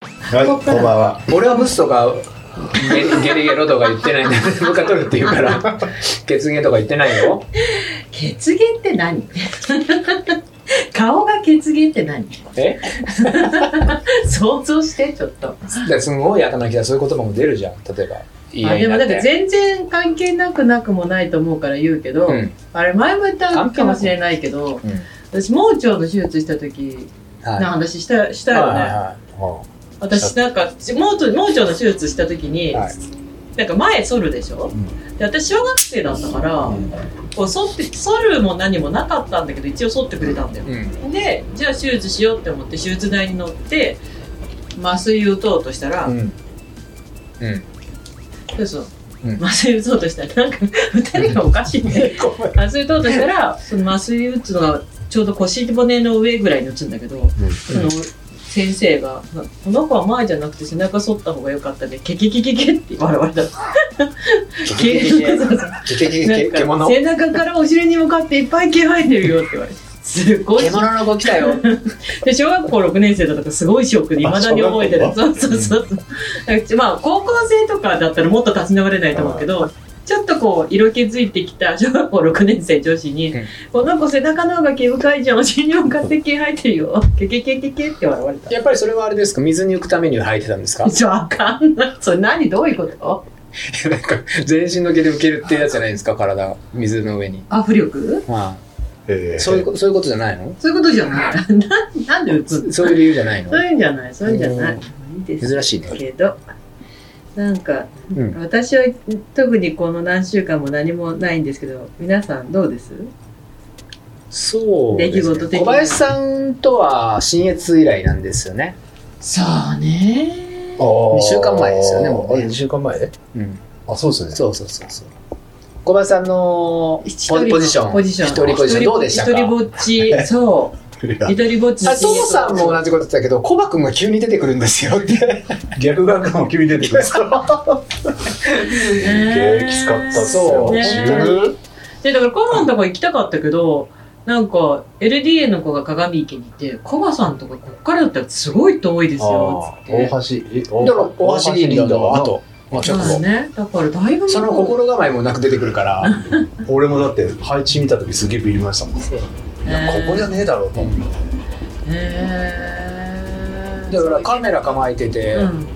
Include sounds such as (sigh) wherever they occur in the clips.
はい、こんばんは。俺はブスとかゲゲリゲロとか言って (laughs) ないんだけどムカ取るって言うから血芸とか言ってないよ血芸って何 (laughs) 顔が血芸って何え (laughs) 想像してちょっとですごいやかなきだそういう言葉も出るじゃん例えば家あでにもななんっかて全然関係なくなくもないと思うから言うけど、うんあれ前も言ったかもしれないけどうん私盲腸の手術した時はいの話したしはいたよはね、いはい私なんか盲腸盲腸の手術した時に、はいなんか前剃るでしょ、んで私小学生だったから、んこう剃って剃るも何もなかったんだけど一応剃ってくれたんだよ、うんでじゃあ手術しようって思って手術台に乗って麻酔打とうとしたら、うんうんそうそううん麻酔打とうとしたらなんか二人がおかしいね麻酔打とうとしたらその麻酔打つのがちょうど腰骨の上ぐらいに打つんだけど、その先生が「この子は前じゃなくて背中反った方が良かったねケケケケケ」って笑われたのゲゲゲそうそうゲゲゲなんゲか獣背中からお尻に向かっていっぱい毛生えてるよって言われてすごい獣の子来たよで小学校6年生だったからすごいショックでいまだに覚えてるあそうそうそうそうだからまあ高校生とかだったらもっと立ち直れないと思うけどちょっとこう色気づいてきた (laughs) 小学校6年生女子にうん「この子背中の方が毛深いじゃんお尻に向かって毛生えてるよケケケケケ」って笑われたやっぱりそれはあれですか水に浮くために履いてたん (laughs) ですかちょわかんないそれ何どういうことなんか全身の毛で浮けるってやつじゃないですか体が水の上にあ浮力まえあーそういうこそういうことじゃないのそういうことじゃない (laughs) なんなんで浮くのそういう理由じゃないのそういうんじゃないそういうんじゃないいいです珍しいねけどなんかうん私は特にこの何週間も何もないんですけど皆さんどうですそう出で来す事ね的小に林さんとは新越以来なんですよねそうね2 2週間前ですよねもうね2週間前うんあ、そうですね。そうそうそうそう小林さんの一ポ人ポジションポジション一人ポジションどうでした一人かぼっちそう一人ぼっちあ父さんも同じこと言ってたけどコバ君が急に出てくるんですよって逆眼科も君出てくる。すねげえきつかったっすそうねよ。10でだからコバのとこ行きたかったけどなんか LDA の子が鏡池にいて「コバさんとここっからだったらすごい遠いですよ」あっつっー大て。橋、えだから大橋リードの後の直まあ後ね、だからだいぶその心構えもなく出てくるから俺もだって配置見た時すげえビビりましたもん。ここじゃねえだろうと思って。へーだからカメラ構えててう「ん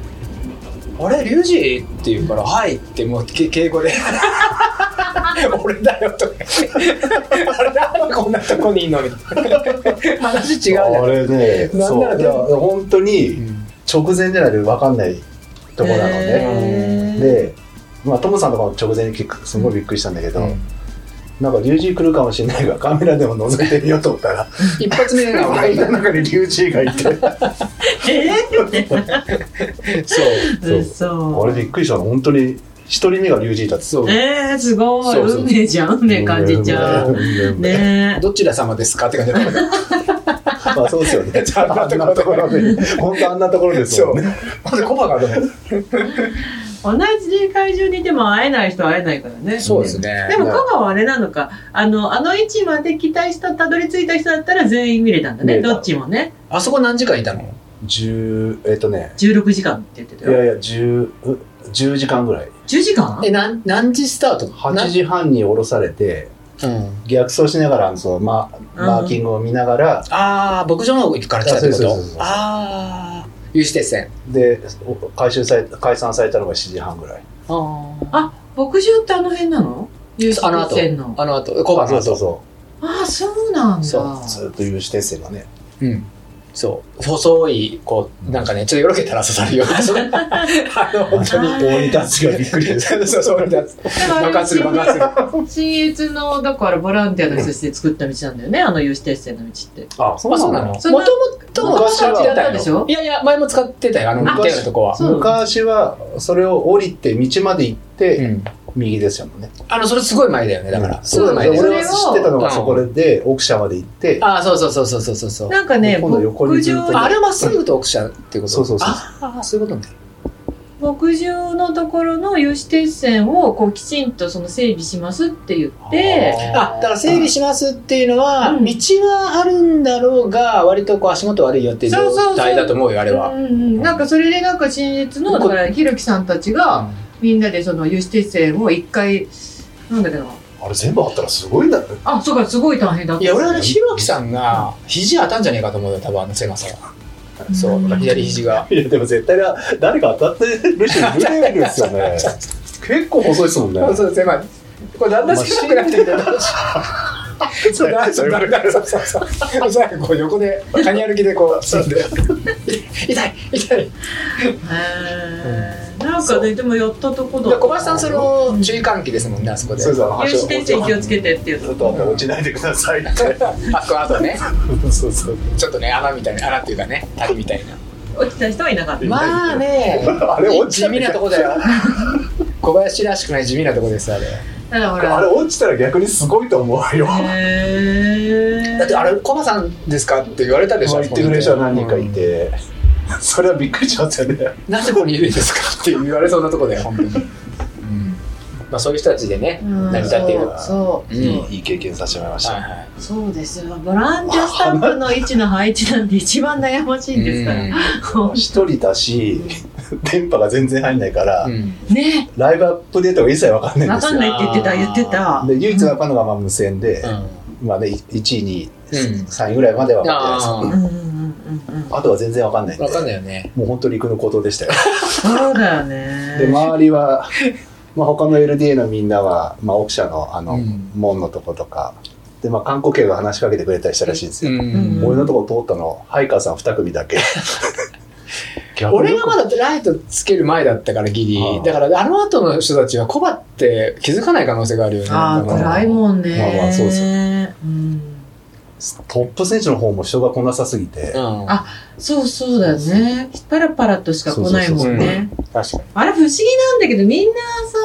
あれリュウジ?」って言うから「はい」ってもうけ敬語で (laughs) 「俺だよ」とか「あれなんでこんなとこにいんの?」みたいな話違うじゃあんれね、なんそならういや本当に直前じゃないと分かんないとこなのね。へーで、まあトムさんとかも直前に結構すごいびっくりしたんだけど、なんかリュウジ来るかもしれないがカメラでも覗いてみようと思ったら、一発目が周りの中にリュウジがいて、 (laughs) えそうー、嘘あれびっくりしたの本当に一人目がリュウジだった。そうえー、すごいそうそう運命じゃん運命感じちゃううんねどちら様ですかって感じだったまあそうですよね。ああんんななととこころろで、本当あんなところですもんね。ほんでコバがでも同じ会場にいても会えない人は会えないからねそうですねでもねカバはあれなのかあのあの位置まで来た人たどり着いた人だったら全員見れたんだね見れたどっちもねあそこ何時間いたの十えっとね、 16時間って言っていたよやいや十十時間ぐらい。 10時間えなん何時スタート八時半に降ろされてうん逆走しながらあのそのマうんマーキングを見ながらああ牧場の方から来たってことあそうそうそうそうああ有刺鉄線でお回収され解散されたのが七時半ぐらい。あーあ牧場ってあの辺なの有あの刺後線のあの後コバのそ後うそうそああそうなんだう。そうずっと有刺鉄線がね。うんそう細いこうなんかねちょっとよろけたら刺さるよあの本当に大仁田氏がびっくり (laughs) です。そうそうそう爆だから発する爆発する新越のだからボランティアの人たちで作った道なんだよねあの有志鉄線の道ってあ、そあそうなのもそとんなもとも昔は使ってたあったでしょいやいや前も使ってたよあのあ似たようなとこはそう昔はそれを降りて道まで行っうてん右ですよね。あのそれすごい前だよねだからすそうごい前だねだよ俺は知ってたのうんがそこで奥社まで行って、ああそうそうそうそうそうそうそうなんかね今度横に牧ずっと場あれまっすぐと奥社ってことそうそうそうああそういうことね牧場のところの有刺鉄線をこうきちんとその整備しますって言ってあだから整備しますっていうのは、うん道はあるんだろうが割とこう足元悪いよっていうそうそうそ状う態だと思うよあれは。うんうん、なんかそれでなんか新日のだからひろきさんたちがみんなでその有刺鉄線を一回なんだっけなあれ全部あったらすごいんだってあそうかすごい大変だったいや俺はねひろきさんが肘当たんじゃねえかと思うよ多分あの狭さが。そううん左肘が。いやでも絶対な誰か当たってる人いるんですよね結構細いですもんねそうそう狭い。これだんだん狭くなってきた。そうだ、そうだ、そうそうそう。そうこう横で、カニ歩きでこう、死んで。痛い、痛い。へーなんかねでもやったとこでだ小林さん、その注意喚起ですもんね、あそこで。そうそう有話を刺鉄線気をつけてっていうちょっのと落ちないでくださいってあ、こうあとね、そうそうちょっとね、穴みたいな、穴っていうかね、谷みたいな。落ちた人はいなかったまあね、あれ落ち地た味なとこだよ。小林らしくない地味なとこです、あれ。ただほあれら落ちたら逆にすごいと思うよへーだって、あれ、小林さんですかって言われたでしょ。言ってくれる人は何人かい。て、それはびっくりしますよねなぜここにいるんですかって言われそうなとこだよ、本当に。まあ、そういう人たちでね、うん成り立っている。はいそうそう、うんいい経験させてもらいました、はい。そうで (laughs) すよボランティアスタッフの位置の配置なんて一番悩ましいんですから、ね一人だし電波が全然入んないから、うん (laughs) ねライブアップデートが一切わかんないんわですかんよないって言ってた言ってたで唯一わかんのがまあ無線で、うんまあね1位にうん3位ぐらいまでは分かってあうんうんうないんうんうんですあとは全然わかんないんあ、でわかんないよね。もう本当陸のことでし (laughs) たよそうだよねで周りは、まあ、他の LDA のみんなは、まあ、奥社のあの、うん門のとことかで、まあ、観光客が話しかけてくれたりしたらしいんですよ、ん俺のとこ通ったのハイカーさん2組だけ逆に俺がまだライトつける前だったからギあリあだからあの後の人たちはコバって気づかない可能性があるよねああだから暗いもんねまあまあそうですうんトップ選手の方も人が来なさすぎて、うんあそうそうだよねパラパラとしか来ないもんね確かにあれ不思議なんだけどみんな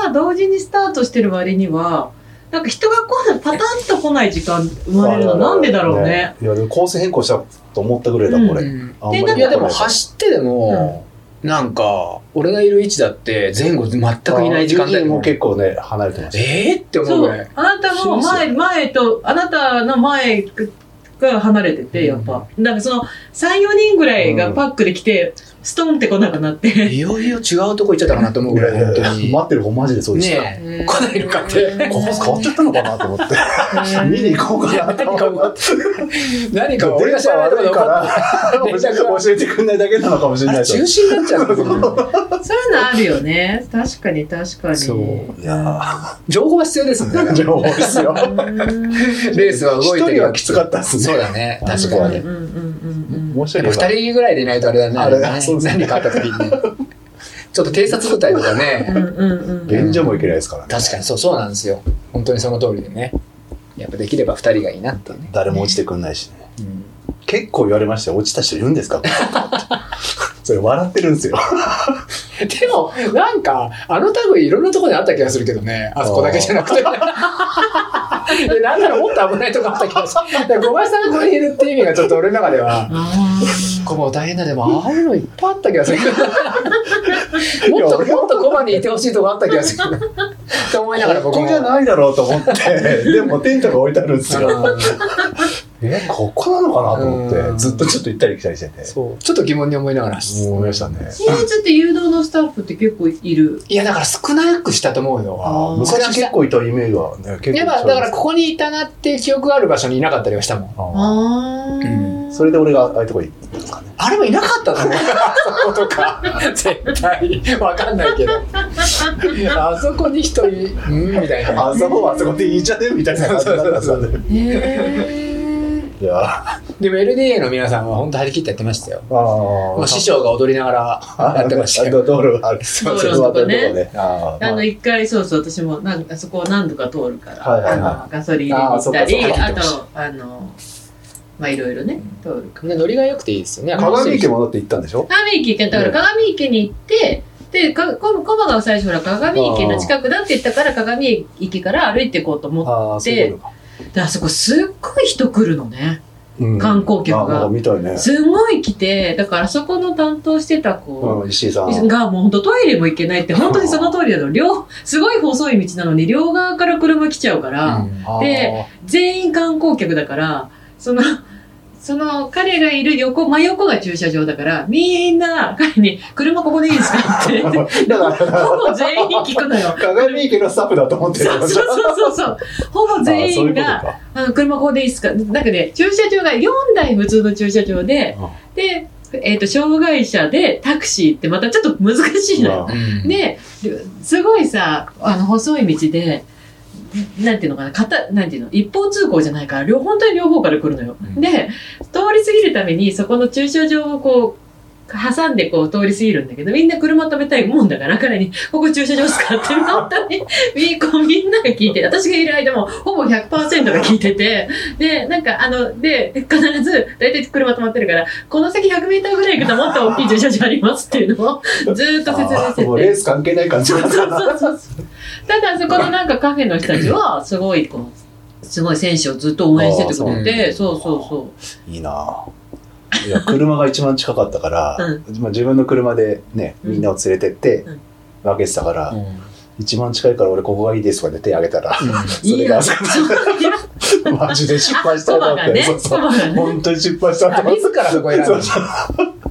さ同時にスタートしてる割にはなんか人が来ないパタンと来ない時間生まれるのなんでだろうねいやでもコース変更したと思ったぐらいだうんこれ、うんあんまりでなんいかやでも走ってでもなんか俺がいる位置だって前後全くいない時間あ帯友人もも結構ね離れてましたえーって思うそぐらういあなたの前前とあなたの前が離れててやっぱなんかその34人ぐらいがパックで来てストンって来なくなっていよいよ違うとこ行っちゃったかなと思うぐらい本当に待ってる方マジでそうでした、ねえ来ないのかってコース変わっちゃったのかなと思って見に行こうかなと思って何か俺が知らないとこ電で波連悪いから絡が教えてくれないだけなのかもしれあないれ中止になっちゃうそういうのあるよね。確かに確かに。そういや (laughs) 情報は必要ですねー情報ですよレースは動いて一る人よはきつかったっすねそうだねあ確そかこはにねうんうんうんうんもう一やっ人ぱは二人ぐらいでないとあれだねあれだねそうです何かあった時にねちょっと偵察部隊とかうんねうんうんうん。便所も行けないですからね確かにそうそうなんですよ本当にその通りでねやっぱできれば二人がいいなっていうね、誰も落ちてくんないしねうん結構言われましたよ落ちた人いるんで (laughs) すかそれ笑ってるんですよでもなんかあの類いろんなところにあった気がするけどねあそこだけじゃなくて (laughs) でなんならもっと危ないとこあった気がするだから小林さんがここにいるっていう意味がちょっと俺の中ではあコバ大変だでもああいうのいっ (laughs) ぱいあった気がするもっといやもっとコバにいてほしいとこあった気がするって思いながらこ僕もこじゃないだろうと思ってでもテントが置いてあるんですようえここなのかなとう思っんてずっとちょっと行ったり来たりしててん (laughs) そうちょっと疑問に思いながら思いましたねー新日って誘導のスタッフって結構いる。いやだから少なくしたと思うよあー昔結構いたイメージはね結構やっぱだからここにいたなっていう記憶がある場所にいなかったりはしたもんああうあ。ーそれで俺がああいうとこ行ったんですかねあれもいなかったと思うあそことか絶対わかんないけどあそこに一人うんみたいなあそこはあそこでいいじゃねみたいな感じになったんですよね (laughs) へえ。いやあでも LDA の皆さんは本当張り切ってやってましたよもうー師匠が踊りながらやってましたよあ道路があるそうそそううそうそうねあーあの一回そうそう私もなんかそこを何度か通るから、はいはいはいあのガソリン入れに行ったりあーそかあっそっかとあのまあいろいろね通るから。ねノリが良くていいですよね鏡池戻って行ったんでしょ鏡池行けたからね鏡池に行って、で、か、こコバが最初ほら鏡池の近くだって言ったから鏡池から歩いていこうと思っああそういうことかて、で、あそこすっごい人来るのね。うん観光客があなんか見たいね、すごい来て、だからそこの担当してた子うん、石井さんがもう本当トイレも行けないって、本当にその通りなの。両、すごい細い道なのに両側から車来ちゃうから、うんあーで全員観光客だから、その、その彼がいる横、真横が駐車場だから、みんな彼に、車ここでいいですかって、ほ (laughs) だからぼ全員聞くのよ。鏡池のスタッフだと思ってるそうそうそうそうそう。ほぼ全員が、ああの車ここでいいですかなんかね、駐車場が4台普通の駐車場で、で、えっ、と、障害者でタクシーってまたちょっと難しそいういうのことよ。かで、すごいさ、あの、細い道で、なんていうのかな、片、なんていうの、一方通行じゃないから、両、本当に両方から来るのよ。うんで、通り過ぎるために、そこの駐車場をこう、挟んでこう通り過ぎるんだけど、みんな車止めたいもんだから、彼に、ここ駐車場っすかって、本当に、みこうみんなが聞いて、私がいる間も、ほぼ100%が聞いてて、で、なんか、あの、で、必ず、だいたい車止まってるから、この先100メーターぐらい行くともっと大きい駐車場ありますっていうのを、ずーっと説明しあてーもうてレ。ース関係ない感じそうだそうそうそうそう。ただそこのなんかカフェの人たちはすごいこうすごい選手をずっと応援しててくれて、あーそうそうそいいないや車が一番近かったから、まあ、自分の車でねみんなを連れてって、うん分けてたから、うん一番近いから俺ここがいいですとかで手挙げたら、 (laughs) う。いいな。そういやマジで失敗しそたばんだっがて、ね、そうそそうばがね。本当に失敗したとあ思って自らそこ選んだそうそう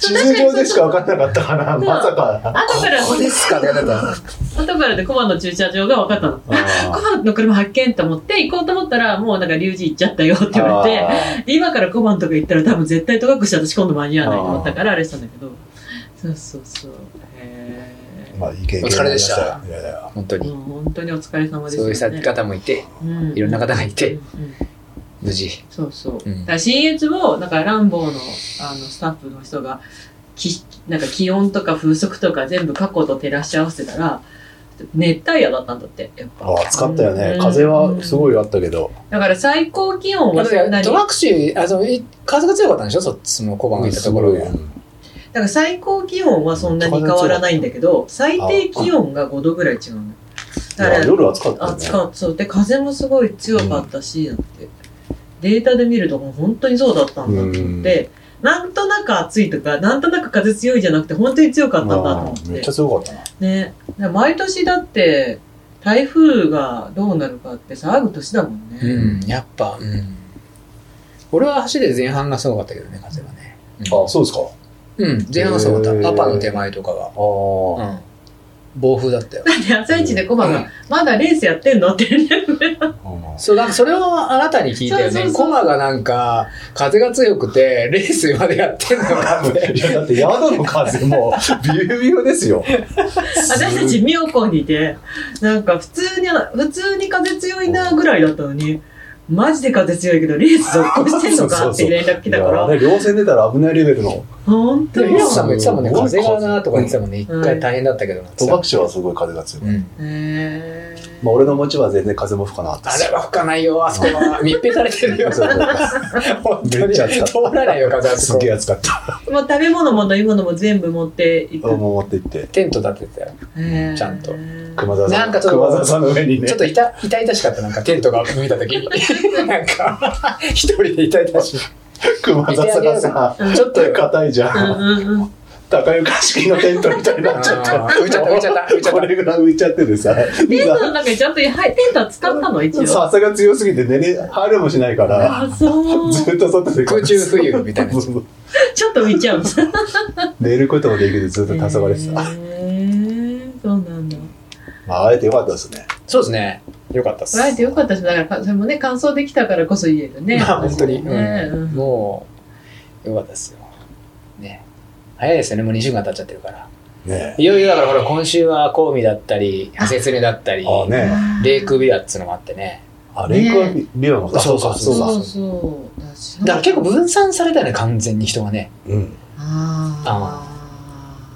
地図上でしか分かんなかったからそうまさか後から、ここですかねだから後からでコマの駐車場が分かったの。コあマの車発見と思って行こうと思ったら、もうなんかリュウジ行っちゃったよってー言われて、あ今から小判とか行ったら多分絶対戸隠して私今度間に合わないと思ったからあれしたんだけどそうそうそうへーまあいい経験お疲れでしたいやいや本当え、にもう本当にお疲れ様ですそういう方もいてうんいろんな方がいてうんうん無事そうそう、うんだから新越もなんかランボーのあのスタッフの人がきなんか気温とか風速とか全部過去と照らし合わせたら熱帯夜だったんだってやっぱあー暑かったよね、うん風はすごいあったけど、だから最高気温まあはだそかんならにトラクシーあそのい風が強かったんでしょそっちその小判がいたところがうんだから最高気温はそんなに変わらないんだけど、最低気温が5度ぐらい違うの。いだかやら、夜暑かったよね暑かった。そうで、風もすごい強かったし、なんて。データで見ると本当にそうだったんだと思って、なんとなく暑いとか、なんとなく風強いじゃなくて、本当に強かったんだと思っうんめってちゃ。強かったなね。だから毎年だって、台風がどうなるかって騒ぐ年だもんね。うんやっぱうん俺は走で前半がすごかったけどね風がねあそうですかうん前半がすごかへっーたアパの手前とかがあーうん暴風だったよだって朝一でコマうがん、まだレースやってんのって連絡がうんそう、なんかそれをあなたに聞いたよそうそうね。そうコマがなんか、風が強くて、レースまでやってんのかっい (laughs) て。やだって宿の風もうビュービューですよ私たち妙高にいてなんか普通に普通に風強いなぐらいだったのにマジで風強いけどレース続行してんのかっていう連絡来たかいやあられ両線出たら危ないレベルの本当でも、にヒねロさんも言ってたもんね、そう風がなとか言ってたもんね、一うん回大変だったけどなって戸さ隠はすごい風が強い、うん。えまあ、俺の餅は全然風も吹かなかったあしれは吹かないよ、あそこは。密閉されてるよ、そうそう (laughs) 本当めっに。ち通ゃ暑かったらないよ、風あそすこげえ。暑かったまあ食べ物も飲み物も全部持っていくもう持って行ってテント立ててたよ。へーちゃんと熊沢さんなんかちょっと熊沢さんの上にねちょっと痛痛々しかった、なんかテントが見えた時 (laughs) に。なんか、一人で痛々しい。熊沢さんがさちょっと、硬いじゃうんんうんうん高床式のテントみたいになっちゃったあー浮いちゃった浮いちゃった浮いちゃったこれぐらい浮いちゃっててさテントの中にちゃんとはいテントは使ったの一応朝が強すぎて寝れ晴れもしないからあ (laughs) そうずっと外で空中浮遊みたいなやつそうちょっと浮いちゃうんです (laughs) 寝ることもできずずっと黄昏れてた、へーそうなんだまあ、会えてよかったですねそうですね。よかったっす。会えてよかったし、だから、それもね、乾燥できたからこそ言えるね。まあ本当に、うんねうんもうよかったですよね早いですよねもう2週間経っちゃってるからねいよいよだからほら今週はコウミだったりあセツネだったりえああねレイクビアっつうのもあってねあれかリオのあそうそうかそそううだそうそう。だしだから結構、分散されたよね完全に人がねうんあ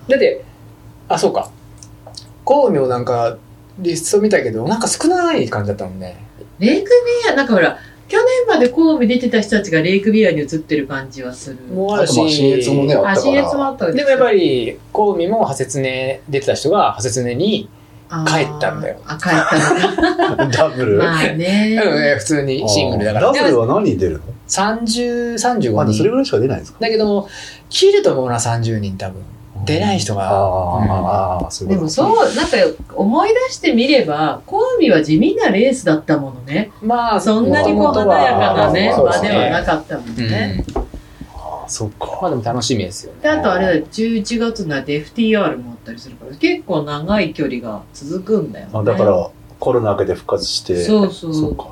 だってあそうかコウミもなんかリスト見たけどなんか少ない感じだったもんねーレイクビア、なんかほら、去年まで神戸出てた人たちがレイクビアに移ってる感じはする。もうああるとまあし新越もねああ、ったか新ら越もあったでもやっぱりコウミもハセツネ出てた人がハセツネにり帰ったんだよあ、帰ったんだ。ダブル、まあね。あのね普通にシングルだからダブルは何人出るの30、ま35だそれ人。ぐらいしか出ないんですかだけども、切ると思うな、30人多分。出ない人あが。あ、ああ、そういでうこもとか。そう、なんか思い出してみれば、コンビは地味なレースだったものね。まあ、そんなにこう華やかなね、そう場ですねではなかったもんうんね。ああ、そうまあか。でも楽しみですよね。で、あとあれだよ、11月になって FTR もあったりするから、結構長い距離が続くんだよね。あだから、コロナ明けで復活して。そうそう。そううんか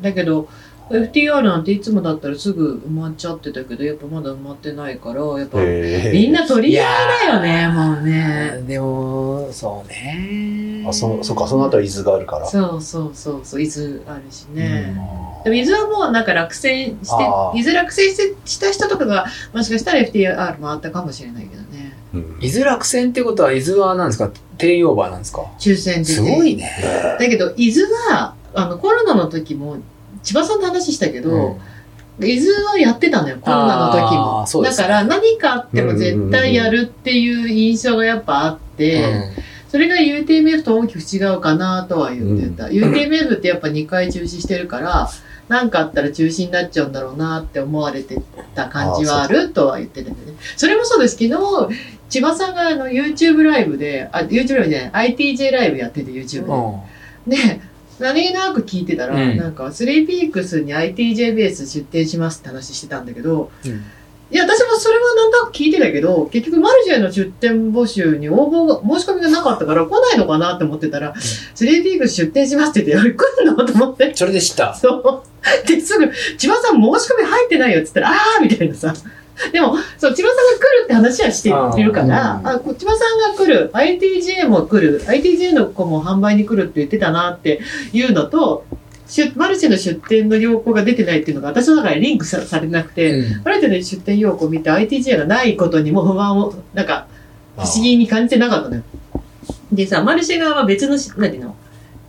うんだけど、FTR なんていつもだったらすぐ埋まっちゃってたけど、やっぱまだ埋まってないから、やっぱ、へえみんな取り合いだよね、もうね。でも、そうね。あ、そ、そうか、その後は伊豆があるから。そうそうそうそう、伊豆あるしね。うんあでも伊豆はもうなんか落選してあ、ー伊豆落選してした人とかが、もしかしたら FTR もあったかもしれないけどね。ーうん伊豆落選ってことは、伊豆は何ですか定員オーバーなんですか抽選ですね。ごいね。だけど、伊豆は、あの、コロナの時も、千葉さんの話したけど、伊豆はやってたのよ、コロナの時あーも。そうでだすねから、何かあっても絶対やるっていう印象がやっぱあっうんて、それが UTMF と大きく違うかなとは言ってた。UTMF ってやっぱ2回中止してるから、何かあったら中止になっちゃうんだろうなって思われてた感じはあるとは言ってたんだよね。それもそうですけど、千葉さんがあの YouTube ライブで、あ、YouTube ライブじゃない ITJ ライブやってて YouTube で。うんで何気なく聞いてたら、うんなんか、スリーピークスに ITJ ベース出店しますって話してたんだけど、うんいや、私もそれはなんとなく聞いてたけど、結局マルシェの出店募集に応募が、申し込みがなかったから来ないのかなって思ってたら、スリーピークス出店しますって言って、来るのと思って。それで知った。 (laughs) そう。で、すぐ、千葉さん申し込み入ってないよって言ったら、あーみたいなさ。でも、そう、千葉さんが来るって話はしているから、ああーこ千葉さんが来る、ITJ も来る、ITJ の子も販売に来るって言ってたなっていうのと、出マルシェの出店の要項が出てないっていうのが私の中でリンクさされなくて、うんマルシェの出店要項を見て ITJ がないことにも不安を、なんか、あ不思議に感じてなかったのよ。でさ、マルシェ側は別のし、なんていうの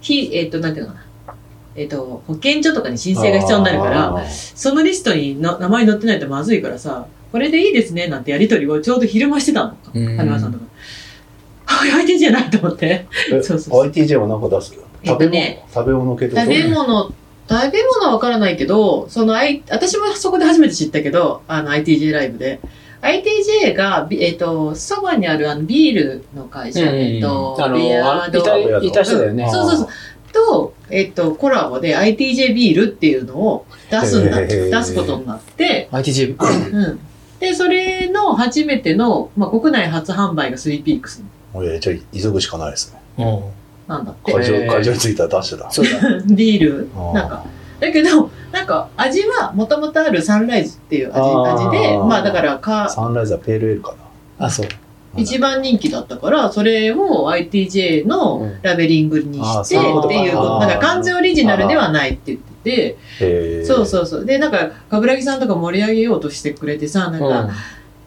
非、えっ、と、なんていうのかな。えっ、と、保健所とかに申請が必要になるから、 (laughs) あーそのリストにな名前載ってないとまずいからさ、これでいいですね、なんてやりとりをちょうど昼間してたの。うん羽間さんとか。 (laughs) はい、相手じゃないと思って。えそうそう ITJ は何か出すえっ食とべ物、ね食べ物系ってこと食べ物、食べ物はわからないけど、その、I、私もそこで初めて知ったけど、あの ITJ ライブで。ITJ が、びえっ、と、そばにあるあのビールの会社、えっ、と、あのビアードいたいた人だよね。そうそうそう。と、えっ、と、コラボで ITJ ビールっていうのを出すんだ、へー出すことになって、 ITJ、うん。で、それの初めての、まあ、国内初販売がスリーピークスもういやじゃあ急ぐしかないですねうんなんだって会。場,、えー会場に着いたら出してたそうだ。 (laughs) ビールあーなんか。だけど、なんか味はもともとあるサンライズっていう味あー味で、まあだからか、サンライズはペールエールかなあ、そう。一番人気だったから、それを ITJ うのんラベリングにして、あーそうっいうことかていうこと。あーなんか完全オリジナルではないって言ってて、へーそうそうそう。で、なんか、かぐらぎさんとか盛り上げようとしてくれてさ、なんか、うん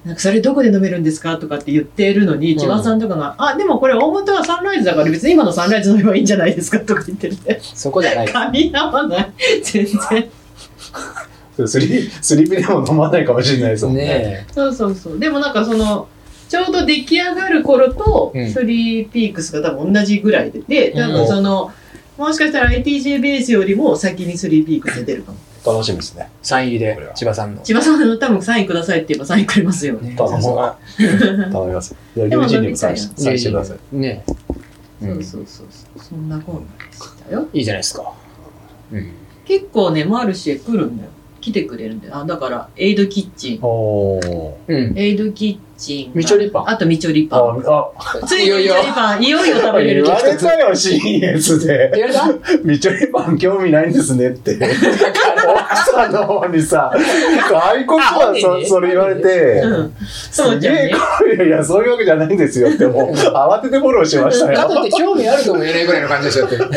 なんかそれどこで飲めるんですかとかって言ってるのに、うん千葉さんとかが、あ、でもこれ大元はサンライズだから別に今のサンライズ飲めばいいんじゃないですかとか言ってて、そこじゃない。噛み合わない。全然。それスリスリーピでも飲まないかもしれないですもんねねそうそうそう。でもなんかその、ちょうど出来上がる頃と、うんスリーピークスが多分同じぐらいで、で、多分その、もしかしたら ITJ ベースよりも先にスリーピークスで出るかも。楽しみですねサイン入りこれはで、千葉さんの。千葉さんの多分サインくださいって言えばサインくれますよね。ね多分そうか頼みますじゃあで友も人にもサイン飲しサインしてくださいねそうそうそうそう。そんなこんなでしたよ。うんいいじゃないですか。うん。結構ね、マルシェ来るんだよ。来てくれるんだよ。あ、だから、エイドキッチン。おーうん。エイドキッチンが。みちょりパンあと、みちょりパン。あついいによいみちよょりパン、いよいよ食あべれ言る。われたよ CS で (laughs) やれたみちょりパン興味ないんですねって奥さんの方にさ外国あ本は人にそそれ言われて、うん。そすうじゃげんえね。声いやいやそういうわけじゃないんですよってもう慌ててフォローしましたかよといって興味あるとも言えないぐらいの感じでしょだって。だ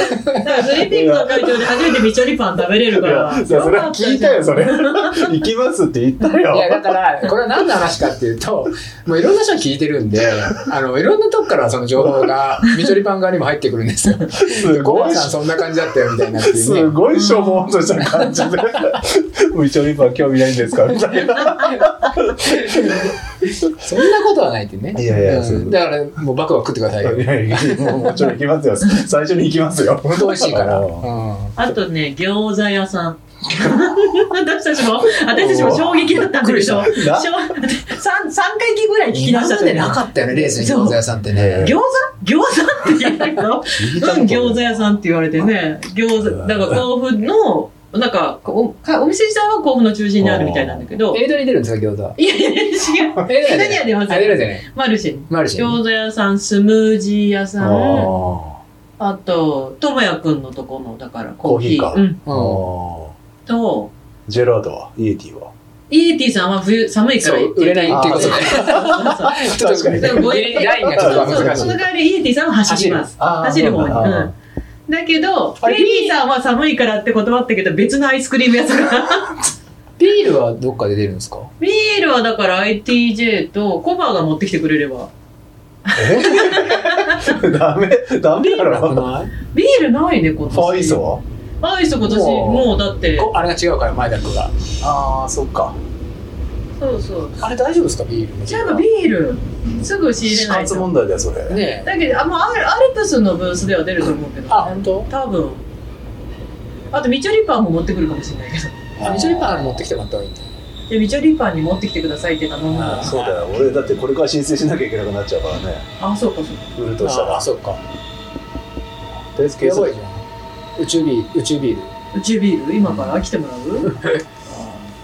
から、スリーピンクの会場で初めてみちょりパン食べれるいかやら。いや (laughs) それは聞いたよそれよかったじゃん行きますって言ったいや、だよから、これは何の話かっていうと、もういろんな人が聞いてるんで、あの、いろんなとこからその情報が、みちょりパン側にも入ってくるんですよ。すごごい飯さんそんな感じだったよ、みたいなっていうねすごいしょぼんとした感じで「みちょりパン興味ないんですか?」みたいなそんなことはないってね。いやいやうんそうだから、もうバクバク食ってくださいよ。いやいやもうもちろん行きますよ最初に行きますよ本当美味しいから。あうんあとね、餃子屋さん。私たちも、私たちも衝撃だったんだけど、うわ衝びっくりした (laughs) 三三回ぐらい聞き出今しちゃまったでよねなかったよね、レースにそう餃子屋さんってね。餃子餃子って言ったけど、聞いたことうん、ない餃子屋さんって言われてね、餃子、だから甲府の、なんか、おかお店自体は甲府の中心にあるみたいなんだけど、エイドに出るんですか、餃子。いやいや、違う。エイド江に戸には出ません出るじゃない。マルシェに。マルシェに。餃子屋さん、スムージー屋さん、ああと、ともやくんのとこの、だからコーヒー。コーヒーかうん。ーうんあと、ージェラードはイエティはイエティさんは冬、寒いからそう、売れないっていうことね。そうちょっと確か (laughs) にラインがちょっとそうそうそう難しそいの。代わりイエティさんは走ります。あー走る方に。あーうんだけど、あれレリーさんは寒いからって断ったけど、別のアイスクリーム屋さんが。ビールはどっかで出るんですかビールはだから ITJ とコバが持ってきてくれれば。えダメダメだなくろないビールないね、今年。ファイソはアイス今年、もうもうだって。こあれが違うから、前田君が。ああ、そっか。そうそう。あれ大丈夫ですか、ビール。じゃあビール、すぐ仕入れ死ない活と。問題だよそれねえ。だけど、あ、もうアルアルプスのブースでは出ると思うけど、あ、本当？多分。あと、ミチョリパンも持ってくるかもしれないけど。あ、ミチョリパン持ってきてもらった方がいいんだ。で、ミチョリパンに持ってきてくださいって頼んだら。そうだよ俺だってこれから申請しなきゃいけなくなっちゃうからねあ、そうか、そうか。売るとしたあらあ、そっか。とりあえず計やばい測じゃん。宇宙ビール、宇宙ビー宇宙ビール今から来てもらう、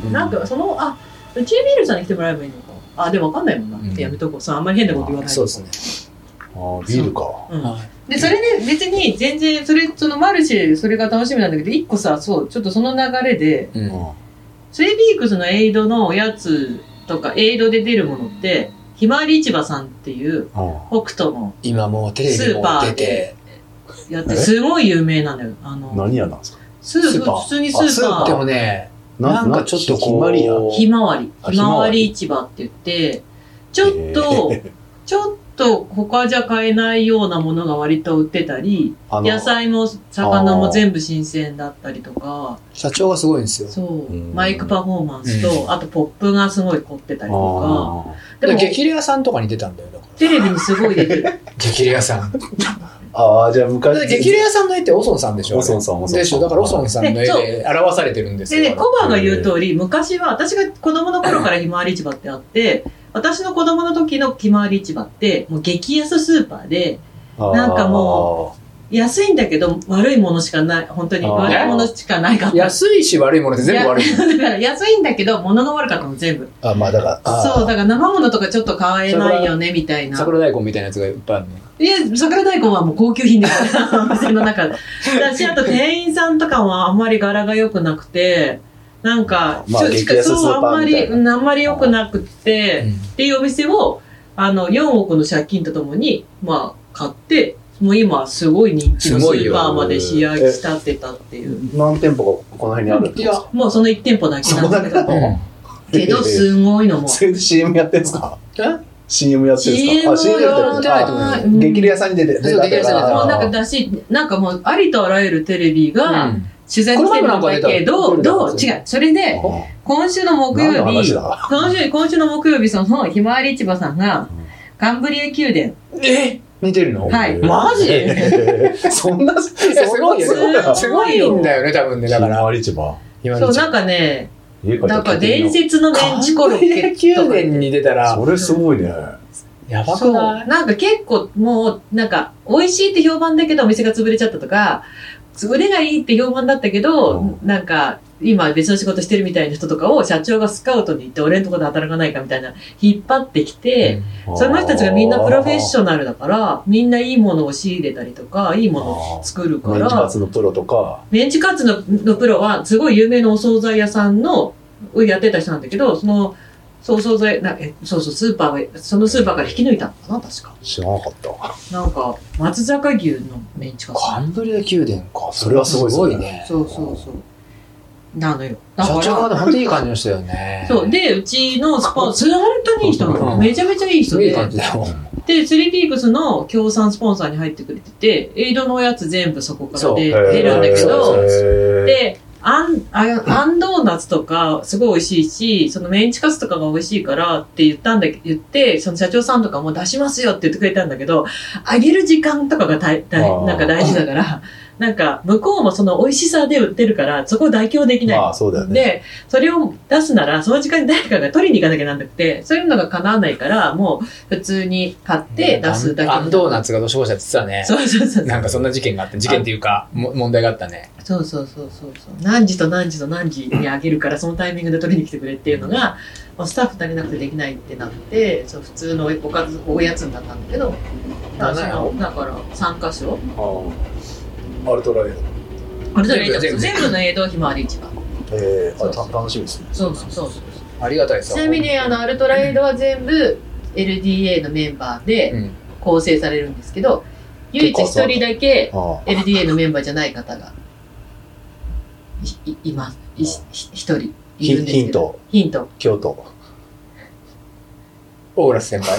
ル。なんかそのあ宇宙ビールさんに来てもらえばいいのかあでも分かんないもんな、うんやめとこうさあんまり変なこと言わないそうですね。あービールかうんはでそれで別に全然それそのマルシェそれが楽しみなんだけど一個さそうちょっとその流れでい。う。うんスエビークスのエイドのおやつとかエイドで出るものってひまわり市場さんっていうう北斗の今もうテレビも出て、やってすごい有名なんだよあんの何屋なんですかススーーパー普通にスーパあでーもね、なんかちょっとこう、ひまりやひまわりあひまわり市場って言ってちょっと、ちょっと他じゃ買えないようなものが割と売ってたり、あの野菜も魚も全部新鮮だったりとか、社長がすごいんですよ。そう、うんマイクパフォーマンスと、うあとポップがすごい凝ってたりとあーか、でも激レアさんとかに出たんだよ、だかテレビにすごい出てる。ら。激レアさん。だあーじゃあって昔激レアさんの絵ってオソンさんでしょオソンさんオソンさんでしょだからオソンさんの絵でそうで表されてるんですでよ。ね、コバが言う通り、昔は私が子供の頃からひまわり市場ってあって、私の子供の時のひまわり市場って、もう激安スーパーで、なんかも安いんだけど悪いものしかない、本当に悪いものしかないかった。安いし悪いものって全部 (laughs) 悪い。だから安いんだけど、物の悪かったの全部。うあまあだからあーそう、だから生物とかちょっと買えないよね、みたいな。桜大根みたいなやつがいっぱいあるね。いや、桜大根はもう高級 (laughs) 品ですから、店の中で。だし、あと店員さんとかもあんまり柄が良くなくて、なんか、まあちょ激安スそう、ーあんパーまみたり、いなうんあんまり良くなくて、っていうお店を、あの、4億の借金とともに、まあ、買って、もう今、すごい人気のすスごいよーパーまで仕上げ仕立てたっていう。何店舗かこの辺にあるんいでやすか、もうその1店舗だけなんだけそこだ (laughs) ど、けけど、えすごいのもー。それで CM やってんすかえ CM やってんすか CM あ CM やってやっるんてないいと思うよ。なと思うようんです激レアさんに出てそう激レアさんに出てもうなんかかだし、なんかもうありとあらゆるテレビが、取材してるこんだけど、れ前もどなんかう出た違う。それで、今週の木曜何の話日、だ今週、今週の木曜日、その、ひまわり市場さんが、カンブリア宮え似てるのはいマジえー (laughs) そんな、そんなやすごいよそうだねよ。すごいんだよね、多分ね。だだか。からら、市場。ひま殿。わりそう、ちゃなんんかね、家帰ったなんらか聞いてみよ伝説のメンチコロッケと宮か。殿に出たうらそ、れすごいね。やばそくう。ないなんか結構もう、なんか、美味しいって評判だけどお店が潰れちゃったとか、腕がいいって評判だったけど、うなんか、今別の仕事してるみたいな人とかを社長がスカウトに行って、俺のとこで働かないかみたいな、引っ張ってきて、その人たちがみんなプロフェッショナルだから、みんないいものを仕入れたりとか、いいものを作るかメンチカら、ツのプロとか、メンチカツののプロは、すごい有名なお惣菜屋さんの、をやってた人なんだけど、その、そう、惣菜、なえそうそう、スーパーが、そのスーパーから引き抜いたのかな、確か。知らなかった。なんか、松坂牛のメンチカツ。カンブリア宮殿か。それはすごいですねね。そうそうそう。なのよ。だ社か長がら、ね、本当にいい感じの人だよね。そう、で、うちのスポンス、本当にいい人なの。うんめちゃめちゃいい人いで。い感じだよ。で、スリーピークスの協賛スポンサーに入ってくれてて、エイドのおやつ全部そこからそうでへー出るんだけど、へーで、あん、ああんドーナツとかすごい美味しいし、そのメンチカツとかが美味しいからって言ったんだけど、言って、その社長さんとかも出しますよって言ってくれたんだけど、あげる時間とかが大、大、あーなんか大事だから、なんか、向こうもその美味しさで売ってるから、そこを妥協できない。まあそうだよね。で、それを出すなら、その時間に誰かが取りに行かなきゃなんなくて、そういうのが叶わないから、もう普通に買って出すだけ。あんドーナツがどうしようかって言ってたね。そうそうそうそう。なんかそんな事件があって、事件っていうか、も問題があったね。そうそうそうそうそう。何時と何時と何時にあげるから、そのタイミングで取りに来てくれっていうのが、もうスタッフ足りなくてできないってなって、そう普通のおおかず、おやつになったんだけど、あなだかいら、の3箇所。ああ。アルトライあれだね全部全部の映像ひまわり市場。ド。ええそあうそうた楽しみですね。そうそうそうそう。ありがたいですちなみにあのアルトラエイドは全部 LDA のメンバうーでん。構成されるんですけど、唯一一人だけあ LDA のメンバーじゃない方がいいいますいしひ一人いるんですけどヒヒヒントント京都。オーラス先輩。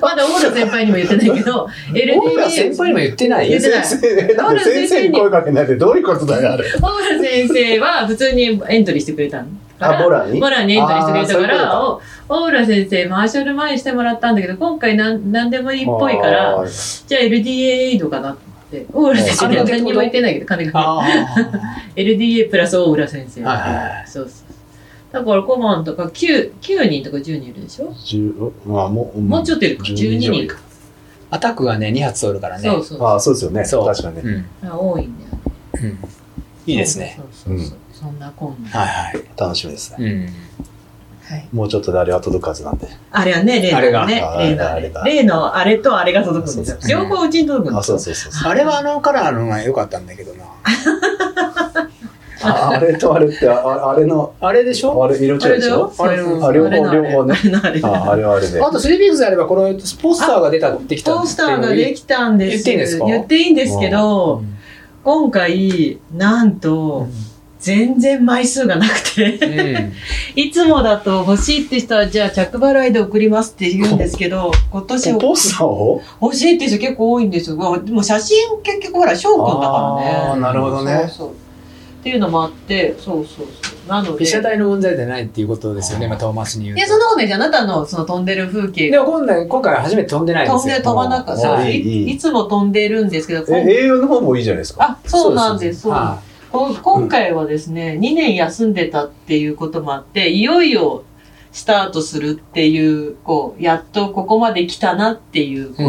まだオーラ先輩にも言ってないけど LDA オーラ先輩にも言ってない言ってない先生、ななんんでで先生先生にに声かけないでどういうことだよ、あれ。オーラ先生は普通にエントリーしてくれたのからあ、ボラにモラにエントリーしてくれたかあーら、おオーラ先生、マーシャル前にしてもらったんだけど、今回なん何でもいいっぽいから、あー。じゃあ LDA エイドかなって。大浦先生には何にも言ってないけど、金が。ああ。 LDA プラス大浦先生。はいはいはそうそう。だから顧問とか9、9人とか10人いるでしょ十まあ、もう、もうちょっといるか、12人か。アタックがね、2発おるからね。そうそうああ、そうですよね。そう確かにね。うん。あ多いんだよ。うん。いいですね。そうそうそう。そんなこんな。はいはい。楽しみですね。うん。はい。もうちょっとであれは届くはずなんで。あれはね、例のねあ、例れのがああれれが。例のあれとあれが届くんですそうよそ。うそう両方うちに届くんあ、ですそうよ。そうそうそう。あれはあのカラーのが良かったんだけど (laughs) な。ああれとあれって、ああれの、あれでしょあれ色違いあれでだしよょ。あれのそうそうそうあ両方あれのあれ両方ねあれのあれああ、あれはあれで。あとスリーピークスであれば、このスポスターが出たってきたポスターができきたんです。言っていいんですか言っていいんですけど、今回、なんうと、ん全然枚数がなくて、いつもだと欲しいって人は、じゃあ着払いで送りますって言うんですけど、今年ポポスターを欲しいって人結構多いんですよ。まあでも写真結局ほら、翔くんだからあーね。なるほどね。そうそう。っていうのもあって、そうそうそう。なので、被い写や、体の問題じゃないっていうことですよね、まあ、遠回しに言うと。そんなことないじゃん。あなたのその飛んでる風景でが。も今回、今回初めて飛んでないんで飛すんよ。で飛ばなかった。はいいいいいいいつも飛んでるんですけど、え、栄養の方もいいじゃないですか。あ、そうなんです。そうはこ今回はですね、2年休んでたっていうこともあって、いよいよスタートするっていう、こう、やっとここまで来たなっていううんあ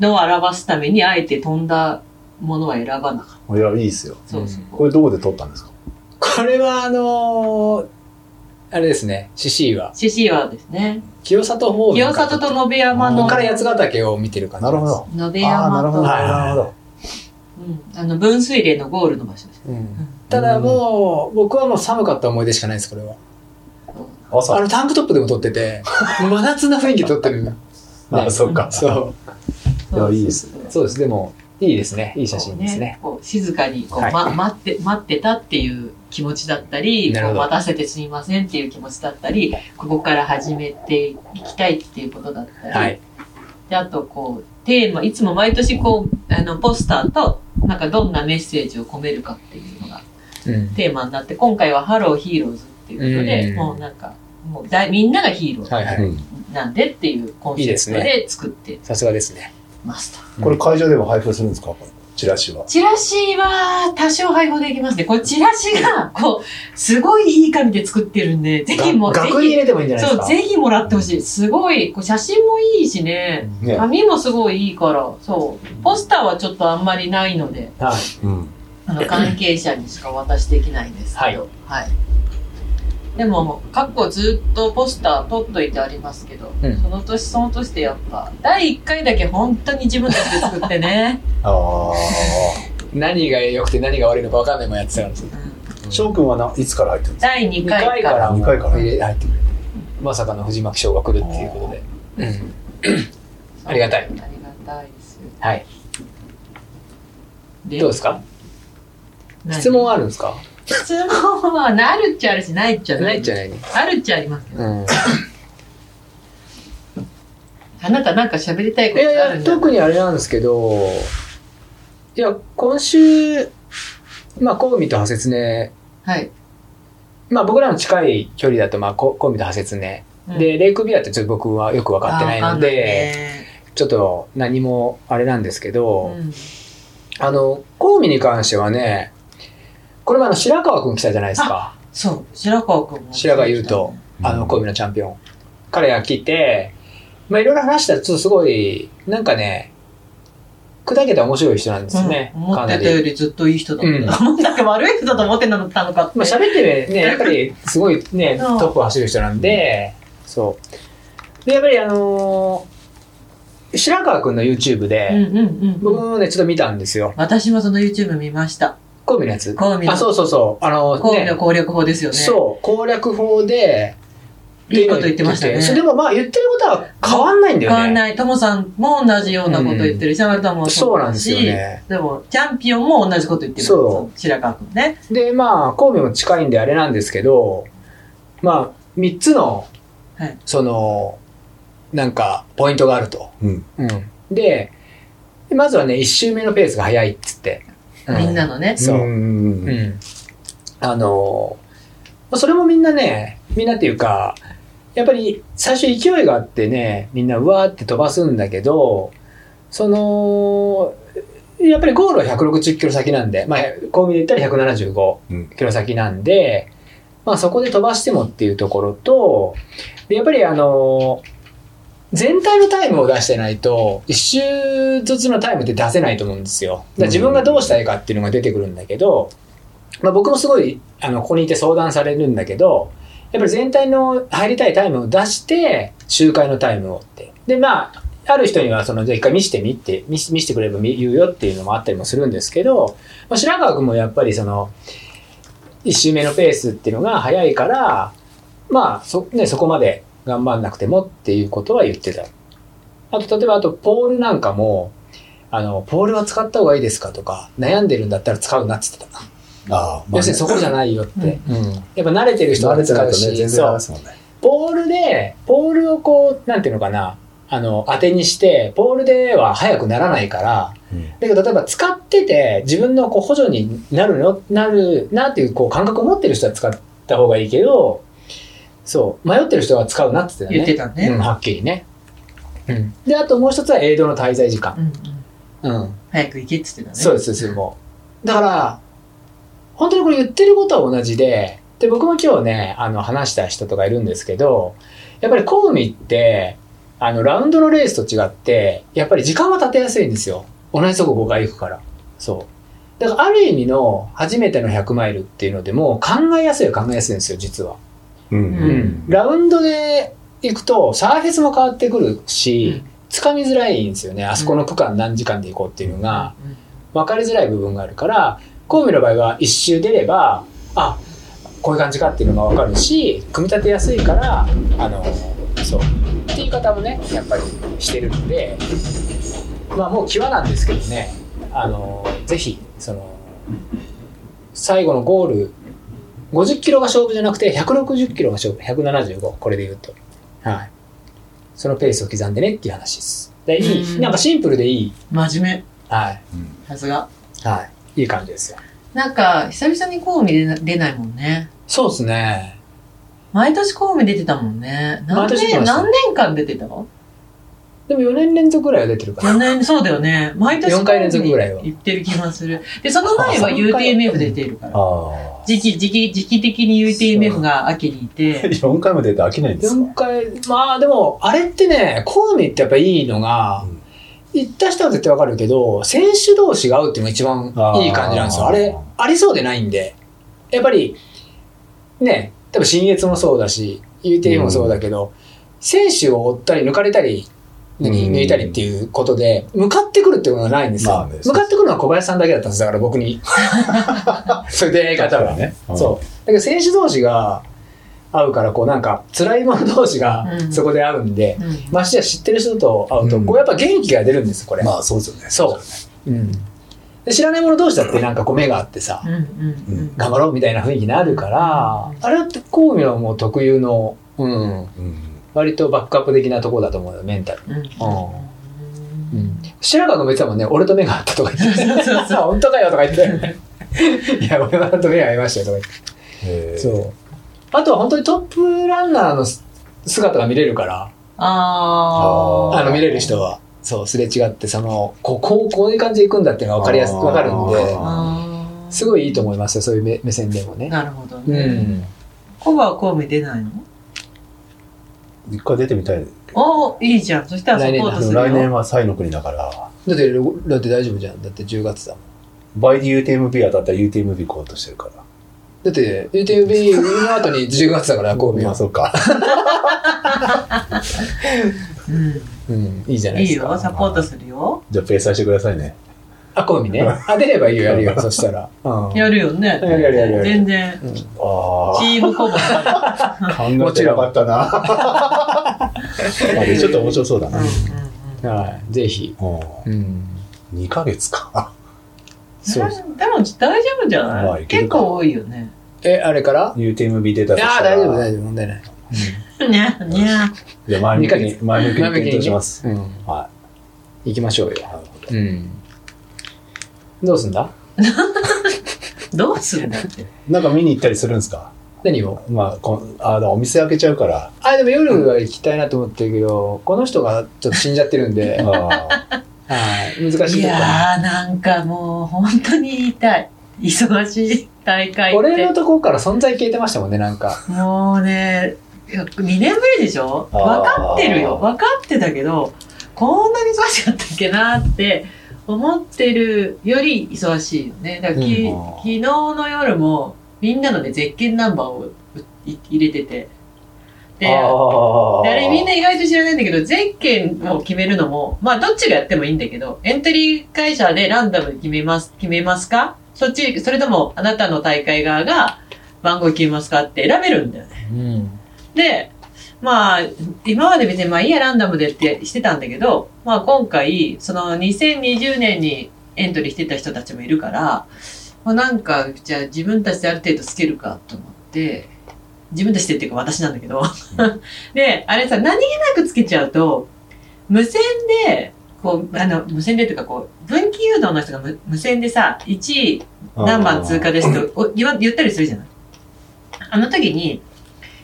のを表すために、あえて飛んだものは選ばなかった。あ。いや、いいですよ。そうそう。これどこで撮ったんですかいこれは、あのーあれですね、獅子は。獅子岩ですね。清里方面清から里と野辺山このこから八ヶ岳を見てる感じなるほど。野辺ああ、な山るほど。と、はいなるほど。うん、あの、分水嶺のゴールの場所です。ど。うんうんただもう、僕はもう寒かった思い出しかないです、これは。あ朝。の、タンクトップでも撮って (laughs) て、真夏な雰囲気で撮ってる。あ、そっか。そいやいいですう。そうです。でも、いいですね。いい写真ですね。こうこう静かにこう、はいま、待って待ってたっていう気持ちだったりなるこほうど待たせてすみませんっていう気持ちだったりここから始めていきたいっていうことだったり、はい。であとこうテーマいつも毎年こうあのポスターとなんかどんなメッセージを込めるかっていうのがうん。テーマになって今回は「ハローヒーローズ」っていうことで、うんもうなんかもうだいみんながヒーローはいはうい。んなんでっていうコンセプトで作ってさすがですね。ました。これ会場でも配布するんですかこのチラシは。チラシは多少配布できますね。これチラシが、こう、すごいいい紙で作ってるんで、ぜひもう、ぜ額に入れてもいいんじゃひ、ないですそか。う、ぜひもらってほしい。すごい、こう写真もいいしね。ね。紙もすごいいいから、そう。ポスターはちょっとあんまりないので、はい。うん。あの、関係者にしかお渡しできないんですけど。はい。でも、過去ずっとポスター撮っといてありますけど、うんその年その年でやっぱ、第1回だけ本当に自分たちで作って (laughs) ね。あ何が良くて何が悪いのか分かんないもんやってたからですうんあ。翔くんはないつから入ってるんです第2回から。二回から入ってくれてまさかの藤巻賞が来るっていうことで、うんありがたいありがたいですよ。はいでどうですか何質問あるんですか質問は、あるっちゃあるし、ないっちゃないじゃない。ないね、あるっちゃありますけど。うん、いあなたなんか喋りたいことやあるいんやじゃない特にあれなんですけどいや今週まあコウミとハセツネはい。まあ僕らの近い距離だとまあココウミとハセツネうんで、レイクビアってちょっと僕はよく分かってないので、ちょっと何もあれなんですけど、あわかんないねちあの、近江に関してはね、これはあの白川君来たじゃないですか。そう、白川君も。白川優斗、うんあの、神戸のチャンピオン。彼が来て、まあ、いろいろ話したら、ちょっとすごい、なんかね、砕けた面白い人なんですよね。うん思かっなりてた。よりずっといい人だった。ん、なんか悪い人だと思ってなかったのかって。まあ、喋ってね、やっぱり、すごいね、 (laughs) うんトップを走る人なんで、そう。で、やっぱりあのー白川君の YouTube うんで、うんうん僕うん。もね、ちょっと見たんですよ。私もその YouTube 見ました。コミのやつ。コウミのあ、そうそうそう。あのーコウミねの攻略法ですよね。そう、攻略法で、いいこと言ってましたねそれでもまあ言ってることは変わんないんだよ変ね。わんない。ともさんも同じようなこと言ってるし、あなたもそうなんだですしよね。でも、チャンピオンも同じこと言ってる。そ白川君ね。で、まあ、神戸も近いんであれなんですけど、まあ、三つの、はいその、なんか、ポイントがあると。うんで、まずはね、一周目のペースが速いっつって。うみんなのね。そううんうん。あのー、それもみんなね、みんなっていうか、やっぱり最初勢いがあってね、みんなうわーって飛ばすんだけど、その、やっぱりゴールは160キロ先なんで、まあ、コンビニで言ったらうん175キロ先なんで、まあそこで飛ばしてもっていうところと、でやっぱりあのー、全体のタイムを出してないと、一周ずつのタイムって出せないと思うんですよ。だから自分がどうしたいかっていうのが出てくるんだけど、まあ、僕もすごいあのここにいて相談されるんだけどやっぱり全体の入りたいタイムを出して周回のタイムをってでまあある人にはそのじゃあ一回見してみって見し見してくれれば見言うよっていうのもあったりもするんですけど、まあ、白川君もやっぱりその1周目のペースっていうのが早いからまあそ,、ね、そこまで頑張んなくてもっていうことは言ってた。あと例えばあとポールなんかもあのポールは使った方がいいですかとか悩んでるんだったら使うなって言ってた。ああ、まあ要するにそこじゃないよって、うんやっぱ慣れてる人慣はれて使ないうとしね、全然そう話すもんね。ポールでポールをこうなんていうのかなあの当てにしてポールでは速くならないからうんだけど例えば使ってて自分のこう補助になるのなるなっていうこう感覚を持ってる人は使った方がいいけどそう迷ってる人は使うなって言ってたね言ってたねうん、はっきりね、うん、であともう一つはエイドの滞在時間、うんうんうん、早く行けって言ってたね。そうです、そうです、もう。だから、本当にこれ言ってることは同じで、で、僕も今日ね、あの、話した人とかいるんですけど、やっぱりコウミって、あの、ラウンドのレースと違って、やっぱり時間は立てやすいんですよ。同じとこ5回行くから。そう。だから、ある意味の初めての100マイルっていうのでも、考えやすいは考えやすいんですよ、実は。うんうラウンドで行くと、サーフェスも変わってくるうんし、掴みづらいんですよね。あそこの区間何時間で行こうっていうのが。うん分かりづらい部分があるから神戸の場合は一周出ればあこういう感じかっていうのが分かるし組み立てやすいからあのそうっていう言い方もねやっぱりしてるのでまあもう際なんですけどねあのぜひその最後のゴール50キロが勝負じゃなくて160キロが勝負175これで言うとはいそのペースを刻んでねっていう話ですでいうんいなんかシンプルでいい真面はい目。さすが。はい。いい感じですよ。なんか、久々にコウミ出な出ないもんね。そうですね。毎年コウミ出てたもんね。何毎年出て年、ました何年間出てたのでも4年連続ぐらいは出てるか四ら。年、そうだよね。毎年四回連続ぐらいは言ってる気がする。で、その前はあ三回 UTMF 出てるから。ああ。時期、時期、時期的に UTMF が秋にいて、 4回も出て飽きないんですか4回、まあでも、あれってね、コウミってやっぱいいのがうん、行った人は絶対わかるけど、選手同士が合うっていうのが一番いい感じなんですよ。あーあれ、ありそうでないんで。やっぱり、ね、多分新越もそうだし、UTM もそうだけど、選手を追ったり抜かれたり、うん抜いたりっていうことで、向かってくるっていうのがないんですよ。まあね向かってくるのは小林さんだけだったんです、だから僕 (laughs) に。そういう出会い方は。ね。そう。だけど選手同士が会うから、こうなんか、辛い者同士がうんそこで会うんで、うんましてや知ってる人と会うと、うんこうやっぱ元気が出るんです、これ。まあそうですよね。。そううん。で知らない者同士だってなんかこう目があってさう、んうんうん。頑張ろうみたいな雰囲気になるから、うんあれって神戸はもう特有の、うん、うん。割とバックアップ的なところだと思うよ、メンタル。うう。んん。白川君も言ってたもんね、俺と目が合ったとか言ってそ (laughs) うそうた。本当かよとか言って (laughs) た。いや、俺はと目が合いましたよとか言って。へえそう。あとは本当にトップランナーのす姿が見れるから、あああ。の見れる人は。そう、すれ違って、その、ここう、こういう感じで行くんだっていうのが分かりやすくあー分かるんで、あーすごいいいと思いますよ、そういう目目線でもね。なるほどうね。ん。コバはコウメ出ないの一回出てみたい。おーいいじゃん。そしたらサポートですもるよ。来年はサイの国だから、だって、だって大丈夫じゃん。だって10月だもん。倍で UTMB 当たったら UTMB 行こうとしてるから。だって、UTMB の後に10月だから、神戸まあは。 (laughs) そうか。うん、いいじゃう。なんいいでいすか。よ。サポートするよ。じゃあ、ペーサーしてくださいね。あ、神戸ね。あ、出ればいいよ、やるよ、そしたら。うん。やるよね。やるやるやるやる全然。あチームコバ。あ、考えてなかったな。 (laughs) まあでちょっと面白そうだな。うんうんうんはい、ぜひ。ううん。ん、2ヶ月か。そうでも大丈夫じゃない、まあいけ結るか構多いよね。え、あれから UTMB 出たいとやしーたら。大丈夫、大丈夫、問題ない。にゃーにゃーじゃあ前向き二に、前向きに検討します。うん。は行きましょうい。よ。なるほどうん。どうすんだどうするんだって。なんか見に行ったりするんですか何をまあ、こんあの、お店開けちゃうから。あ、でも夜は行きたいなと思ってるけど、この人がちょっと死んじゃってるん (laughs) で、ああはい、難しいとこいやーなんかもう本当に言いたい。忙しい大会っ俺ての。ところから存在消えてましたもんね、なんか。もうね、いや2年ぶりでしょ分あーかってるよ。分かってたけど、こんなに忙しかったっけなって思ってるより忙しいよね。だからき、うん昨日の夜もみんなのね、絶景ナンバーをい入れてて。で、 (laughs) あであれみんな意外と知らないんだけど、ゼッケンを決めるのも、まあどっちがやってもいいんだけど、エントリー会社でランダムに決めます、決めますかそっち、それともあなたの大会側が番号決めますかって選べるんだよね。うん。で、まあ、今まで別にまあいいやランダムでってしてたんだけど、まあ今回、その2020年にエントリーしてた人たちもいるから、まあなんか、じゃあ自分たちである程度つけるかと思って、自分たちでっていうか私なんだけど。 (laughs) で、あれさ、何気なくつけちゃうと、無線で、こう、あの、無線でっていうかこう、分岐誘導の人が無無線でさ、1位、何番通過ですとお言わ言ったりするじゃない。あの時に、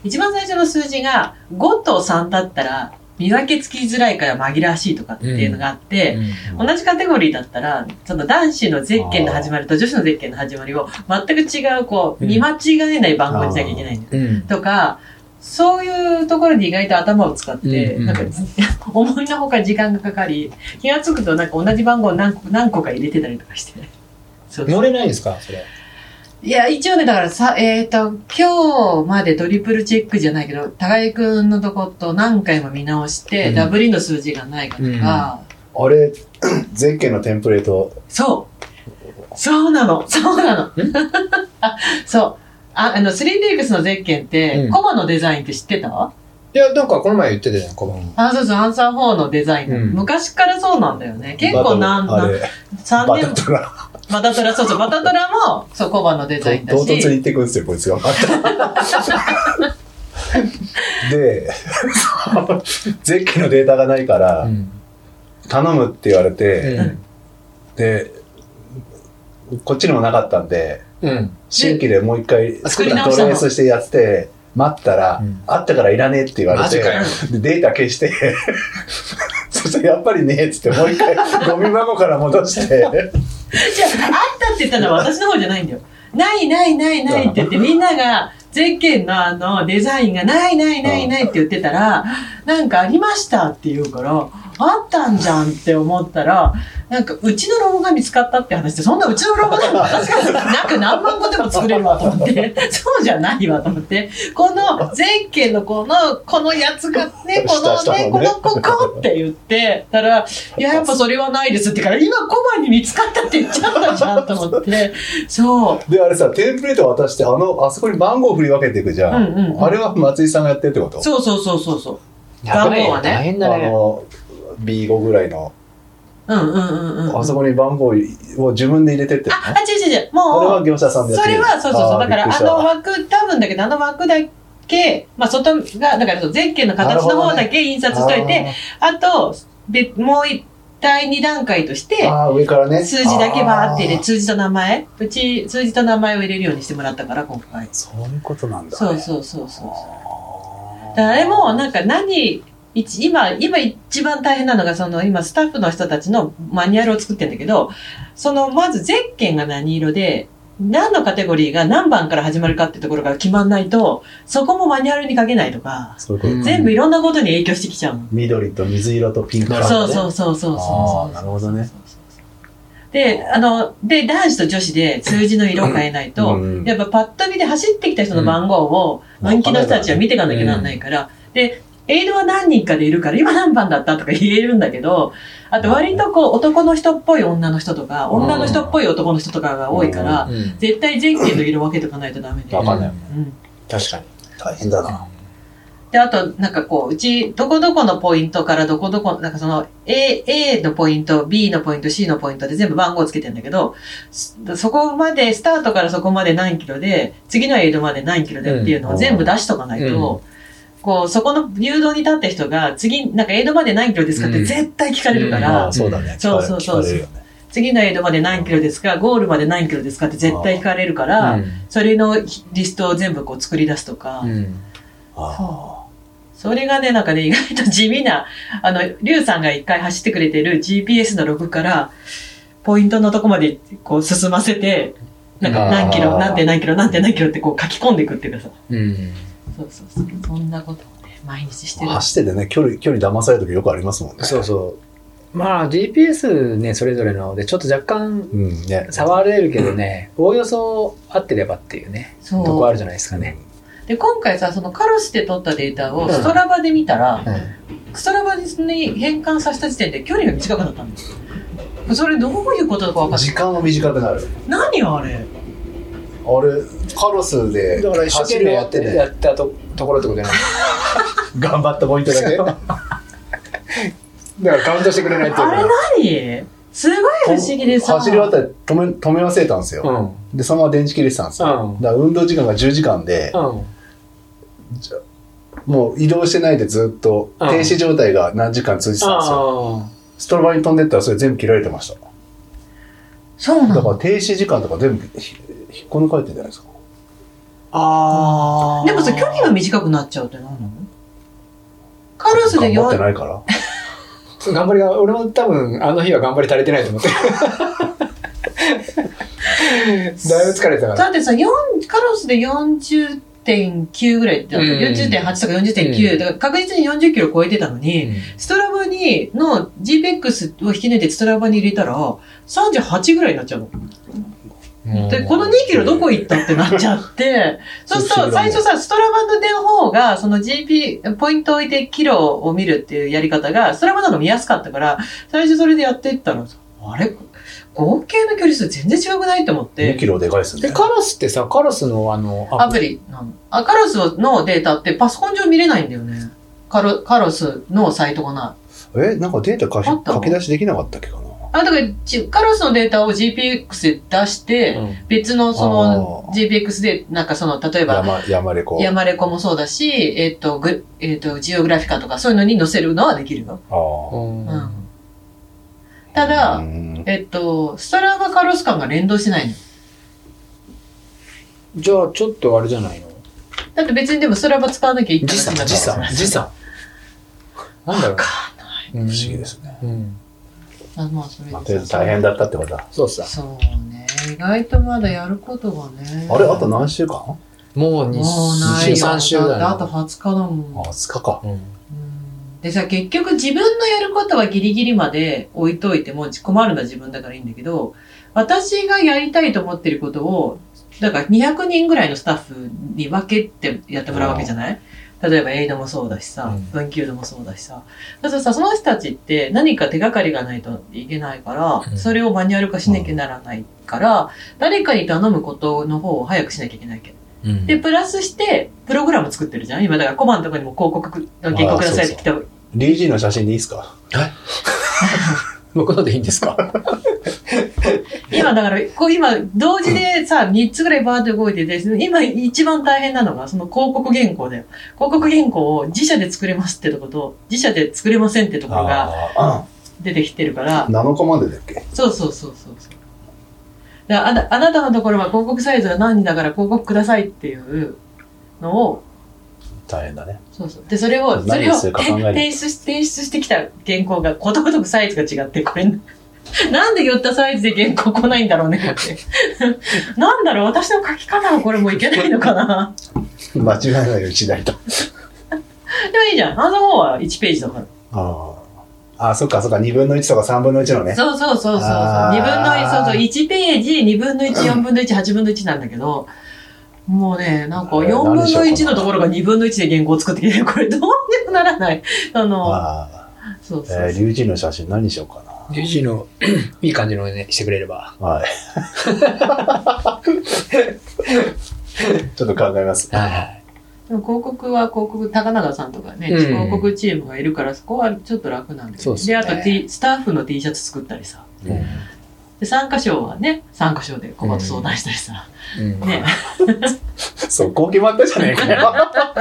一番最初の数字が5と3だったら見分けつきづらいから紛らわしいとかっていうのがあって、同じカテゴリーだったら、その男子のゼッケンの始まりと女子のゼッケンの始まりを全く違う、こう、うん見間違えない番号にしなきゃいけないんだようん。とか、そういうところに意外と頭を使って、うんうんなんか、 (laughs) 思いのほか時間がかかり、気がつくとなんか同じ番号を何個何個か入れてたりとかして。そう乗れないんですかそれ。いや、一応ね、だからさ、えっ、と、今日までトリプルチェックじゃないけど、高井くんのとこと何回も見直して、うんダブリの数字がないかとか、あれ、 (clears throat) ゼッケンのテンプレート、そうそうなのそうなのあ、 (laughs) そう。あ、あの、3DX のゼッケンって、うんコマのデザインって知ってたいや、なんかこの前言ってたじゃん、この。あ、そうそう、アンサー4のデザイン、うん昔からそうなんだよね。結構なんバトだ、ル3あれ、バ年、タトラ、バタトラ、そうそう、バタトラも、そう、コバのデザインだ唐突にし、行ってくんですよ、こいつ (laughs) が。またで、 (laughs) ゼッケンのデータがないから、ん。頼むって言われて、うん。で、こっちにもなかったんで、うん。新規でもう一回、あト作りレ直したのースしてやってて、待ったら、うんあったからいらねえって言われマジてかよ、でデータ消して、 (laughs) そしてやっぱりねえっつって、もう一回、ゴミ箱から戻して、じゃあ、あったって言ったのは私の方じゃないんだよ。ないないないないって言って、みんなが、ゼッケンのあの、デザインがないないないないって言ってたら、なんかありましたって言うから、あったんじゃんって思ったら、なんかうちのロゴが見つかったって話で、そんなうちのロゴでも私がなんか何万個でも作れるわと思って、 (laughs) そうじゃないわと思って、このゼッケンのこの、このやつがね、こ下の下のね、ねこのここって言ってたら、いや、やっぱそれはないですってから、今コマに見つかったって言っちゃったじゃんと思って、そう。で、あれさ、テンプレート渡して、あの、あそこに番号振り分けていくじゃん。うんうんうんあれは松井さんがやってるってことそうそうそうそうそう。やばい番号よはね大変あだね。の、B5 ぐらいの、うんうんうんうん。あそこに番号を自分で入れてってるあ、あ、違う違う違う。もう。のあれは業者さんでやっそてれるはそうそうそうだからあのは枠多分だけどあの枠だけ、まあ、外がだからそうゼッケンの形の方だけ印刷しといて、あとでもう一第2段階としてあー上からね数字だけバーって入れあて数字と名前うち数字と名前を入れるようにしてもらったから今回そういうことなんだそううそうそうそうあー誰もなんか何一今、今一番大変なのが、その、今、スタッフの人たちのマニュアルを作ってるんだけど、その、まず、ゼッケンが何色で、何のカテゴリーが何番から始まるかってところが決まんないと、そこもマニュアルに書けないとか、そういうこと、うん全部いろんなことに影響してきちゃうの。緑と水色とピンクなるほそどうそうそうそうそうあそーう。なるほどねそうそうそう。で、あの、で、男子と女子で数字の色を変えないと、うんやっぱパッと見で走ってきた人の番号を、うん人気の人たちは見ていかなきゃなんないから、で、エイドは何人かでいるから、今何番だったとか言えるんだけど、あと割とこう、男の人っぽい女の人とか、女の人っぽい男の人とかが多いから、うん絶対全県の色分けとかないとダメで。わかんない、うん確かに。大変だなで、あと、なんかこう、うち、どこどこのポイントからどこどこ、なんかその、A、A のポイント、B のポイント、C のポイントで全部番号つけてんだけど、そそこまで、スタートからそこまで何キロで、次のエイドまで何キロでっていうのを全部出しとかないと、こう、そこの誘導に立った人が、次、なんかエイドまで何キロですかっうてん絶対聞かれるかうらん、そうだねそうそうそう聞かれるよね次のエイドまで何キロですか、ゴールまで何キロですかって絶対聞かれるから、それのリストを全部こう作り出すとかう、んあそれがね、なんかね、意外と地味な、 (laughs) あの、リュウさんが一回走ってくれてる GPS のログから、ポイントのとこまでこう進ませて、なんあかー何キロ、何点何キロ、何点何キロってこう書き込んでいくっていうかさ。うんそうそうそう。そんなことをね、毎日してーる。走っててね距離距離騙される時よくありますもんねそうそう。まあ GPS ね、それぞれなので、ちょっと若干うんね差はあるけどね、おおよそ合ってればっていうね、とこそあう。るじゃないですかね。で、今回さ、そのカロスで取ったデータをストラバで見たら、うんストラバに変換させた時点で距離が短くなったんですよ。それどういうことだかわかんない。時間は短くなる何あれあれカロスでだから一生走懸るの命ややっっててねやったとところってことじゃ (laughs) ない頑張ったポイントだ (laughs) けだからカウントしてくれないっていうあれ何すごい不思議でさ。走り終わったら止め止め忘れたんですよ、うん。でそのまま電池切れてたんですよ、うんだから運動時間が10時間で、うん。もう移動してないでずっとうん停止状態が何時間続いてたんですよ、あストロバに飛んでったらそれ全部切られてましたそうなだかのら停止時間とか全部ひひっこ抜かれてるじゃないですかあー。でもさ、距離が短くなっちゃうって何なのカロスで頑張って4、ないから頑張りが、俺も多分あの日は頑張り足りてない (laughs) と思ってる。だいぶ疲れてたから。だってさ、4、カロスで40.9ぐらいってなった、うん40.8とか40.9、うんだから確実に40キロ超えてたのに、ストラバにの GPX を引き抜いてストラバに入れたら38ぐらいになっちゃうの。で、この2キロどこ行ったってなっちゃって、 (laughs) そうすると最初さ、ストラバの電報が、その GP、ポイントを置いてキロを見るっていうやり方が、ストラバの方が見やすかったから、最初それでやっていったらさ、あれ合計の距離数全然違くないと思っ2キて、ロでかいですねで、カロスってさ、カロスのあの、アプリなの。あ、カロスのデータってパソコン上見れないんだよね。カロカロスのサイトがない。えなんかデータ書きあったの書き出しできなかったっけかなあ、だからち、カロスのデータを GPX で出して、うん別のそあの GPX で、なんかその、例えば、山山レコヤマレコもそうだし、えっ、と、ぐ、えっ、と、ジオグラフィカとかそういうのに載せるのはできるよ。ああうんうんただ、うんえっ、と、ストラバカロス間が連動してないの。じゃあ、ちょっとあれじゃないのだって別にでもストラバ使わなきゃいけない時差、だから時差、時差。なんだろう。不不思議で。すね、うん。あまあ、それまあ、とりあえず大変だったってことだそうさ。そうね。意外とまだやることがね。あれあと何週間あもうも2うない週、よ。 3週だだってあなと20日だもん。 20日かうんうんでさ、結局自分のやることはギリギリまで置いといても困るのは自分だからいいんだけど、私がやりたいと思ってることを、だから200人ぐらいのスタッフに分けてやってもらうわけじゃない例えばエイドもそうだしさうん、文球度もそうだしさ。だからさ、その人たちって何か手がかりがないといけないかうんら、それをマニュアル化しなきゃならないから、誰かに頼むことの方を早くしなきゃいけないけど。うんで、プラスして、プログラム作ってるじゃん今、だからコマのとこにも広告の原稿くださいって来た。リージーの写真でいいですか僕のでいいんです (laughs) か今、だから、こう今、同時でさ、3つぐらいバーって動いてて、今一番大変なのが、その広告原稿だよ。広告原稿を自社で作れますってとこと、自社で作れませんってところがあ出てきてるから、 7日までだっけそうそうそうそうそう。だあなあなたのところは広告サイズが何だから広告くださいっていうのを大変だね。そうそう。で、それを、そ何れにをするか考える提出し、提出してきた原稿がことごとくサイズが違って、これ、 (laughs) なんで寄ったサイズで原稿来ないんだろうねって。 (laughs) なんだろう、私の書き方はこれもういけないのかな。 (laughs) 間違いないうちだりと。でもいいじゃん。あの方は1ページとか。ああ。ああ、そっかそっか。2分の1とか3分の1のね。そうそうそうそうそう。あ2ー分の1、そうそう。1ページ、2分の1、4分の1、8分の1なんだけど、もうね、なんかあれ4分何のでしょう1のところが2分の1で原稿を作ってきて、これどうにもならない。あの、ああ。そうそうそう。えー、龍神の写真何にしようかな。リュウジの (clears throat) いい感じのねしてくれればはい。ちょっと考えます。はいはいでも広告は広告高永さんとかね、うん広告チームがいるからそこはちょっと楽なんで、そうっすねあと、T、スタッフの T シャツ作ったりさうんで参加賞はね参加賞でコバと相談したりさ、うんねそこ決まったじゃねえかよ。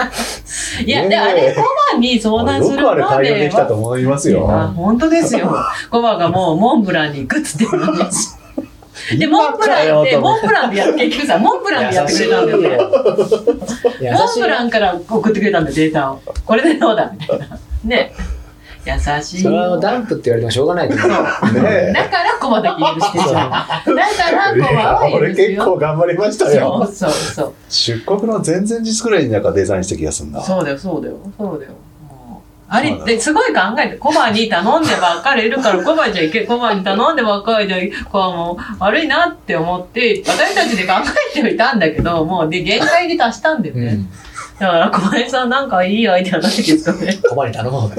(laughs) いやねえであれコバに相談すよるくまあでれ対応できたとは思いますあよ。本当ですよコバがもうモンブランに行くっつってるのに (laughs) でモンブランでモンブランでやって結局さモンブランでやってくれたんだよね優モンしいブランから送ってくれたんだよデータをこれでどうだみたいなね優しいそれよはダンプって言われてもしょうがないと思うねえ。だからコバだけ許してるじゃん。だからコバは許俺す結 (laughs) 構よ。頑張りましたそよ。うそうそう。出国の前々日くらいになんかデザインした気が (laughs) するんだ。そうだよ、そうだよ。そうだよ。もうありで、すごい考えて、コバに頼んでばっかりいるから、コバじゃいけ、コバに頼んでばっかりじゃ、コバも悪いなって思って、私たちで考えてはいたんだけど、もう、で、限界に達したんだようね。んだから、小林さんなんかいいアイデアないですか (laughs) ね。コバに頼も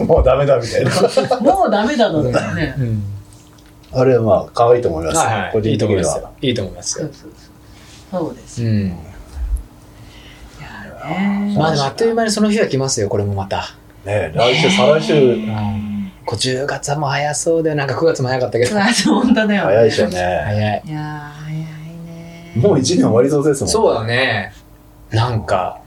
うもうダメだみたいな。もうダメだなのよね。うん (laughs) あれはまあ、可愛いと思います。はい個はいい人いと的思いにますは。よいいと思いますそうよそうそう。そうですうよ。んいやね。まあでもあっという間にその日が来ますよこれもまたねえ来週、再来週、こう10月はもう早そうだよなんか9月も早かったけどそう、本当だよ。早いでしょ。ね。早いいやー、早いね。もう一年終わりそうですもんそうだねなんか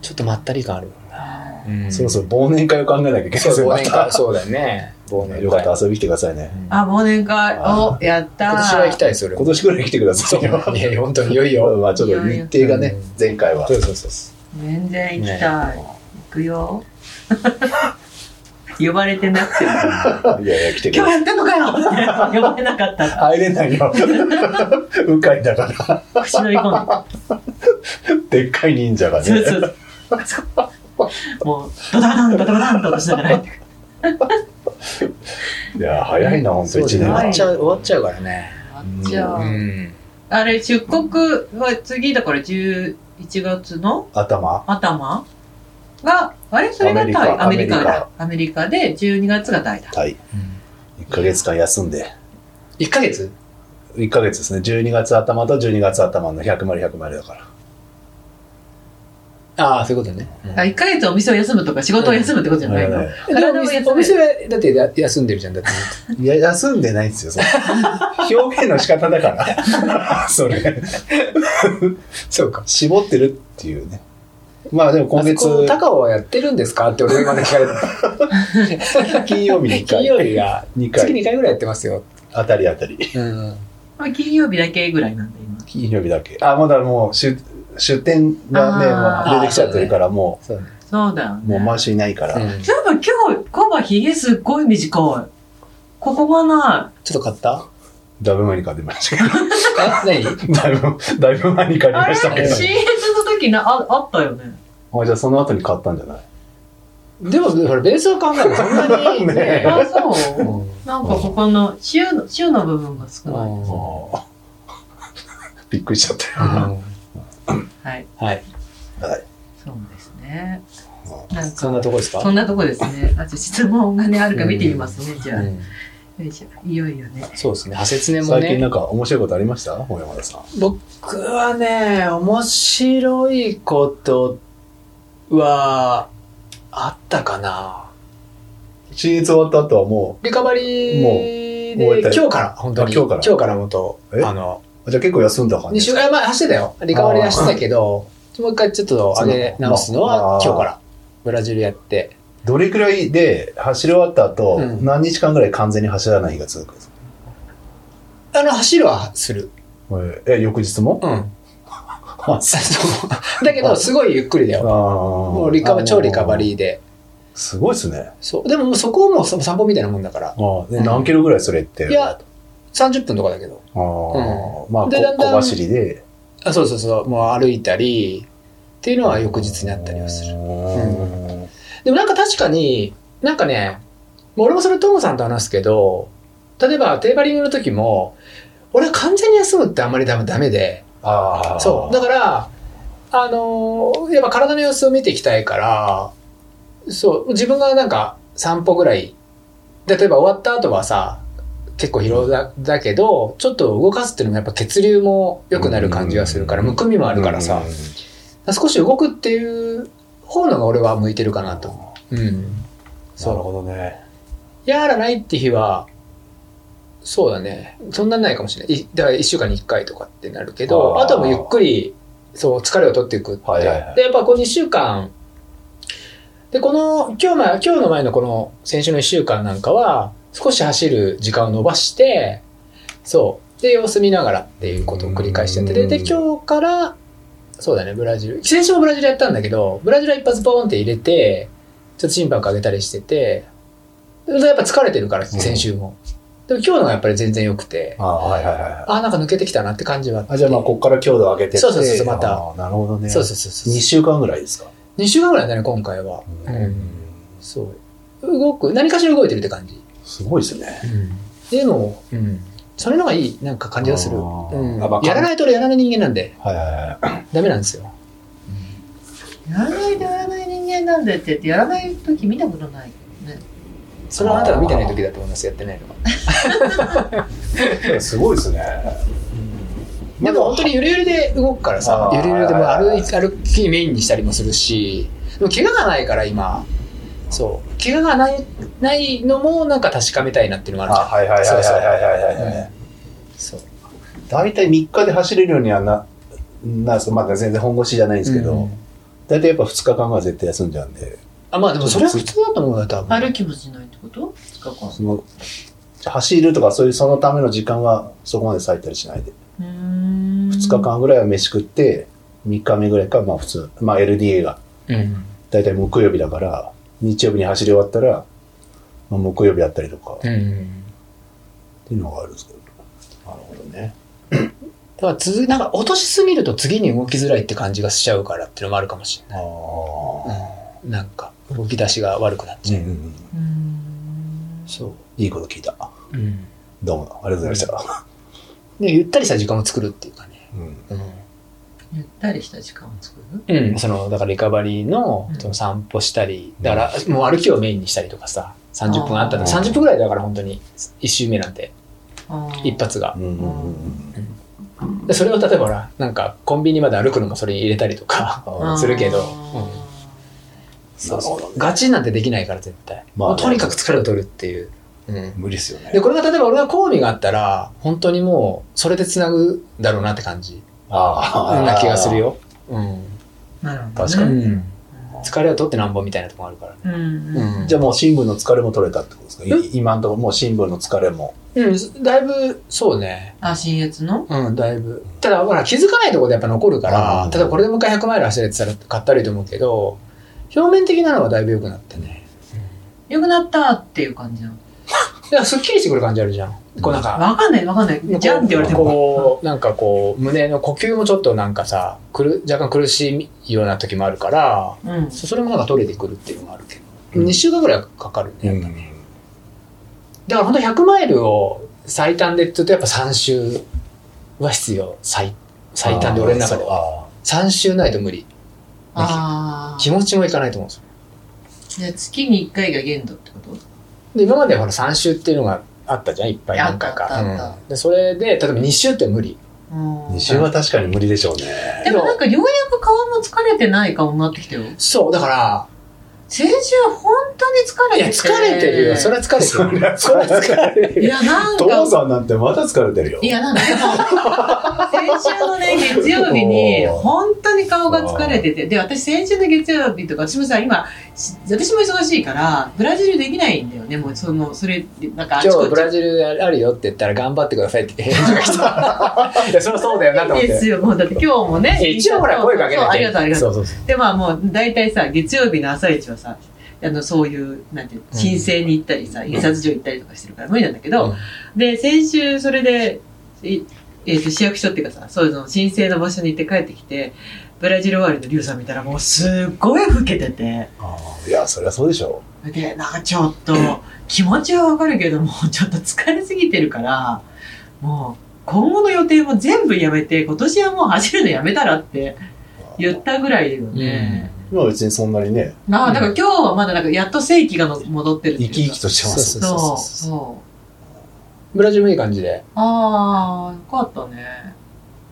ちょっとまったり感あるよあな、そろそろ忘年会を考えなきゃいけないですそうよ。忘ま年た会そうだよね忘年会よかった、遊びに来てくださいね。あー、忘年会をやった。今年は行きたいですよ俺今年くらい来てくださそいよ。ういや本当にいよいよまあちょっと日程がねうん、前回はそ。うそうそうそ全然行きたい。行くよ。 (laughs) 呼ばれてな (laughs) くても。いやいや、来てく今日やださい。ってんのかよ呼ばれなかったら、入れないよ。 (laughs) うかいだから。口のり込んで。でっかい忍者がそうね。そうそう。もう、ドタバタン、ドタバタンとしながら入ってくる。いや、早いな、ほんとう一終年わはっ。ちゃう終わっちゃうからねじゃうあ、んあれ、出国は次だから11月の頭頭が、あれそれがタイアアメメリリカカだ。アメリカで12月がタイだ。はい。1ヶ月間休んで。 1ヶ月1ヶ月ですね。12月頭と12月頭の100丸100丸だから。ああそういうことねうんあ、1ヶ月お店を休むとか仕事を休むってことじゃないの、えでも体を休めるお店はだってや休んでるじ (laughs) ゃんだってーいや、休んでないんですよ、その (laughs) 表現の仕方だから。 (laughs) それ。そうか絞ってるっていうね。まあでも今今月月、高尾はやってるんですかって俺が今聞かれた (laughs) 金曜日に金1回、曜日が2月回、 2回ぐらいやってますよ。あたりあたり。うん。まあ金曜日だけぐらいなんで今。金曜日だけ。あ、まだもう出、出店がね、あーもう出てきちゃってるから、もそうね。そうだよ、う、もね。う満州いないかうら。ん。ちょそういえば今日、コバヒゲすっごい短い。ここがなっと買っただいぶ前に買ってましたけえ何ど。だいぶ、だいぶ前に買い。いあまれしたけど ?CS。の時なあ、あったよね。あじゃあその後に買ったんじゃないでも、ほら、ベースは考えるそんなにね。 (laughs) ねあ、そうう。なんかここの、塩の、塩の部分が少ない。んあー (laughs) びっくりしちゃったよ。うんはい。はい。そうですね。うなんそか、んなとこですそかんなとこですね。あと質問がね、あるか見てみますね、じゃあ。うよんいしょ。いよいよね。そうですね。破節年も最近ね。なんか面白いことありました小山田さん。僕はね、面白いことは、あったかな。新月終わった後はもリカバリーもう終えで、た今日から、本当に。あ今日から今日から元、えあの、う、じゃあ結構休んだ感二じ週間前走ってたよ。リカバリー走ってたけど、もう一回ちょっと上げ直すのまあまはあ今日から。ブラジルやって。どれくらいで走り終わった後、うん何日間ぐらい完全に走らない日が続くんですかあの、走るはする。えーえ、翌日もうん。あそだ (laughs) けど、すごいゆっくりだよ。もううリカバ超リカバー。リーで。すごいですね。そう。でも、そこはもうそ散歩みたいなもんだから。ああ、でうん何キロぐらいそれって。いや、30分とかだけど。ああ、まあ、こでだんだん小走りで。あそうそうそう。もう歩いたり、っていうのは翌日にあったりはする。うでもなんか確かに、なんかね、もう俺もそれトムさんと話すけど、例えばテーパリングの時も、俺は完全に休むってあんまりダメダメで、ああ。そう。だから、あのーやっぱ体の様子を見ていきたいから、そう、自分がなんか散歩ぐらい、例えば終わった後はさ、結構疲労だだけど、ちょっと動かすっていうのもやっぱ血流も良くなる感じがするから、うんむくみもあるからさうん、少し動くっていう方のが俺は向いてるかなと。うん。なそうる。ほどね。やらないって日は、そうだね。そんなにないかもしれない。いだから1週間に1回とかってなるけど、あーあとはもうゆっくり、そう、疲れを取っていくって。はいはいはいで、やっぱこう2週間、で、この、今日ま、今日の前のこの先週の1週間なんかは、少し走る時間を伸ばして、そう。で、様子見ながらっていうことを繰り返してやって、で、でうん今日から、そうだね、ブラジル。先週もブラジルやったんだけど、ブラジルは一発ポーンって入れて、ちょっと心拍上げたりしてて、でやっぱ疲れてるから、先週も。でも今日のがやっぱり全然良くて、ああ、はいはいはいはい。ああ、なんか抜けてきたなって感じはってあ、じゃあまあ、こっから強度上げてって。そうそうそうそうまたああ。なるほどね。そうそうそうそう。 2週間ぐらいですか。 2週間ぐらいだね、今回は。うん。そう。動く、何かしら動いてるって感じ。すごいですね。でも、うん。それのがいい、なんか感じがする。あうーん。やっぱやらないと俺やらない人間なんで、はいはいはい。ダメなんですよ。やらないとやらない人間なんでって言ってやらない時見たことないよねそれはあなたが見てない時だと思います、やってないのは。すごいですね。でも本当にゆるゆるで動くからさあ、ーゆるゆるでもうはいはいは歩いい歩きメインにしたりもするし、でも怪我がないから今、そう、怪我がないないのもなんか確かめたいなっていうのあがあるはいはいはいはいはいはいはい。じゃん。そう。大体3日で走れるようにはな、なんですか、まだ全然本腰じゃないんですけうどん、大体やっぱ2日間は絶対休んじゃうんで、あ、まあでもそれは普通だと思うよ、多分。歩きもしないってこと2日間その、走るとかそういうそのための時間はそこまで割いたりしないで、うーん2日間ぐらいは飯食って、3日目ぐらいか、まあ普通、まあ LDA がうん。大体木曜日だから、日曜日に走り終わったら、まあ、木曜日やったりとかうっん。ていうのがあるんですけど。なるほどね。だから続なんか落としすぎると次に動きづらいって感じがしちゃうからっていうのもあるかもしれあない。あ。うん、なんか動き出しが悪くなっうんちうゃう。んうん。うーんそいいこと聞いた。う。うん。どうも、ありがとうございました。で、ゆったりした時間を作るっていうかね。うんうん。ゆったりした時間を作るうん、そのだからリカバリーのうんその散歩したり、だからもう歩きをメインにしたりとかさ30分あったのあー30分ぐらいだから本当に1周目なんてあー一発がうんうんうんでそれを例えばほらなんかコンビニまで歩くのもそれに入れたりとか (laughs) あーするけどあーそうそうガチなんてできないから絶対、まあもねうとにかく疲れを取るっていう、うん、無理ですよねでこれが例えば俺が好みがあったら本当にもうそれでつなぐだろうなって感じあな気がする。よ、うんなるほどね確かうん疲れを取ってなんぼみたいなとこあるからねうんうんうんじゃあもう新聞の疲れも取れたってことですかえい今んところもう新聞の疲れも。うんだいぶそうねあ新越のうん、だいぶ。ただ、ほら、気づかないところでやっぱ残るから、うんただこれでもう一回100マイル走れてたら買ったりと思うけど、表面的なのはだいぶ良くなってね。良くなったっていう感じなのいや、すっきりしてくる感じあるじゃん。こうなんか、わかんないわかんないじゃんって言われてもこう、なんかこう、胸の呼吸もちょっとなんかさ、くる若干苦しいような時もあるから、うんそそれもなんか取れてくるっていうのがあるけど、うん2週間ぐらいはかかるね。うんだから本当100マイルを最短でって言うとやっぱ3週は必要。最、最短で俺の中では。は。 3週ないと無理。あ気あ持ちもいかないと思うんですよ月に1回が限度ってことで今までほら3週っていうのがあったじゃんいっぱい何回かあったあったあったうんでそれで例えば2週って無理うん2週は確かに無理でしょうね。でもなんかようやく顔も疲れてない顔になってきたよそうだから先週本当に疲れいてや疲れてるよそれは疲れてるよそ (laughs) それ (laughs) りゃは疲れているよやなん父かさんなんてまだ疲れてるよい。やなんかでも先先週のね、月曜日 (laughs) に、おー本当に顔が疲れてて、で、私先週の月曜日とか、私もさ、今、し私も忙しいから、ブラジルできないんだよね、もう、その、それ、なんかあち今こ日ブち。ラジルあるよって言ったら頑張ってくださいって返事が来た。 (laughs) いや、そりゃそうだよなと思っいいですて。よ、もうだって今日もね。一応ほら声かけそうそうなあきりがとう、あゃりがとう。そうそうそう。で、まあもう、大体さ、月曜日の朝一はさ、あの、そういう、なんていうの、うん申請に行ったりさ、印刷所行ったりとかしてるから無理なんだけど、うんで、先週、それで、いえーと、市役所っていうかさ、そういうの、申請の場所に行って帰ってきて、ブラジル終わりのリュウさん見たら、もうすっごい老けてて、いや、そりゃそうでしょ。で、なんかちょっと、気持ちはわかるけども、ちょっと疲れすぎてるから、もう、今後の予定も全部やめて、今年はもう走るのやめたらって言ったぐらいだよね。今は別にそんなにね、ああ、だから今日はまだなんかやっと正規がの戻ってるってい生うかき生きとしてまそす。うそう、そうそう。ブラジルもいい感じで。ああ、よかったね。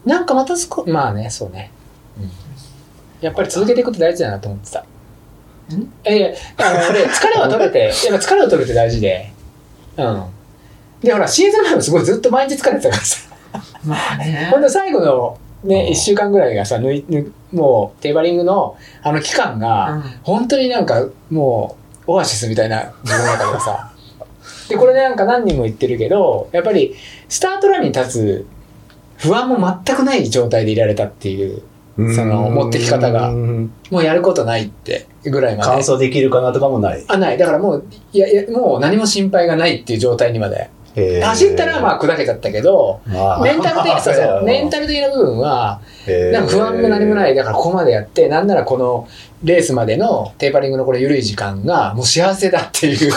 なんかまた少まあね、そうね。うんやっぱり続けていくって大事だなと思ってた。えいや、あの、俺、疲れは取れて、やっぱ疲れを取るって大事で。うん。で、ほら、シーズン前もすごいずっと毎日疲れてたからさ。まあねほん。と最後のうね、ん1週間ぐらいがさ、抜い抜もう、テーバリングのあの期間が、う本当になんかもうオアシスみたいな自分の中でさでこれねなんか何人も言ってるけどやっぱりスタートラインに立つ不安も全くない状態でいられたっていうその持ってき方がうんもうやることないってぐらいまで完走できるかなとかもない。あないだからもういやいやもう何も心配がないっていう状態にまでへー走ったらまあ砕けちゃったけどまあ。メンタル的 (laughs) そうそうメンタル的な部分はなんか不安も何もないいだからここまでやってなんならこのレースまでのテーパリングのこれ緩い時間がもう幸せだっていう。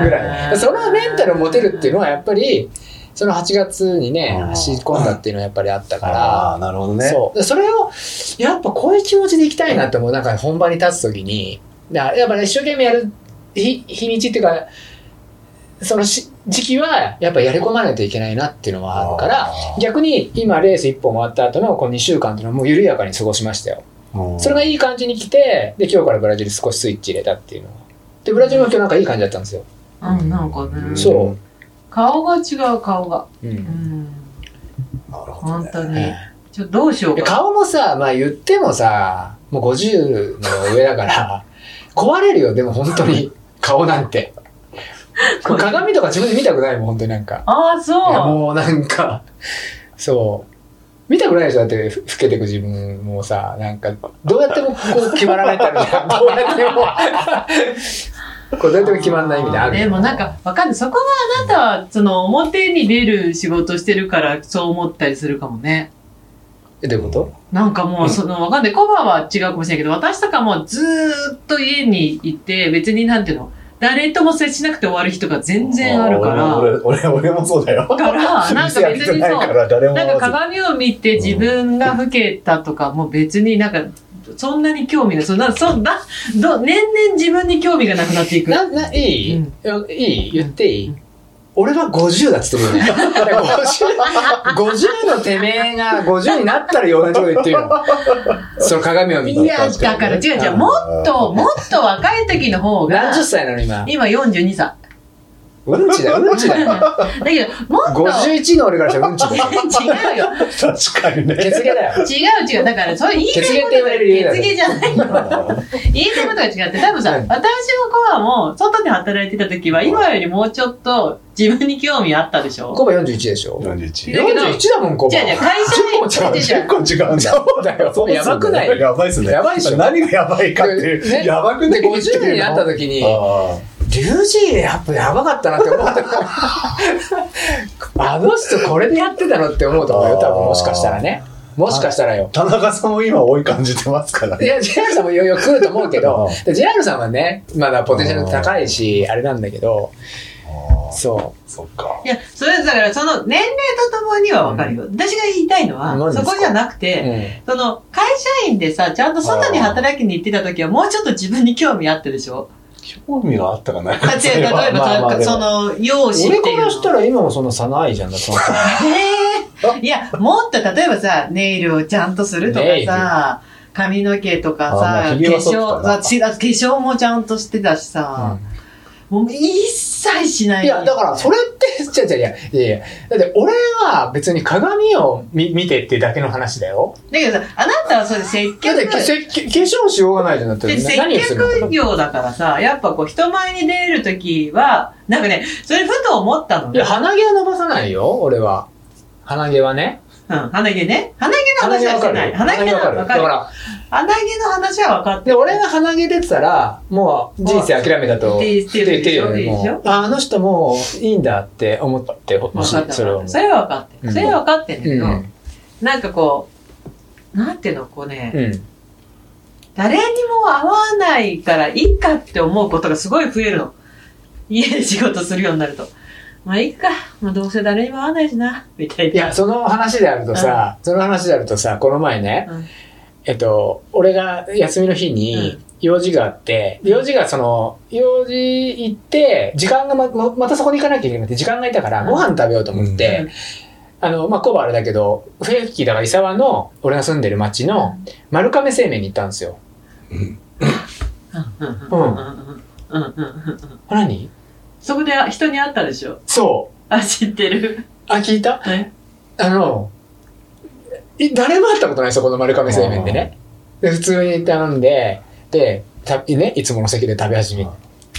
ぐらい。そのメンタルを持てるっていうのはやっぱり、その8月にねう、ん走り込んだっていうのはやっぱりあったあかあ、なるほどら、ね。そう。でそれを、やっぱこういう気持ちでいきたいなって思う。なんか本番に立つときに、だからやっぱね、一生懸命やる日、日にちっていうか、そのし時期はやっぱやり込まないといけないなっていうのはあるから、あー逆に今レース1本終わった後のこの2週間っていうのはもう緩やかに過ごしましたよ。うんそれがいい感じに来て、で、今日からブラジル少しスイッチ入れたっていうのが。で、ブラジルも今日なんかいい感じだったんですよ。うん、なんかね。そう顔が違う、顔が。う。うんん。なるほど本ね。当はにい。ちょっとどうしようでか。顔もさ、まあ言ってもさ、もう50の上だから、 (laughs) 壊れるよ、でも本当 (laughs) に。顔なんて。鏡とか自分で見たくないもん、本当になんか。ああ、いやそう。もうなんか、そう。見たくないでしょだって、ふ老けてく自分もさ、なんか、どうやってもこう決まらないってある (laughs) じゃん。どうやっても。 (laughs) これどうやっても決まんないみたいなのあるじゃでもなんか、わかんない。そこはあなたは、その、表に出る仕事してるから、そう思ったりするかもね。えどういうことなんかもう、その、わかんない。コバは違うかもしれないけど、私とかもずーっと家にいて、別になんていうの、誰とも接しなくて終わる日とか全然あるかあーら、俺も俺俺俺もそうだよ。だから、なんか店開別けてにないそうか、ら誰もなん会かわず鏡を見て自分が老けたとかも別になんか、そんなに興味ない。そんな、そんな、ど、年々自分に興味がなくなっていく。な、な、いい、うんいい言っていい、うん俺は50だっつってるよね。 (laughs) だから50、50のてめえが50になったらようなとこ言ってるよ。その鏡を見いて。や、だから違う違う、んもっと、もっと若い時の方が何、十歳なの今。今42歳。うんちだよ、うんちだよ。 (laughs) だけど、もっと、 51の俺からしたらうんちだよ。 (laughs) 違うよ。確かに血ね。毛だよ。違う違う。だから、それ言いたいこ血毛って言われる家とだが、血ね毛じゃない (laughs) の。言いたいことが違って、多分さ、うん私もコアも、外で働いてた時は、今よりもうちょっと自分に興味あったでしょコバ41でしょ。 41。だけど41だもん、コバ。じゃあじゃあ会社に行ってじゃ結ん。構違うんだ。 (laughs) そうだよ。やばくないやばいっすね。やばいっしょ何がやばいかっていう。ねやばくないで、50になった時時に、あリュウジーやっぱやばかったなって思った。あの人これでやってたのって思うと思うよ、多分もしかしたらね。もしかしたらよー。田中さんも今追い感じてますからいね。や、ジェラルさんもいよいよ来ると思うけど、でジェラルさんはね、まだポテンシャル高いし、あれなんだけど、あーそそっかい。や、それだから、その年齢とともにはわかるよ。私が言いたいの何は、ですそかこじゃなくう。うて、んその、会社員でさ、ちゃんと外に働きに行ってた時は、もうちょっと自分に興味あったでしょ興味があったかないあか。違う、例えば、それは (laughs) まあまあでもその、容姿俺ってかいうらの。したら今もそんな差ないじゃんだって、そのえーいや、もっと例えばさ、ネイルをちゃんとするとかネイルさ、髪の毛とかあまさ、あ化髭は剃った粧、なあしあ化粧もちゃんとしてたしさ、もう一切しない。いや、だからそれってちゃいちゃいや、いやいや。だって俺は別に鏡を見見てってだけの話だよ。だけどさ、あなたはそれ接だっ客て、せ化粧しようがないじゃなくてで、接何をするの客業だからさ、やっぱこう人前に出るときは、なんかね、それふと思ったのいねや、。鼻毛は伸ばさないよ、俺は。鼻毛はね。うん、鼻毛ね。鼻毛の話はわかしてるない。よ鼻毛のわか話る。はだ分かるか。ら、鼻毛の話は分かってで、俺が鼻毛出てたら、もう人生諦めたと。って言ってるでしょ言っていいでしよもうああの人もういいんだって思ってほ分しかっい。たそれを分かった。それは分かってうる。んそれは分かってんだうけん。うど、んなんかこう、なんていうの、こうね、うん。誰にも会わないからいいかって思うことがすごい増えるの。家で仕事するようになると。まあいいか。まあどうせ誰にも会わないしな。みたいな。いや、その話であるとさ、その話であるとさ、この前ね、うんえっと、俺が休みの日うに用事があって、用事がその、用事行って、時間がまままたそこに行かなきゃいけなくて、時間がいたからうんご飯食べようと思って、うんあの、まあ、コバあれだけど、笛吹だから伊沢の、俺が住んでる町の丸亀製麺に行ったんですよ。うんうんうんうんうんうんうんうんうんあ何そこで人に会ったでしょ。そう。あ、知ってる。あ、聞いたえあの、い誰も会ったことないですよ、この丸亀製麺でね。で、普通に頼んで、で、たね、いつもの席で食べ始めあ、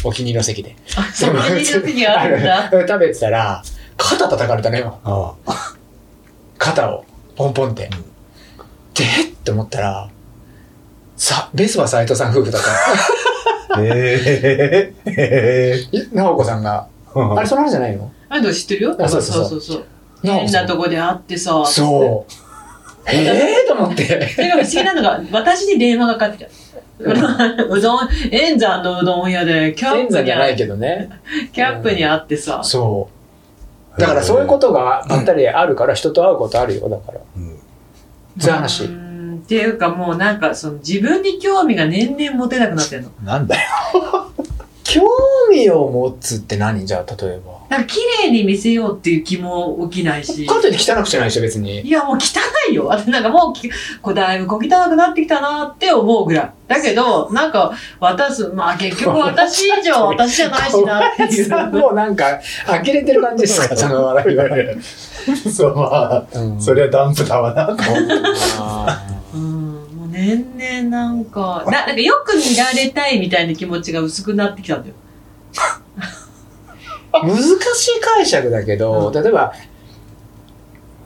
お気に入りの席で。あ、そこにいる時にあるんだ。あの (laughs) 食べてたら、肩叩かれたのよ。ああ肩を、ポンポンって。うんでって思ったら、さ、ベスは斎藤さん夫婦だった。えええ、い直子さんが、あれ、その話じゃないのあ、でも知ってるよ。あそうそうそうそう直子変さんなとこで会ってさ。そう。ええと思って。それが不思議なのが、私に電話がかかってきた。うどん、円山のうどん屋で、キャッ変プ座じにゃな会いっけどね。キャップに会ってさ。そう。だからそういうこととがばったりあるから、人と会うことあるよ、だから。 (laughs) うんそういう話うーんっていうかもうなんかその自分に興味が年々持てなくなってんの。なんだよ興味を持つって何じゃあ、例えば。なんか綺麗に見せようっていう気も起きないし。かといって汚くじゃないでしょ、別に。いやもう汚いよ。 (laughs) 私なんかもうきこうだいぶ小汚くなってきたなって思うぐらい。だけど、なんか私、まあ結局私以上私じゃないしなって (laughs) 小い林さん (laughs) う。もうなんか、呆れてる感じですか、その笑いは。そうまうあんそりゃダンプだわなと思ってあ (laughs) うん、もう年々なんか、ななんかよく見られたいみたいな気持ちが薄くなってきたんだよ。ー難しい解釈だけど、例えば、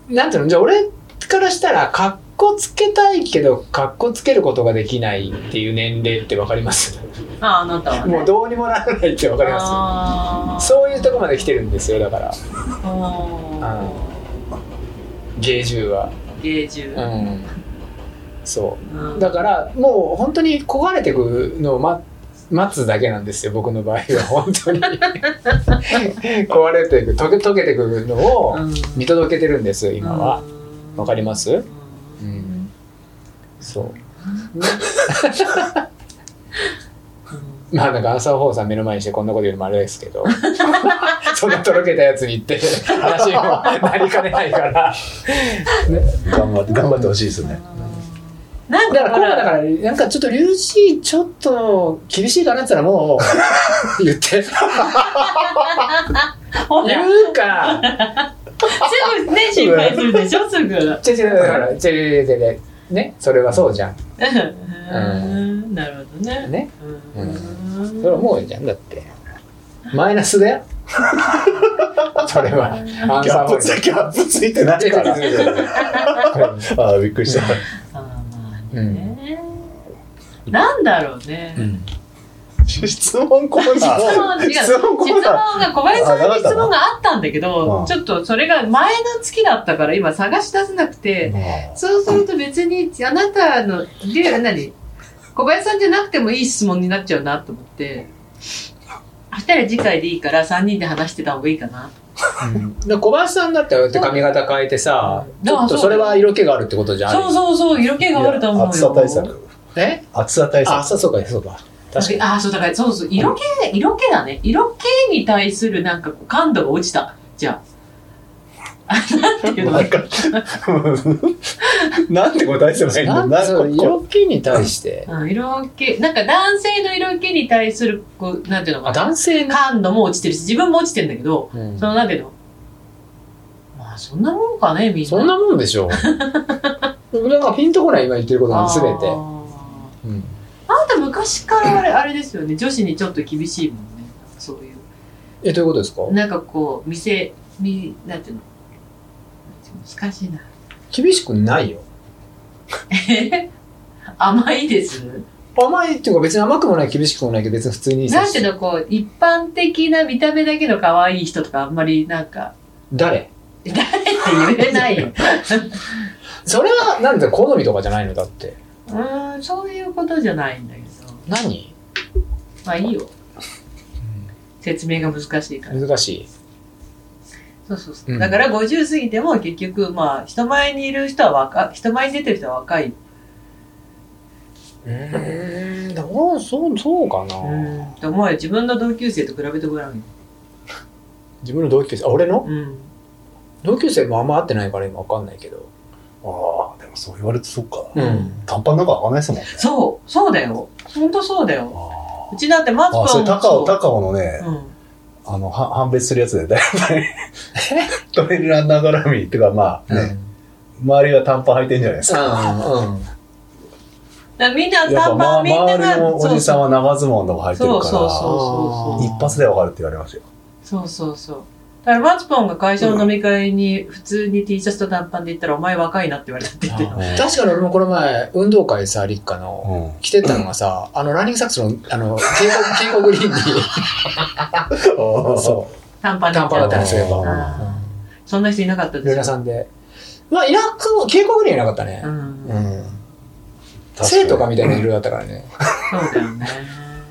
なんていうの、じゃあ俺からしたら、格好つけたいけど、格好つけることができないっていう年齢ってわかりますああ、あなたは、ね。もうどうにもならないってわかりまあーすそういうとこまで来てるんですよ、だから、あ芸術は。ー芸術、うん。そう。うんだからもう本当に焦がれてくのを待待つだけなんですよ僕の場合は本当に壊れていく溶け溶けてくのをうん見届けてるんです今は、わかりますううんんそうまあなんか朝放さん目の前にしてこんなこと言うのもあれですけどそんなとろけたやつに言って話にもなりかねないから頑張って頑張ってほしいですねなんだかから今ほら度だからなんかちょっとリュウジーちょっと厳しいかなって言ったらもう言ってほら言うかすぐね心配するでしょすぐ違う違う違う違う違う違う違うねそれはそうじゃんうんなるほどねねうそんれはもうじゃんだってマイナスだ (laughs) よそれはアンギサーャップ本つギャップついてな (laughs) いからああびっくりしたあーまあねなんだろうね、質問コー質ナ問違ーう質問が小林さんの質問があったんだけうどんちょっとそれが前の月だったから今探し出せなくてそうすると別にあなたので何小林さんじゃなくてもいい質問になっちゃうなと思ってそしたら次回でいいから3人で話してた方がいいかなで小林さんだってああやって髪型変えてさちょっとそれは色気があるってことじゃんそうそうそう色気があると思うよ暑さ対策え暑さ対あ策そうそうかそうか確かにああそうだからそうそう色気色気だね色気に対するなんかこう感度が落ちたじゃ (laughs) あなんていうのなんかなんで答えせ (laughs) ばいいなんんだかそう色気に対してうん色気なんか男性の色気に対するこうなんていうのあかな男性な感度も落ちてるし自分も落ちてるんだけどうんそのなんていうのまあそんなもんかねみんなそんなもんでしょうなんかピンとこない今言ってることなんて全てあーうんあんた昔からあれあ (coughs) れですよね女子にちょっと厳しいもんねなんかそういうえどういうことですかなんかこう店みなんていうの難しいな厳しくないよ (laughs) 甘いです甘いっていうか別に甘くもない厳しくもないけど別に普通に接なんしていうのこう一般的な見た目だけの可愛い人とかあんまりなん (laughs) か誰誰って言えないよそれはなんだ好みとかじゃないのだってうーんそういうことじゃないんだけど何まあいいよ説明が難しいから難しいそうそうそううんだから50過ぎても結局まあ人前にいる人は若人前に出てる人は若いうーんどうそうそうかな、うんと思うよ自分の同級生と比べてごらんよ自分の同級生あ俺のうん同級生もあんま会ってないから今わかんないけどああ、でもそう言われてそうか。うん短パンなんか開かないですもんね。そうそうだよ本当そうだよあうちなんてマツあ、コそンれ、も高尾、そう高尾のね、うんあの、は判別するやつで、だいぶね、トレイルランナー絡みっていうか、まあ、ね、周りが短パン履いてんじゃないですか。うんうんだからみんなやっぱ、短まパあ、ンみんな周がりのおじさんそうは長ズボンとか履いてるから、そうそうそう一発でわかるって言われますよ。そうそうそうそうだからマツポンが会社の飲み会に普通に T シャツと短パンで行ったらお前若いなって言われたって言ってたあー確かに俺もこの前運動会さ立夏の (laughs) うん。着てたのがさ、あのランニングサックスのあの蛍光蛍光グリーンにそそ短パンで行っ短パンだったたららそういえばあう、ーそんな人いなかったうん、ルでナすよさんでまあイラクも蛍光グリーンはなかったねう、うんん生徒かみたいな色だったからね、そうだよね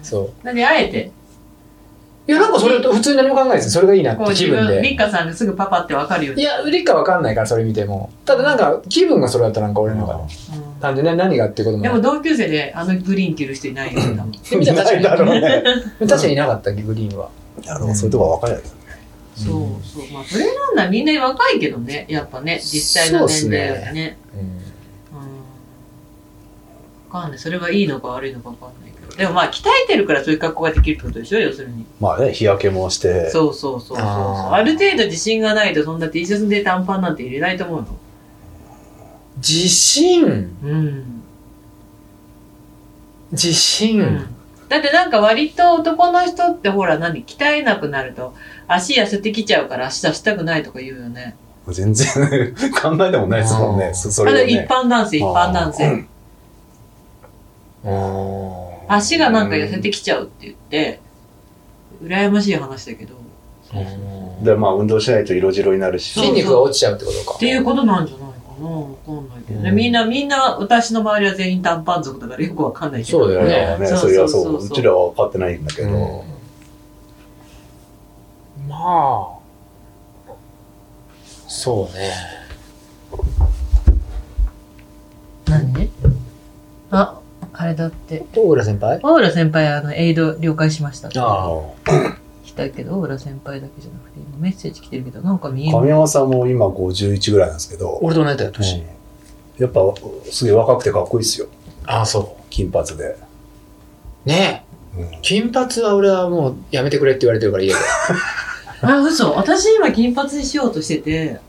そう何あえ (laughs) ていやなんかそれ普通に何も考えないですそれがいいなっこうて自気分分、リでッカさんがすぐパパってわかるよういに。や理科わかんないからそれ見てもただなんか気分がそれだったらなんか俺のがうんなんでね何がっていうこともでなもい同級生であのグリーン着る人いないよ、多分で見たら確かいだろうね。 (laughs) に確かにいなかったグリーンはあの、そういうとこは分かるやつ。そうそう。まあ、トレランナーみんな若いけどね、やっぱね、実際の年齢よりそうっすね。うんうん。わかんない。それがいいのか悪いのかわかんないけど。でもまあ、鍛えてるからそういう格好ができるってことでしょ、要するに。まあね、日焼けもして、そうそうそうそうそう。あーある程度自信がないと、そんな T シャツで短パンなんて入れないと思うの。自信うん。自信、だってなんか割と男の人ってほら何鍛えなくなると足痩せてきちゃうから足出したくないとか言うよね。全然 (laughs) 考えてもないですもんあね、ーそそあのれを一ね。般男性一般男性。うん足がなんか痩せてきちゃうって言って、羨ましい話だけど。うんで、まあ、運動しないと色白になるし。そう筋肉が落ちちゃうってことかっていうことなんじゃないかなわかんないけどね。うんみんな、みんな、私の周りは全員短パン族だからよくわかんないけど。そうだよいやねね、そうそれはそうそう。そううそうちらは分かってないんだけど。うんまあそうね何あ、あれだって。大浦先輩オーラ先輩、あの、エイド了解しましたってあ来たけど、オーラ先輩だけじゃなくて、今メッセージ来てるけど、なんか見える。神山さんも今51ぐらいなんですけど、俺と同じだようんやっぱすげえ若くてかっこいいっすよ。ああそ金髪で。うねうんえ金髪は俺はもうやめてくれって言われてるから家であ、嘘。私今金髪にしようとしてて、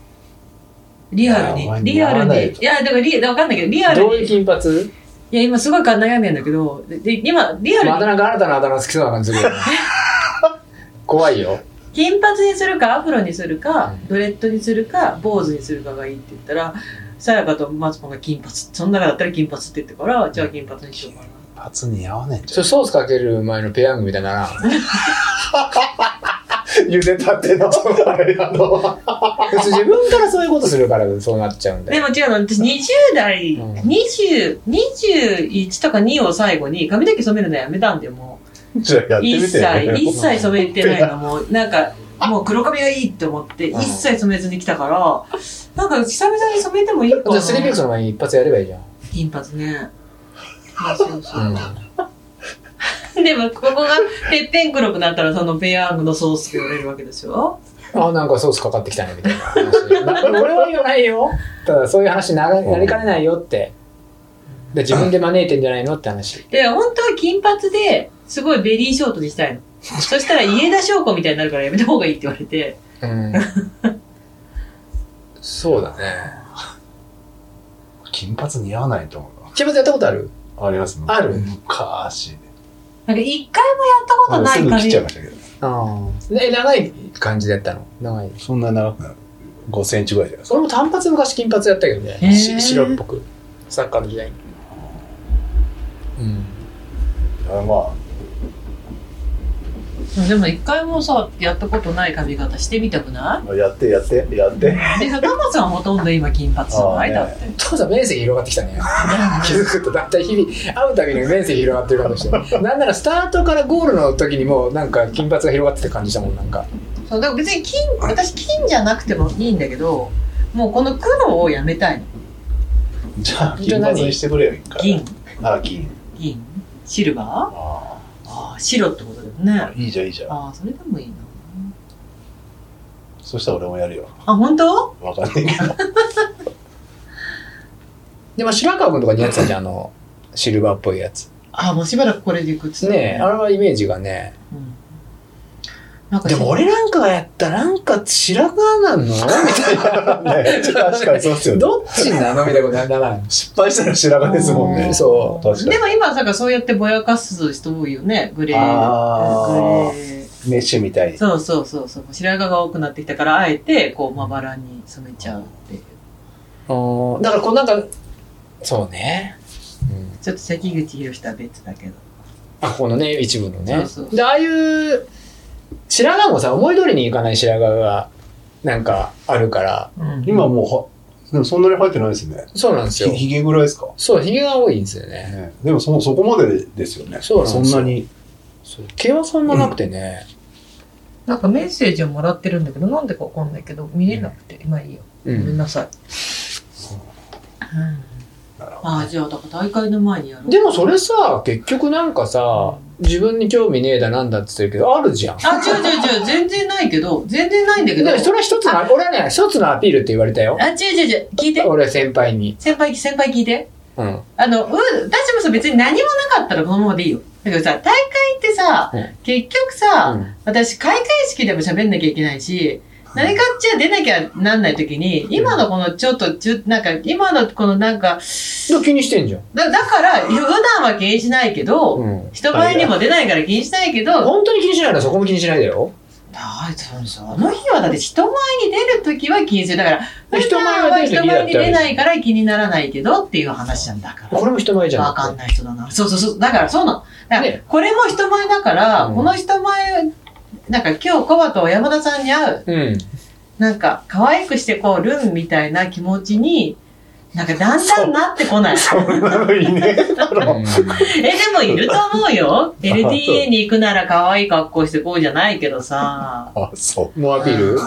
リアルいやお前に、リアルならないに。よいや、だからリ、わかんないけど、リア (laughs) ルどういうに。い金髪や、今すごい悩んでんだけど、で、で今、リアルまにたなんか新たなあだ名好きそうな感じするよね怖いよ金髪にするかアフロにするか、うんドレッドにするか坊主にするかがいいって言ったらさやかとマツコが金髪その中だったら金髪って言ってからじゃあ金髪にしようかな髪似合わねえんじそれソースかける前のペヤングみたいにならんゃん。茹でたての、あれあの、別に自分からそういうことするからそうなっちゃうんだでよ。も違うの私20代、うん20 21とか2を最後に髪の毛染めるのやめたんだよもじゃあやっうてみて一切一よ。切染めてないのもうなんかもう黒髪がいいって思ってうん一切染めずに来たからなんか久々に染めてもいいかじゃなあスリーピックスの前に一発やればいいじゃん。金髪 (laughs) ねそうそうそううん、 (laughs) でも、ここがてっぺん黒くなったら、そのペヤングのソースが売れるわけでしょあなんかソースかかってきたねみたいな話。俺は言わないよ。ただそういう話にならなりかねないよって。で自分で招いてんじゃないのって話。で、本当は金髪ですごいベリーショートにした (laughs) いの。そしたら家田翔子みたいになるからやめた方がいいって言われて、うん。そうだね。金髪似合わないと思う金髪やったことあるありますある昔なんか一回もやったことなすいぐ感切っちじゃい。ましたけどああ。え、長い感じでやったの長い。そんな長くなる5センチぐらいじゃないですか俺も単発昔金髪やったけどね。へーし白っぽく。サッカーの時代に。うん。あまでも一回もさ、やったことない髪型してみたくなあやってやってやっ (laughs) ていで、高松さんほとんど今金髪じゃないだって。父さん面積広がってきた (laughs) ね。気づくとだいたい日々会うたびに面積広がってる感じして。なんならスタートからゴールの時にもうなんか金髪が広がってて感じしたもん、なんか。そう、でも別に金、私金じゃなくてもいいんだけど、もうこの黒をやめたいの。じゃあ金髪にしてくれよ一回銀、あ銀銀、シルバーあああ、白ってことだよねあ。いいじゃんいいじゃんああ、それでもいいな。そしたら俺もやるよあ、本当わかんないけど (laughs) でも白川君とか似合ってたじゃん、あの、シルバーっぽいやつ。ああ、もうしばらくこれでいくっつってねえ、あれはイメージがね。うんなんかでも俺なんかがやったらなんか白髪なのみたいね確かにそうですよな。(laughs) ねどっちなのみたいなことにならん。失敗したら白髪ですもんうねんそ確かでも今なんかそうやってぼやかす人多いよねグレーあーグレーにメッシュみたいにそうそうそうそう白髪が多くなってきたからあえてこうまばらに染めちゃうっていうう。だからこうなんか、そうね。うんちょっと関口宏とは別だけどあ、このね、一部のね。そうそうで、ああいう、白髪もさ、思い通りにいかない白髪が、なんか、あるから。今もうはでもそんなに生えてないですねそうなんですよひ。ひげぐらいですかそう、髭が多いんですよね。ねでもそそこまでですよねそうなんですよん (laughs) なにそう毛はそんななくてね。なんかメッセージをもらってるんだけどなんでかわかんないけど見れなくて今いいようごめんん。なさい、うんなるほどああじゃあだから大会の前にやろうでもそれさ、結局なんかさ、自分に興味ねえだなんだって言ってるけど、あるじゃん。あ違う違う違う全然ないけど全然ないんだけでどもそれは一つの、俺はね、一つのアピールって言われたよ。あ違う違う違う聞いて俺は先輩に。先輩先輩聞いてうん。あの、うん、私もさ、別に何もなかったらこのままでいいよ。だけどさ、大会ってさ、うん結局さ、うん私、開会式でも喋んなきゃいけないし、何かっちゃ出なきゃなんないときに、今のこのちょっと、ちゅなんか、今のこのなんか、気にしてんじゃん。だだから、普段は気にしないけど、うん。人前にも出ないから気にしないけど、本当に気にしないならそこも気にしないだよ。あそうそうあの日はだって人前に出るときは気にする。だから、普人前は段は出る時人だってあ前るにじゃん出ないから気にならないけどっていう話なんだから。これも人前じゃん。わかんない人だな。そうそうそう。だからそうなの。だからねこれも人前だから、うんこの人前、なんか今日コバと山田さんに会う、うん。なんか可愛くしてこう、ルンみたいな気持ちに、なんかだんだんなって (laughs) こない。そんなのいねえだろえ、でもいると思 (laughs) うよ。LDA に行くなら可愛い格好してこうじゃないけどさ。あそうもうアピール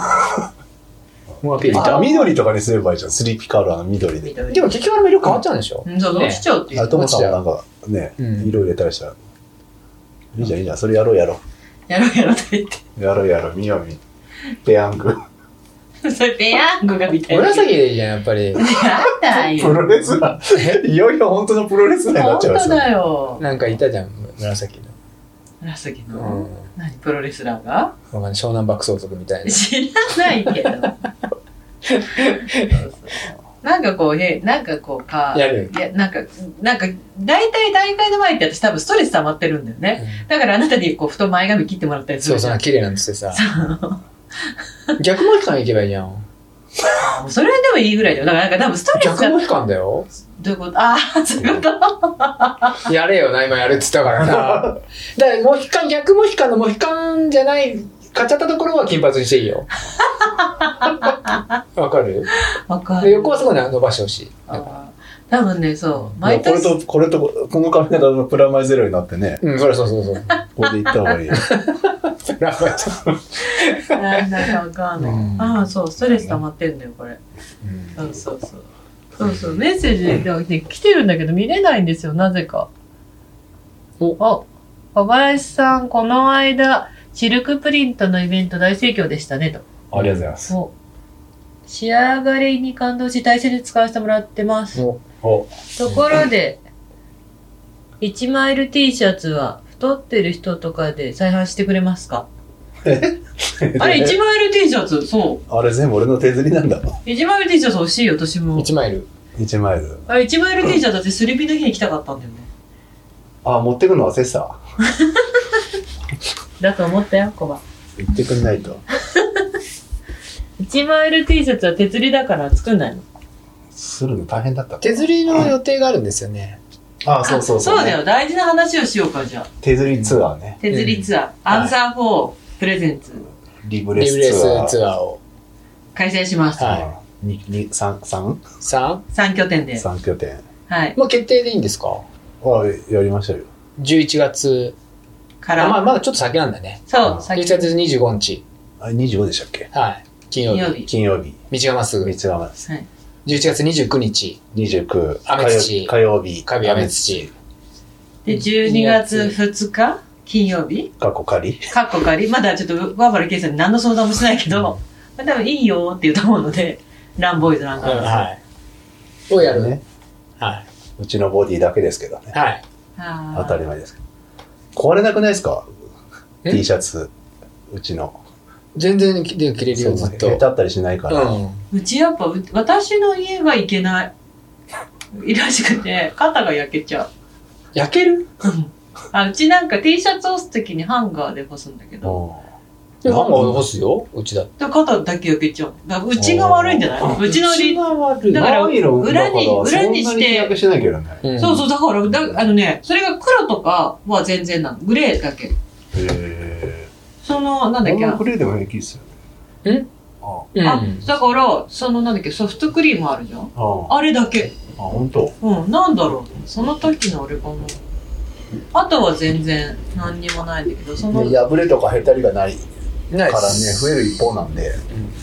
もうアピールいあた緑とかにすればいいじゃんスリーピカールあの緑で緑でも結局あれも色変わっちゃうんでしょうんそう、どうしちゃうっていうあの。ともさんもなんかね、うん色入れたりしたらいいじゃんいいじゃんそれやろうやろやろうやろうと言っうやろうやろうみよみペヤングて。 (laughs) それペヤングがみたいな。紫でいいじゃん、やっぱり。やだよ。プロレスラーいよいよ本当のプロレスラーにな本っちゃう当よだよ。なんかいたじゃん、紫の。紫うの。ん。わ何プロレスラーがかんない湘南爆走族みたいな。知らないけどそうそうなんかこうへなんかこう (laughs) かやる。いやなんかなんか大体大会の前って私多分ストレス溜まってるんだようねんだからあなたにこうふと前髪切ってもらったりすそるうじそゃう、ん綺麗なんつってさ。そう逆も期間行けばいいじゃ (laughs) ん。もうそれでもいいぐらいだよだからなんか多分ストレス逆がも期間だよ。どういうことああそういうことやれよな、今やれって言った (laughs) からな。だから、モヒカン、逆モヒカンのモヒカンじゃない、買っちゃったところは金髪にしていい (laughs) よ。わかるわかでる横はすごい伸ばしてほしい。あー多分ねそうい毎やこれ年とこれとこの髪型のプラマイゼロになってねうん、そりゃそうそうそう。これでいった方がいいよラフなんだかわかんない、うんああそうストレス溜まってんだよこれうそうそうそう。そうそう、メッセージが、ね、来てるんだけど見れないんですよ、なぜか。お、小林さん、この間、シルクプリントのイベント大盛況でしたね、と。ありがとうございますそう。仕上がりに感動し、大切に使わせてもらってます。おおところで、1マイ (laughs) ル T シャツは、太ってる人とかで再販してくれますかあれ、1マイル T シャツ、そう。あれ全部俺の手刷りなんだ。 1マイル T シャツ欲しいよ、私も。 1マイル。 1マイル。あれ、1マイル T シャツだってスリピの日に着たかったんだよね。あ、持ってくの忘れてた。だと思ったよ、コバ。言ってくんないと。 1マイル T シャツは手釣りだから作んないの。するの大変だった。手釣りの予定があるんですよね。あ、そうそうそそう、うだね。よ、大事な話をしようか、じゃあ。手刷りツアーね。手釣りツアー、アンサー4プレゼンツ、リブリレブレススツアー。ツアーを。開催します。はいうんにに三三 3? 3拠点で。三拠点。はい。もう決定でいいんですかあ、やりましたよ。 ?11 月。かあら、まあ、まだちょっと先なんだね。そう、 11先月25日。あ、25でしたっけはい。金曜金曜日。日。金曜日。道がまっすぐ。11三つがまです。はい。月29日。 29。雨土火曜日。火曜日雨土。で、12月2日、金曜日、過去仮。かっこかり、まだちょっと、バーバラケイさんに何の相談もしないけど、まあ多分いいよって言うと思うので、ランボーイズなんうん、か、はい。をやる。ね。はうちのボディだけですけどい。ね。はい。あー当たり前ですけど。壊れなくないですかえ ?T シャツ。うちの。全然着れるよ、ずそうっへと。たったりしないかうら。ん。うちやっぱ、う私の家がいけない。らしくて、肩が焼けちゃう。焼けるうんあうちなんか T シャツ干すときにハンガーで干すんだけど、うで、んハンガーを干すよ、うちだって。で肩だけ焼けちゃう。だからうちが悪いんじゃないうちのり、りだからナイロンだか裏らに裏にしてそんな飛躍しないけどね。うんそうそう、だから、だあのね、それが黒とかは全然なの。グレーだけ。へその、なんだっけー。なあ、。これでも平気ですよね。んあうん。あ、だから、その、なんだっけ、ソフトクリームあるじゃん。あ。あ、あれだけ。本当。うん、なんだろう。その時のあれかな。あとは全然何にもないんだけど、その、破れとかへたりがないなかいでらね、す増える一方なんでん、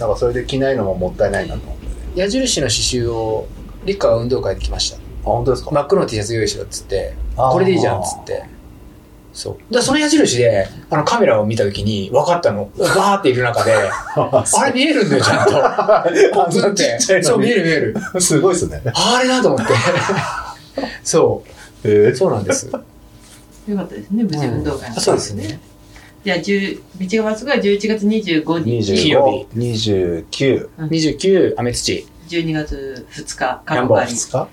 なんかそれで着ないのももったいないなと思って。矢印の刺繍を、リッカは運動会で来ました。あ、本当ですか真っ黒の T シャツ用意しろっつって、あーこれでいいじゃんっつって。そう。だからその矢印で、あのカメラを見たときに分かったの。バーっている (laughs) 中で、ああれ見えるんだよ、ちゃんと。(laughs) こうずんっなちてっちゃい。そのう、見にえる見える。すごいですね。あれだと思って。そえう。そうなんです。よかったですね、無事運動会の、そうですね。じゃあ、10道がまっすぐは11月25日、金曜25、29、 29、雨土、 12月2日、ナ過ン去バー会。 2日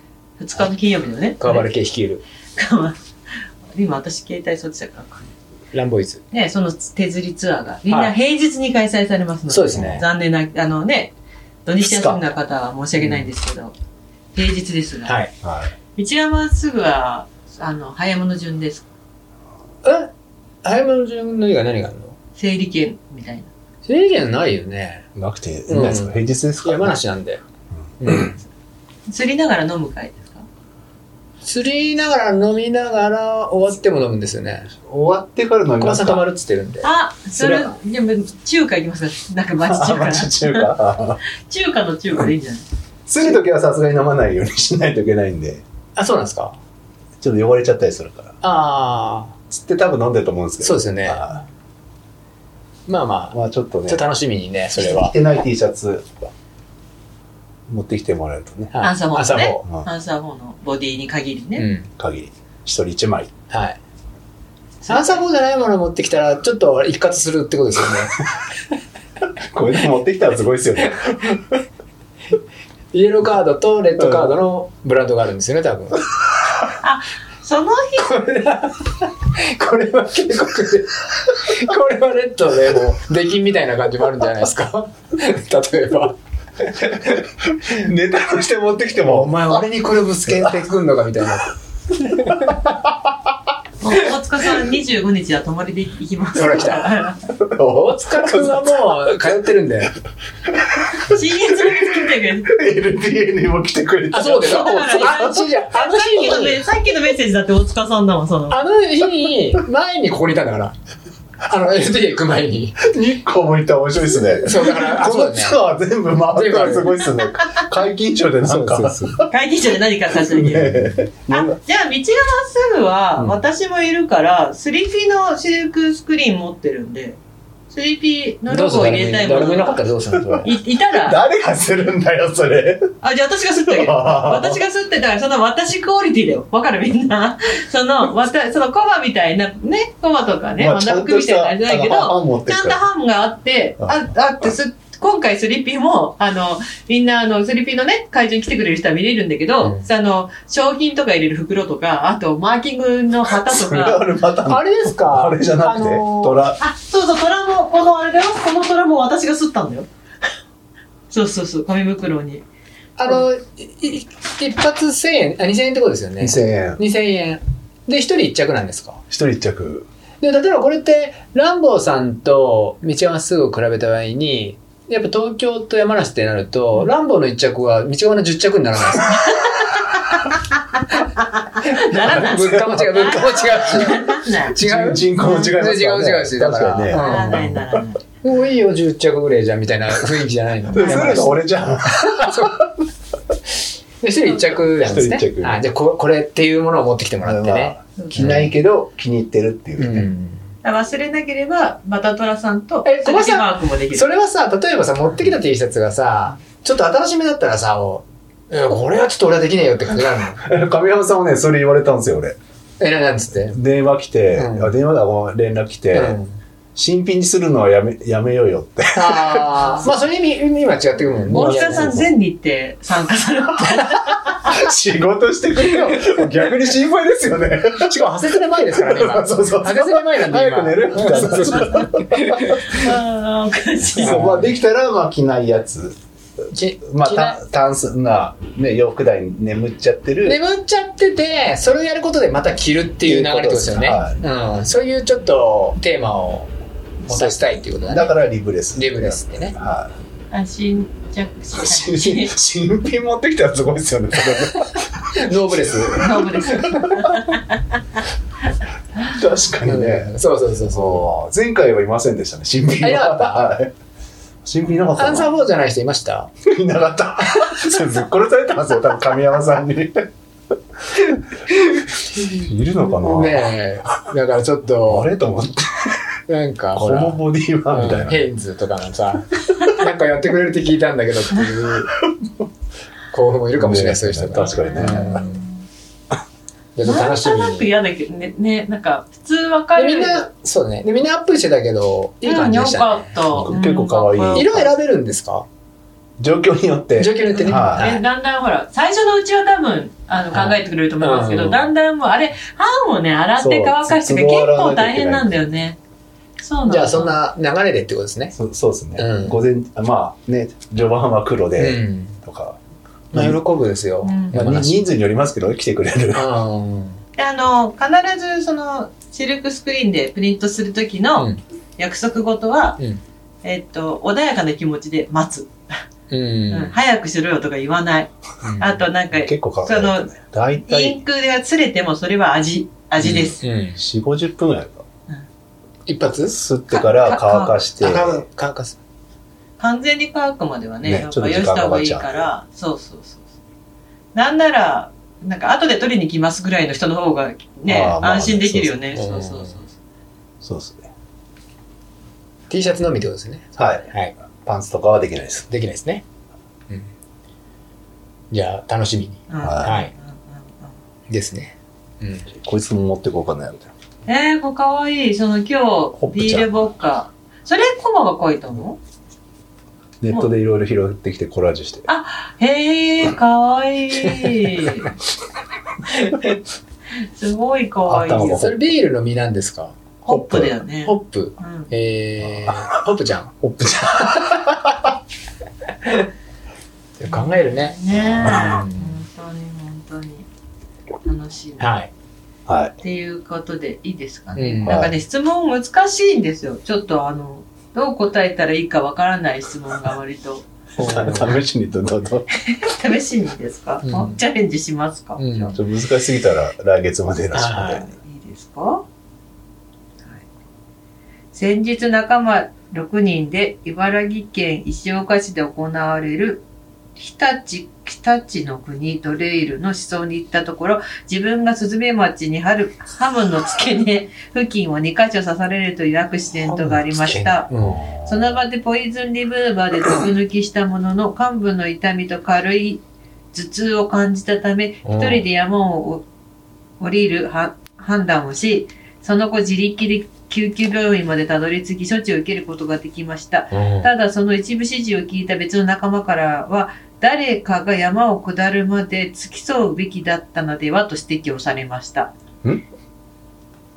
2日の金曜日のね。川原家率いる、今私携帯そっちだから。ランボーイズ。ね、その手釣りツアーが、みんはない平日に開催されますので、そうですね残念な、あのね、土日休んだ方は申し訳ないんですけど、平日ですが、はい。はい。一山すぐは、あの、早物順です。え早めの順の以外何があるの整理券みたいな。制限ないよね。なくていいんじゃないですうか。ん平日ですからね。山梨なんで。釣りながら飲む会ですか釣りながら飲みながら終わっても飲むんですよね。終わってから飲み小ま松さすん泊まか。るっつってるんで。あ、それそれは、でも中華行きますかなんか町中華。町 (laughs) 中華中華の中華でいいんじゃないするときはさすがに飲まないようにしないといけないんで、あ、そうなんですかちょっと汚れちゃったりするから。ああ。つって多分飲んでると思うんですけど。そうですよねはまあまいあ。まあちょっとねちょっ、と楽しみにね、それは着。てない T シャツとか持ってきてもらえるとね、はいアンサーモードねアンサうんアンサー4のボディに限りーね。うん。限り。一人一枚。はい。アンサー4じゃないもの持ってきたら、ちょっと一括するってことですよね。これで持ってきたらすごいで (laughs) すよね。イエローカードとレッドカードのブランドがあるんですよね、多分。 (laughs) その日、これは警告で、 (laughs) これはレッドでもう、出禁みたいな感じもあるんじゃないですか。 (laughs) 例えば。ネタとして持ってきておも、前俺にこれぶつけてくんのかみたいな。大塚さん25日は泊まりで行きます。ほら来た大塚君はもう通ってるんで。 CS に来てくれ LDA にも来てくれた。あ、そうです。そうだからあの日じゃ、あさのっきの日メに、さっきのメッセージだって大塚さんだもん、その。あの日に、前にここにいたんだから。あの、LDA 行く前に。日光も行ったら面白いです (laughs) ね。そう、だから、あこそうのだねツ。アー全部回ったらすごいっ (laughs) すね。解禁賞でなんか。そうそうそう会議所で何かさせてあ、じゃね (laughs) あ、道がまっすぐは、うん私もいるから、スリフィのシルクスクリーン持ってるんで、スリーピーのどロうすゴをる入れたいも誰もいなかのったらどうするのそれいいたら誰がするんだよ、それ。あじゃあ私が吸ってあげる私が吸ってたらその私クオリティだよわかるみんな (laughs) そのわたそのコバみたいなねコバとかね、ままああ、ちゃナんックとみしたいなあれじゃないけどあの案持ってちくゃんとからハムがあって、ああってす、今回スリッピーも、あの、みんなあの、スリッピーのね、会場に来てくれる人は見れるんだけど、うんさあの、商品とか入れる袋とか、あと、マーキングの旗とそれはか、俺また、あれですかあれじゃなくて、あのートラ。あ、そうそう、虎も、このあれだよ、この虎も私が吸ったんだよ。 (laughs) そうそうそう、紙袋 (laughs) に。あの、いい一発1000円、あ、2000円ってことですよね。 2000円。 2000円。で、一人一着なんですか一人一着。で、例えばこれって、ランボーさんと道山すぐを比べた場合に、やっぱ東京と山梨ってなると、ランボーの一着は道山の10着にならないですか (laughs) なら (laughs) ない。物価も違う、物価も違 (laughs) ならない。うし。違う人口も違いますからね。違う違うし、だか。確からにね。ならうんない、ならない。もういいよ、10着ぐらいじゃん、みたいな雰囲気じゃないの。で、それが俺じゃん。で一人一着なんですね。一人一着あ、じゃあこ、これっていうものを持ってきてもらってね。着ないけど、気に入ってるっていううね。ん忘れなければ、また虎さんと、え小林さんマークもできる。それはさ、例えばさ、持ってきた T シャツがさ、ちょっと新しめだったらさ、もうえこれはちょっと俺はできねえよって感じなの。神山さんもね、それ言われたんですよ、俺。 (laughs) え、ななんつって。電話来て、うんあ電話だ、ごめん連絡来て、うん新品にするのはやめやめようよって。あーまあ、それ意味、意味は違ってくるもんね。大塚さん全日程参加されて (laughs) 仕事してくれよ。逆に心配ですよね。しかも、長谷で前ですからね、 (laughs) 今。 (laughs) そうそうそう長谷で前なんで、今。早く寝るみたいなそうそうそうああ、おかしい。そうまあ、できたら、まあ、着ないやつ。きまあ、着ないたタンスな、ね、洋服台に眠っちゃってる。眠っちゃってて、それをやることでまた着るっていう流れってことですよね。っていううん。そういうちょっとテーマを持たせたいっていうことだね。だからリブレス。レブレスってね。はあ、新着い。新品新品持ってきたらすごいですよね。 (laughs) ノーブレス。ノブです。確かにね。そうそうそうそう。そう前回はいませんでしたね。新品なかった。はい新品なかったな。アンサー4じゃない人いましたいなかった。それぶっ殺されてますよ、多分神山さんに。いるのかな、ねえ。だからちょっあと、れと思って、なんかほこら、のボディはみたういんな。ヘインズとかのさ、なんかやってくれるって聞いたんだけどっていう、 (laughs) 興奮もいるかもしれない、そういう人が。確かにねうんちょっとな楽んしとなくみに。嫌だけどね、ね、なんか、普通わかでる。みんな、そうね。で、みんなアップしてたけど、いい感じでしたうんねよ。かった。結構可愛いうん色選べるんですか状況によって。状況によってね。はえだんだんほら、最初のうちは多分、あの、考えてくれると思いますけうんど、だんだんもう、あれ、歯をね、洗って乾かしてそう結都合洗わ構なきゃ大いけない変なんだよね。そうなんだじゃあ、そん。な流れでってことですね。そそうですね、うん午前、まあね、序盤は黒うでん。とか、まあ、喜ぶですよう。んまあ、山に梨人数によりますけど、来てくれうん。る。であの、必ず、その、シルクスクリーンでプリントするときうのん約束事は、うんえっと、穏やかな気持ちで待つ。ううんん。早くしろよとか言わない。あとなんか、結構かかそる。の、大イン体クが擦れてもそれは味、味です。うん。うん4、50分ぐらいか。一発吸ってから乾かして、あ乾かす。完全に乾くまではね、ねやっちょっぱと用時意し間た方かかっがいいちゃうから、そうそうそうそう。なんなら、なんか後で取りに来ますぐらいの人の方がね、あーまあ安心できるよね。そうそうそそううそそうう。そうですね。 T シャツのみってことですね。はい。はい。パンツとかはできないです。できないですね。うん。じゃあ、楽しみに。うんはいうんうんうんですね。うん。こいつも持ってこうかな、みたいな。えー、こうかわいい。その今ホッ日、プビちゃんールボッカ。それ、コマが書いたのネットでいろいろ拾ってきてコラージュして。へえ、かわ (laughs) いい。すごいかわいい頭がよ。それビールの実なんですかホップだよね。ホップ。うんえー、ホップちゃん。ホップち考えるね。ねえ、うん本当に本当に楽しいな。はい。ゃん。はい。っていうことでいいですかうね。んなんかね、質問難しいんですよ。ちょっとあの、どう答えたらいいかわからない質問が割 (laughs) と。試しにどうどうどう試しにですか、うんあチャレンジしますか、うんじゃあちょっと難しすぎたら来月までらしいのはでいいいですか、はい先日仲間6人で茨城県石岡市で行われる日立、日立の国トレイルの思想に行ったところ、自分がスズメバチに春ハムの付け根付近を2箇所刺されるというアクシデントがありました。うんその場でポイズンリムーバーで毒抜きしたものの、患部の痛みと軽い頭痛を感じたため、うん一人で山を降りるは判断をし、その後自力で救急病院までたどり着き処置を受けることができました。うんただその一部指示を聞いた別の仲間からは、誰かが山を下るまで付き添うべきだったのではと指摘をされました。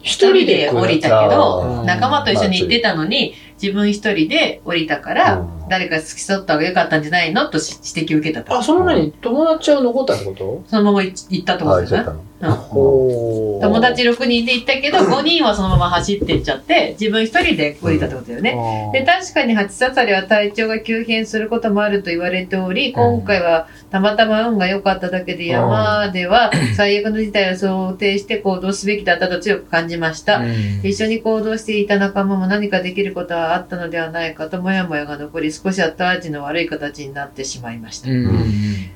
一人で降りたけうど、ん仲間と一緒に行ってたのに、自分一人で降りたから、うん誰か付き添った方が良かったんじゃないのとし指摘を受けたと。あ、その前に友達は残ったってことそのまま行行ったってことあですよね。行っちうんゃったのおー友達6人で行っ (laughs) たけど、5人はそのまま走ってっちゃって、自分一人で降りたってことだよね。あーで確かに蜂刺されは体調が急変することもあると言われており今回はたまたま運が良かっただけで山では最悪の事態を想定して行動すべきだったと強く感じました、うん一緒に行動していた仲間も何かできることはあったのではないかとモヤモヤが残り少し後味の悪い形になってしまいました、うん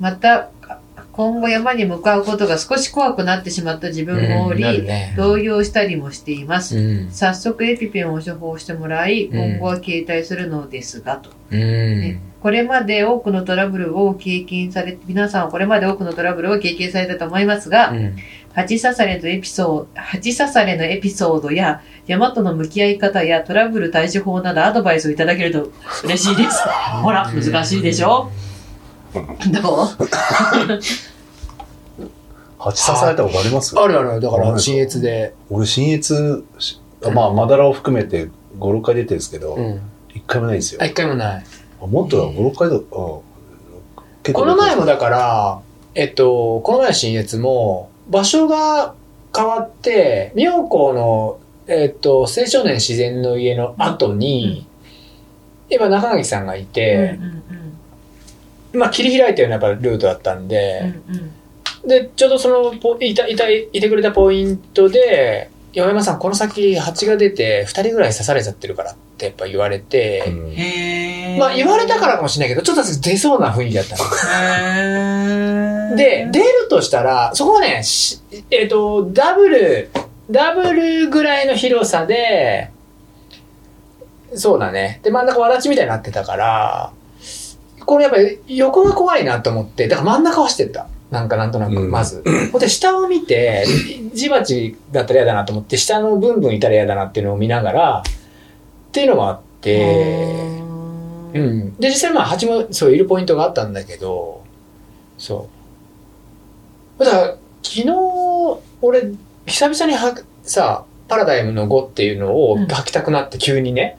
また今後山に向かうことが少し怖くなってしまった自分もおり、なるね動揺したりもしていますうん早速エピペンを処方してもらい、ん今後は携帯するのですが、と。うんこれまで多くのトラブルを経験され、皆さんはこれまで多くのトラブルを経験されたと思いますが、うん蜂刺されのエピソード、蜂刺されのエピソードや、ヤマトの向き合い方やトラブル対処法などアドバイスをいただけると嬉しい (laughs) です。ほら、難しいでしょどう蜂刺されたことありますあるある、だかあら、る新越で。俺、新越し、まあ、まだらを含めて5、6回出てるんですけど、うん。一回もないんですよあ、。一回もない。もっとだ、5、6回だ、うん結構この前もだから、えっと、この前の新越も、場所が変わって、妙高の、えっと、青少年自然の家の後に、今中垣さんがいて、まあ切り開いたようなやっぱルートだったんで、で、ちょうどそのポ、いた、いた、いてくれたポイントで、山山さんこの先蜂が出て2人ぐらい刺されちゃってるからってやっぱ言われて、うんへ。まあ言われたかららかもしれないけど、ちょっと出そうな雰囲気だったの。へーで、出るとしたら、そこはね、しえっ、と、ダブル、ダブルぐらいの広さで、そうだね。で、真ん中わらちみたいになってたから、これやっぱり横が怖いなと思って、だから真ん中を走ってった。なんかなんとなく、うんまず。ほんで、下を見て、じばちだったら嫌だなと思って、下のブンブンいたら嫌だなっていうのを見ながら、っていうのもあって、ううんん。で、実際まあ、蜂も、そう、いるポイントがあったんだけど、そう。だから、昨日、俺、久々には、さ、パラダイムの5っていうのをうん履きたくなって、急にね。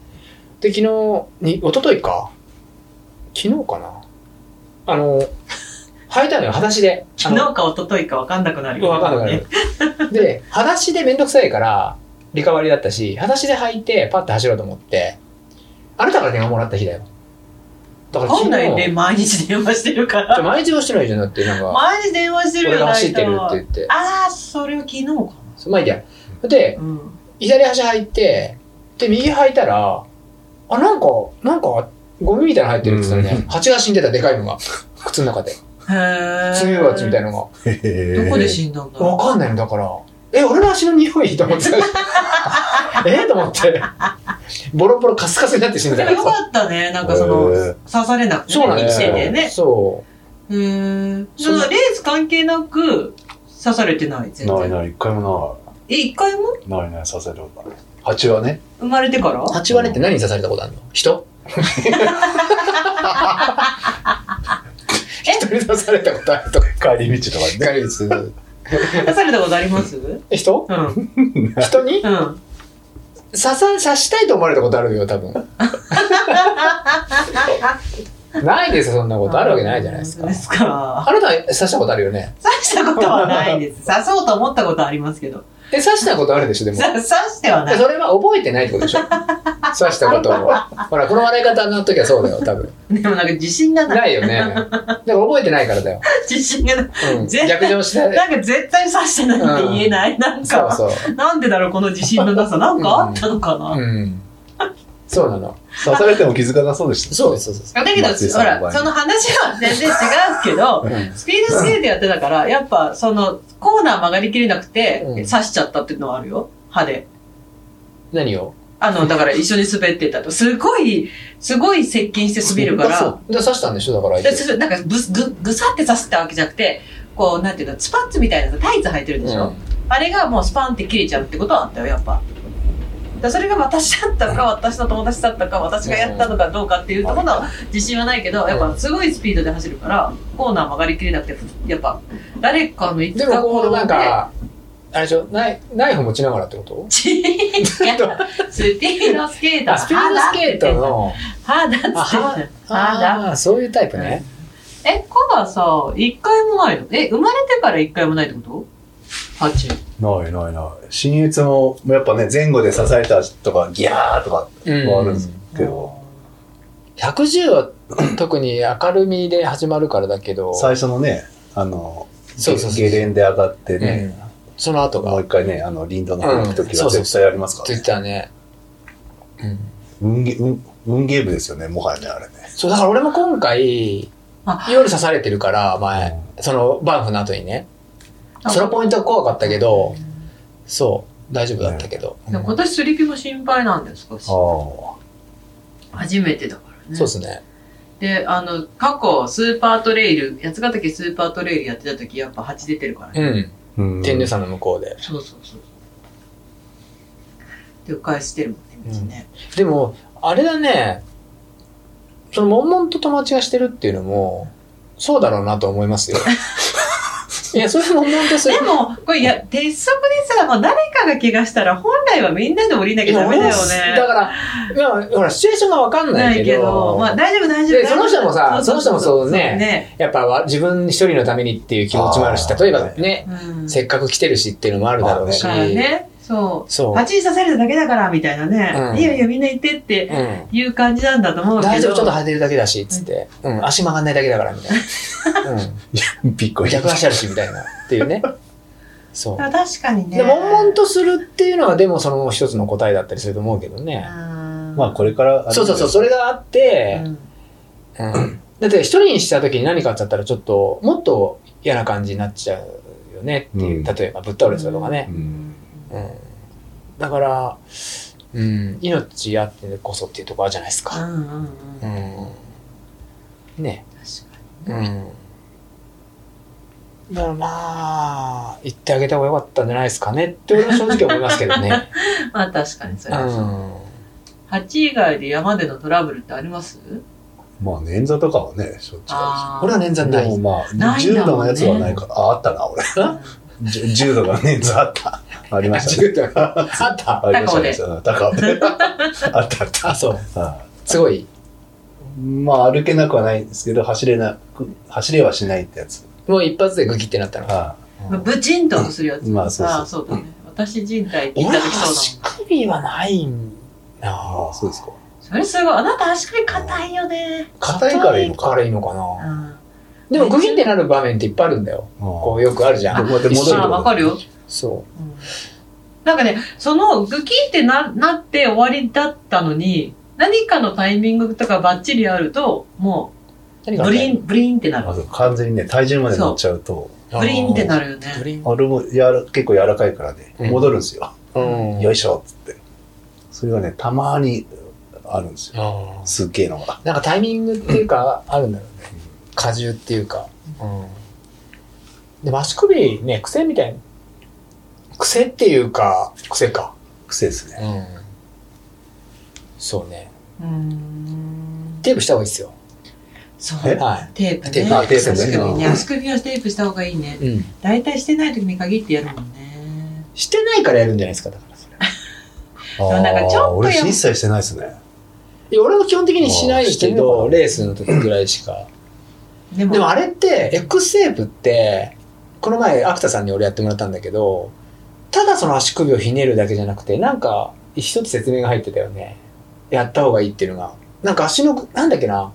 で、昨日に、一昨日か。昨日かな。あの、 (laughs) 履いたのよ、裸足で。あ昨の日か一昨日か分かんなくなるよね。わかんなくなる。で、裸足でめんどくさいから、リカバリーだったし、裸足で履いて、パッて走ろうと思って、あなたから電話もらった日だよ。だから昨本日、来で毎日電話してるかじゃあら。毎日押してないじゃん、だって、なんか、毎日電話してる俺よ、が走ってるって大言体って。ああ、それは昨日かな。まあいいや。で、うん。左足履いて、で、右履いたら、あ、なんか、なんか、ゴミみたいなの入ってるって言ってたうね。蜂が死んでた、でかいのが。靴の中で。へえ。スズメバチみたいなのへーどこで死んだんだが。わろかんないの、だから。え、俺の足の匂いと思って。 (laughs) えと思って。ボロボロカスカスになって死う。んででもたよかったね、なんかその、へー刺されなくて、そうなんだ生よきててね。そう。へえ。そそのうレース関係なく、刺されてない、全ない然。ない、一回もえ、一回もない。ないない、刺されたことない。蜂はね。生まれ (laughs) てから8割って何に刺されたことあるの人人に刺されたことあるとか帰り道とかにね。光です刺されたことありますうん。人うん。人に刺さ刺したいと思われたことあるよ多 (laughs) 分ないですよそんな (laughs) ことあるわけないじゃないですかですか。あなたは刺したことあるよね刺したことはないです。刺そうと思ったことはありますけど。え刺したことあるでしょでも刺刺してはない。それは覚えてないってことでしょ刺したことをほらこの笑い方の時はそうだよ多分でもなんか自信がない。ないよねだから覚えてないからだよ、自信がない。うん、絶対逆上してなんか絶対刺してないって言えない。なんそうか、そう。なんでだろう、この自信のなさ。なんかあったのかな。うん。そうなの。刺されても気づかなそうでした。そうそうそう。だけど、松井ほさんの場合ら、その話は全然違うけど、スピードスケートやってたから、やっぱ、その、コーナー曲がりきれなくて、うん刺しちゃったっていうのはあるよ。歯で。何をあの、だから一緒に滑ってたと。すごい、すごい接近して滑るかそうら、。で、刺したんでしょだからで相手。すなんかぶす、ぐ、ぐさって刺すってわけじゃなくて、こう、なんていうの、スパッツみたいなさタイツ履いてるでしょ、あれがもうスパンって切れちゃうってことはあったよ、やっぱ。だからそれが私だったか、私の友達だったか、私がやったのかどうかっていうところの自信はないけど、やっぱすごいスピードで走るから、コーナー曲がりきれなくて、やっぱ、誰かのう言んったでこもこう、となん (laughs) か、あれでしょナイナイフ持ちながらってことちいや、スピードスケーター。スピードスケートの。歯だっつってんあ、はだ。歯だ。あー、そういうタイプね。え、歯がさ、一回もないのえ、生まれてから一回もないってことハチ。ないないない。新越も、やっぱね、前後で刺されたとか、ギャーとかうんはあるんですけど、 110は特に明るみで始まるからだけど、最初のね、あの、そうそうそうゲゲレンで上がってうね、んその後もうが、一回ね、あの、林道の方に行くときうはんそう絶対ありますからツイねッ。ターね。うん。運ゲ運運ゲームですよね、もはやね、あれね。そう、だから俺も今回あ、夜刺されてるから、前、そのバンフの後にね。そのポイントは怖かったけど、そう、大丈夫だったけど。でも今年すりピも心配なんです、少し。あ初めてだからね。そうですね。で、あの、過去、スーパートレイル、八ヶ岳スーパートレイルやってた時、やっぱ蜂出てるからね。うん。あ。天竜竜山の向こうで。そうそうそう。で、迂回してるもんね、道ね。でも、あれだね、その、悶々と友達がしてるっていうのも、そうだろうなと思いますよ。 (laughs) いや、それ悶々とするで。も、これ、いや、鉄則でさ、もう誰かが怪我したら、本来はみんなで降りなきゃダメだよいや俺もだね。から、まあ、ほら、シチュエーションがわかんなないけいど、けど、まあ、大丈夫、大丈夫。でその人もさ大丈そ夫の人もそうねやっぱわ自分一人のためにっていう気持ちもあるし、あー例えばね、うん。せっかく来てるしっていうのもあるだろうし、からね、そ。そうう。蜂に刺されただけだから、みたいなうんね。いやいや、みんな行ってってうんいう感じなんだと思うけど。大丈夫、ちょっと跳ねるだけだし、つって。うん、足曲がんないだけだから、みたい (laughs) な。びっくうん、り。逆足あるし、みたいな。っていうね。そう。あ確かにね。で、悶々とするっていうのは、でもその一つの答えだったりすると思うけどね。まあ、これからあれ、そうそうそう、それがあっれて、うんだって一人にした時に何かあっちゃったら、ちょっと、もっと嫌な感じになっちゃうよねっていう。うん例えば、ぶっ倒れてたとかねう。ん。うんだから、うん、命あってこそっていうところあるじゃないですうか。んうんうん。う確かん。ね。に。うん。だからまあ、言ってあげた方がよかったんじゃないですかねって俺は正直思いますけど (laughs) ね。まあ確かにそうれはそう。ん。蜂以外で山でのトラブルってありますまあ、捻挫とかはね、しょっちゅうああー俺は捻る挫し。なでもい。まなあ、いん重だ度もんのねやつはないから、あ、あったな、俺。じゅ重度が捻挫あった。ありましたね。あった。ありましたね。高尾で。 (laughs) あったあっあ、そう。た。はすごい。いまあ、歩けなくはないんですけど、走れなく、走れはしないってやつ。もう一発でグキってなったの。はうんブチンとするやつ。まあそうそうあそうだね。私人体って俺言っはた時そう足だもん。首はないんあなあ、そうですか。それすごい。あなた足首硬いよね。硬いからいいのか硬いのかうな。ん。でもグキってなる場面っていっぱいあるんだよ。ここうよくあるじゃどん。こまで戻一る緒あわかるよ。そうんなんかね、そのグキってななって終わりだったのに、何かのタイミングとかバッチリあると、もう。何うがあブったのリン、ブリンってなうる。そう完全にね、体重まで乗っちゃうと、ブリンってなるよね。ブリン。あれもやら結構柔らかいからね、うん戻るんですよ。うんよいしょっつって。それがね、たまにあるんですよ。あーすっげえのが。なんかタイミングっていうか、あるんだろうね。荷重っていうか。うん。でも足首ね、癖みたいな。癖っていうか、癖か。癖ですね。うん。そうね。うーん。テープした方がいいっすよ。そう。えはテープテーね。プあテープ足首ね。ねうん足首はテープした方がいいねい。。うん。大体してない時に限ってやるもんね。してないからやるんじゃないですか、だからそれ。あもなんかちょっとやあ、俺一切してないですね。いや、俺も基本的にしなあーいしてけんのかど、なレースの時ぐらいしか。でも、でもあれって、X テープって、この前、アクタさんに俺やってもらったんだけど、ただその足首をひねるだけじゃなくて、なんか、一つ説明が入ってたよね。やった方がいいっていうのが。なんか足の、なんだっけな。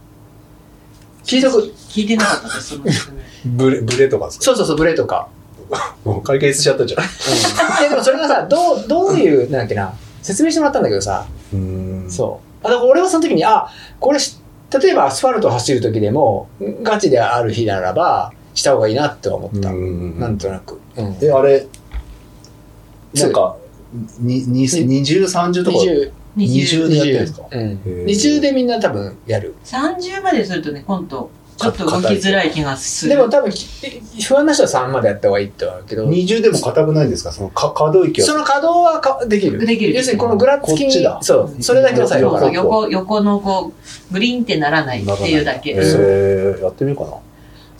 聞いとく。聞いてなかったです、その説明。ブレ、ブレとかですかそうそうそう、ブレとか。もう解決しちゃったじゃん。ううん。で、でもそれがさ、どう、どういう、なんだっけな。説明してもらったんだけどさ、ーん。そう。あだから俺はその時にあこれし例えばアスファルト走る時でもガチである日ならばした方がいいなって思った、うんなんとなく、うん、え、あれ、つなんか、にに20、30とか、 20 20でやってるんですかうんへー20でみんな多分やる30までするとね、今度、ちょっと動きづらい気がする。でも多分き不安な人は3までやった方がいいとは思うけど ?20 でも硬くないんですかそのか可動域そは。の可動はかできるできる要するにこのぐらつきこっちにだそうそれだけ押さえるそうかそうら横横のこうグリーンってならないっていうだけ、えー、やってみようかな。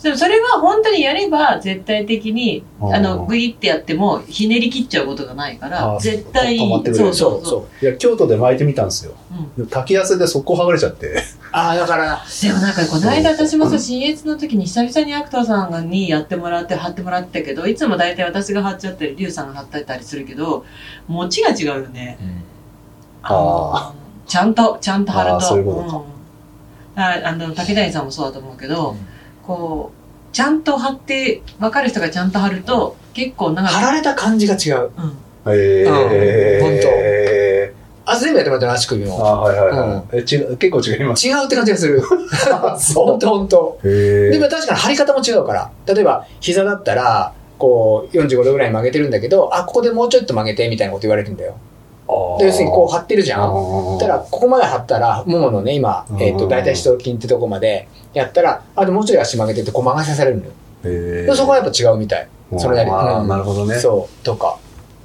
でもそれは本当にやれば絶対的にあーあのグイってやってもひねり切っちゃうことがないからあー絶対止まってくれそるうそうそうそういや、京都で巻いてみたんですよ。うんでも滝汗で速攻剥がれちゃって。ああだからでもなんかこの間私もさ新越の時に久々にアクターさんにやってもらって貼ってもらってたけどいつも大体私が貼っちゃったりリュウさんが貼ってたりするけど持ちが違うよねあのちゃんとちゃんと貼るとあーそういうことかうんああの竹谷さんもそうだと思うけど、うんこうちゃんと貼って分かる人がちゃんと貼ると結構長く貼られた感じが違ううんえうんほんとえあ全部やってもらったの足首ー、もあーはいはいはい。え違う結構違います。違うって感じがす (laughs) る本当本当へでも確かに張り方も違うから例えば膝だったらこう45度ぐらいに曲げてるんだけどあここでもうちょっと曲げてみたいなこと言われるんだよーで要するにこう張ってるじゃんあーたらここまで張ったらもものね今うん、えー、と大体四頭筋ってとこまでやったらあともうちょい足曲げてってこう曲がさせられるのよへーでそこはやっぱ違うみたい、それなりあーうんなるほどね。そうとか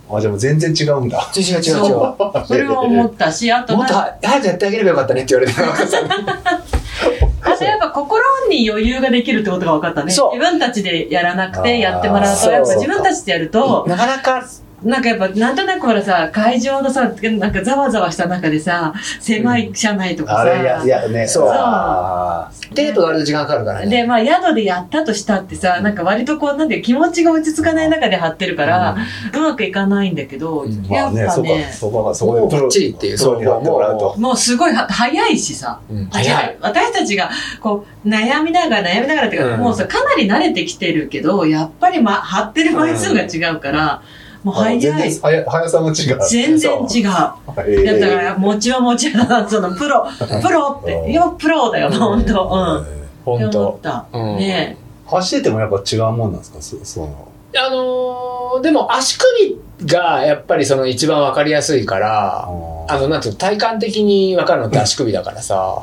あ、でも全然違うんだ。違う違う違うそうそれを思ったし、あともっとな、は早くやってあげればよかったねって言われてたあとやっぱ心に余裕ができるってことが分かったね。自そう分たちでやらなくあーてやってもらうと、やっぱそう自分たちでやると、なかなかなんかやっぱなんとなくほらさ、会場のさ、なんかざわざわした中でさ、狭い車内とかあさ、れ、いや、いやね。そうあデートがあると時間かかるからねで、まあ宿でやったとしたってさ、なんか割とこう、なんで気持ちが落ち着かない中で張ってるから、うまくいかないんだけど、うんーまやあっぱねね、、そうか、そうか、そこもでうバッチリっていうプロになってもらうそうもと。もうすごいは早いしさ、うん早い私たちがこう悩みながら悩みながらっていうか、うんもうさかなり慣れてきてるけどやっぱり、ま、張ってる枚数が違うから、もうあ早全い然早速さも違う。全然違ういやだえから餅は餅だなそのプロプロっうてんいやプロだよ本当うんえーって本思っ当たうんね走っててもやっぱ違うもんなんですかそそのあのーでも足首がやっぱりその一番わかりやすいからあのなんていうの体感的にわかるのって足首だからさ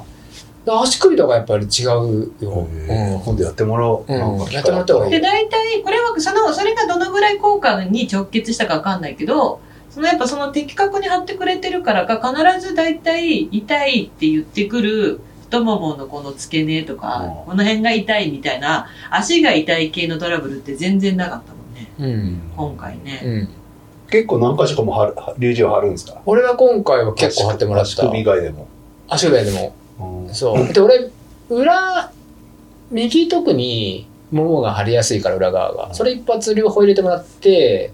足首とかやっぱり違うよ、へー今度やってもらおう、うんなんかやってもらった方がいいで大体これはそのそれがどのぐらい効果に直結したか分かんないけどそのやっぱその的確に貼ってくれてるからか必ず大体痛いって言ってくる太もものこの付け根とか、うんこの辺が痛いみたいな足が痛い系のトラブルって全然なかったもんねうん今回ね、うん結構何箇所かも貼るリュウジは貼るんですか俺は今回は結構貼ってもらった足首以外でも、足首はでもうんそうで俺裏右特にももが張りやすいから裏側がそれ一発両方入れてもらって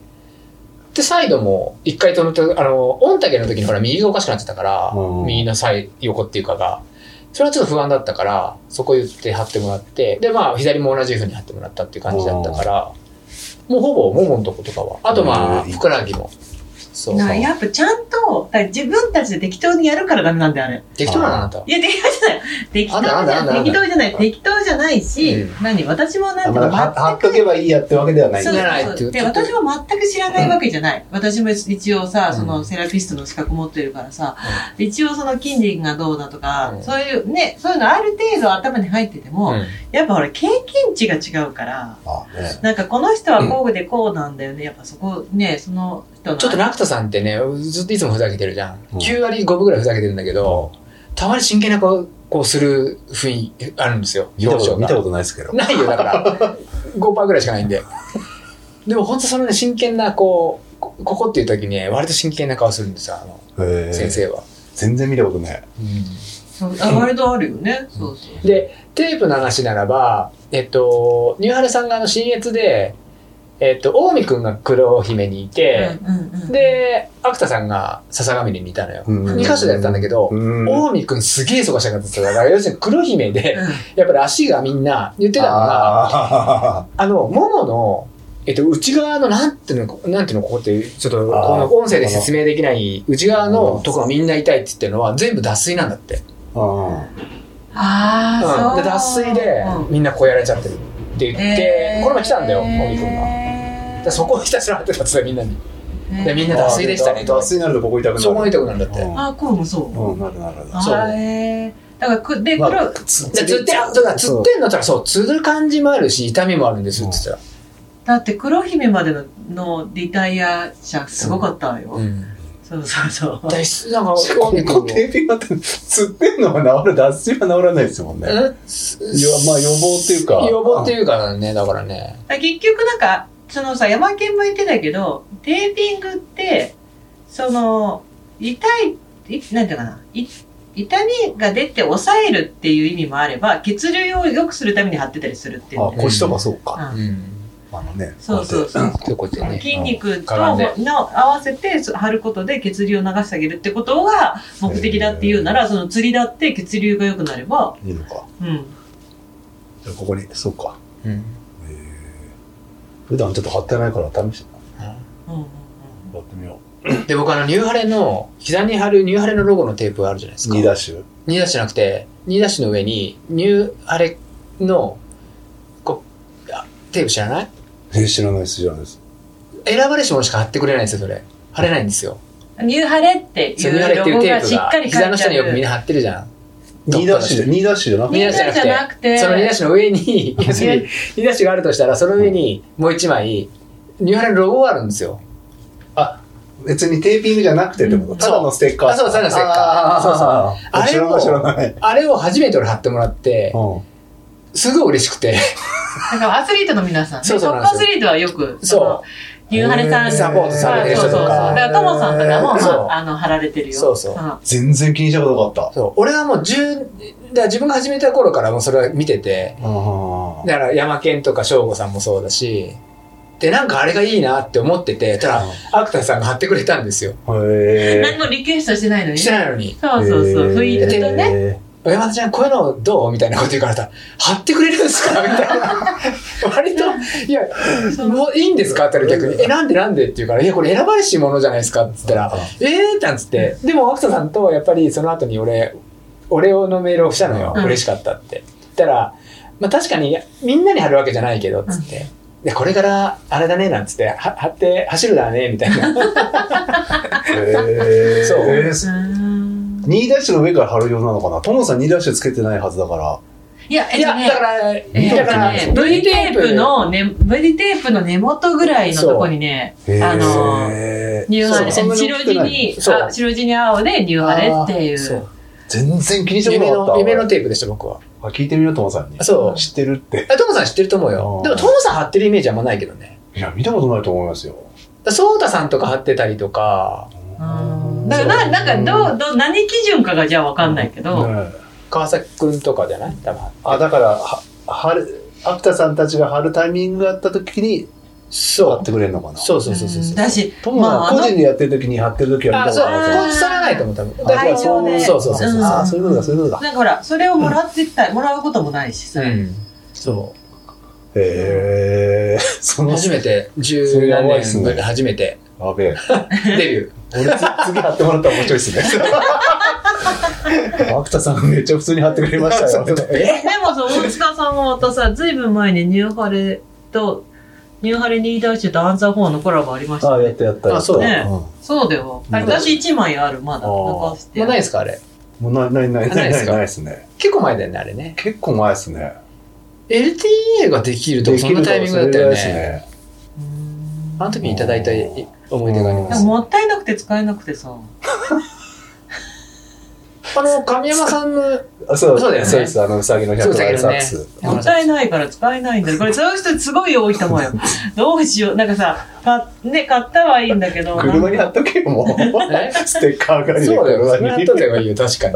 でサイドも一回とのとあの御嶽の時にほら右がおかしくなってたから、うん右のサイ横っていうかがそれはちょっと不安だったからそこ言って貼ってもらってでまあ左も同じ風に貼ってもらったっていう感じだったから、もうほぼもものとことかはあとまあうんふくらはぎもそうだからやっぱちゃんと、だから自分たちで適当にやるからダメなんだよ、あれ。適当だなあなたいや、適当じゃない。適当じあゃんたあんたあんなたい。適当じゃない。適当じゃないし、う何私もなんてまあは貼っとけばいいやってわけではないそうじそゃないうってそうでちょっと私は全く知らないわけじゃない、私も一応さうんそのセラピストの資格持ってるからさ、一応その筋肉がどうだとか、うんそういうねそういうのある程度頭に入ってても、うんやっぱほら経験値が違うからあねなんかこの人はこうでこうなんだよね、やっぱそこねその人のちょっと楽田さんってね、ずっといつもふざけてるじゃん。うん9割5分ぐらいふざけてるんだけど、たまに真剣な顔こうする雰囲気あるんですよ。見たこと見たこととないですけどないよ、だから。5%ぐらいしかないんで。でも本当そのね、真剣な、こう、こここっていう時にね、割と真剣な顔するんですよ、あの、へー先生は。全然見たことないそうあ割とあるよね、そうそうで、テープの話ならば、えっと、ニューハルさんがあの、新越で、えっと、近江くんが黒姫にいて、うんうんうん、で、芥田さんが笹上にいたのよ。うん二箇所でやったんだけどうん近江くんすげえ忙しかったですよだから要するに黒姫で、うんやっぱり足がみんな言ってたのが、ああの、もものえっと、内側の、なんていうのか、なんていうの、ここって、ちょっと、こあーの音声で説明できない、内側のとこがみんな痛いって言ってるのは、全部脱水なんだって。ああうん。あ、で、脱水でうん、みんなこうやられちゃってるって言って、この前来たんだよ、茂木君が。で、そこをひたすら当てたっつってたみんなに。で、みんーな脱水でしたね、脱と。水になるとここ痛くなる。そこが痛くなるんだって。あーこうもそう、うん、うん、なるなるなあそうーへえだからくでこれる。まあはつで、釣って、あだから釣ってんだったら、そう、釣る感じもあるし、痛みもあるんですって言ってた。だって黒姫までののリタイア者すごかったわよ、うん。そうそうそうだからなんか、ここテーピングあって、つってんのは治る、脱水は治らないですもんね。いや、まあ予防っていうか。予防ってういうかね、だからね。だから結局なんかそのさ山県も言ってたけどテーピングってその痛いいなんていうのかない痛みが出て抑えるっていう意味もあれば血流を良くするために貼ってたりするっていうあんだ、よね腰とかそうか。うんん。あのね。そうそうそうということでね。筋肉と絡んでの合わせてそう貼ることで血流を流してあげるってことが目的だっていうならその釣りだって血流が良くなれば、いいのか。うん、じゃあここに、そうか。うん。へえ普段ちょっと貼ってないから試してうんうんやってみよで、僕あの、ニューハレの、膝に貼るニューハレのロゴのテープがあるじゃないですう。か。 2ダッシュニーダッシュじゃなくて、ニーダッシュの上に、ニューハレの、こう、あテープ知らないえ知らないです、知らないです。選ばれし者しか貼ってくれないんですよ、それ。貼れないんですよ。うんニューハレってそうニューハいレうってロいうゴテがープしっがか、り書いて膝あるの下によくみんな貼ってるじゃん。 2ダッシュで、2ダッシュじゃなくニて。ューダッシュじゃなくてそのニーダッシュの上に、ん要するに、ニーダッシュがあるとしたら、その上にもう一枚、ニューハレのロゴがあるんですよ。別にテーピングじゃなくてってことうんただのステッカー。あそうただのステッカーあそうそうああ知れらなをい、知らない。あれを初めて俺貼ってもらって、うすごい嬉しくて。だからアスリートの皆さん、ね、そうそうトップアスリートはよく、。そうユーハレさん、サポートされてる人とかそうそうそうだから、ともさんとかも、そうまあ、あの、貼られてるよ。そうそうんん。全然気にしたことなかっそう俺はもう10、だから自分が始めた頃からもうそれは見てて、た。うんだから山健とか翔吾さんもそうだし、で、なんかあれがいいなって思ってて、たら、アクタさんが貼ってくれたんですよ。へ何もリクエストしてないのに。してそうないのに、 (laughs) そうそう。フイートとね。ね。山田ちゃんこういうのどうみたいなこと言うからさ、貼ってくれるんですかみたいな。 (laughs) 割と、いや、そうもういいんですかって言ったら逆に、え、なんでなんでって言うから、いや、これ選ばれし者じゃないですかって言ったら、えーなんつって。でも、アクトさんと、やっぱりその後に俺、俺のメールをしたのよ。うん嬉しかったって。たら、まあ確かに、いやみんなに貼るわけじゃないけど、つって。で、これから、あれだね、なんつって、は貼って、走るだね、みたい (laughs) な。へーそうへーうーん2ダッシュの上から貼るようなのかなともさん2ダッシュつけてないはずだから。いや、えいっとや、ねだから、えっだとから、ね V テープ、の、ね、V テープの根元ぐらいのとこにね、へーあのニューハレ、そう白地に、そうあ白地に青でニューハレっていそうう。全然気にしたこ夢となかっの、た。夢のテープでした、僕は。あ聞いてみようともさんに。そう。知ってるって。あトモさん知ってると思うよあ。ーでも、トモさん貼ってるイメージあんまないけどね。いや、見たことないと思いますよ。だソータさんとか貼ってたりとか、うんだからな、なんか、どう、どう、何基準かがじゃあわかんないけど、ね川崎くんとかじゃない多分。あ、だから、は、はる、アクタさんたちが貼るタイミングがあった時に貼そってくれるのかな。う。そうそうそうそうそう。だし、ともまあさあんの個人でやってる時に貼ってる時はあ、見たそこう。とコああるーーチされないと思う、多分。だから会場そうでそうそうそうそうう。んあそういうことだ、そういうことだ。だから、それをもらってきたもらうこともないしさ。うん。そ。へえ、 (laughs) そうの、初めて、十それや何ばいっす年ねぶり初めて、やべえ。デビュー。俺つ次貼ってもらったら面白 (laughs) いですね。アクタさんめっちゃ普通に貼ってくれましたよ。えでもさ、大塚さんもまたさ、ずいぶん前にニューハレと、ニューハレニーダッシュとアンザーフォーのコラボありましたあよあ、やっね。たやったやった。あそうねんそうだよ。うん私1枚ある、まだ。あー残して。もうないですかあれ。もうないないないなないでいなすいかないですね。結構前だよね、あれね。結構前ですね。 LTA ができるとそんなタイミングだったよね。。うーんあの時にいただいた思い出がありまですも。もったいなくて使えなくてさ。あの、神山さんの、あそうそうだよねそうです。あの、うさぎのそうう100さぎ挨のね拶。もったいないから使えないんだよ。これそういう人すごい多いと思うよ。どうしよう。なんかさ、かね、買ったはいいんだけど。車に貼っとけよ、 (laughs) もう。えステッカーがりでそうだよ。車それやっに。とった方がいいよ、確かに。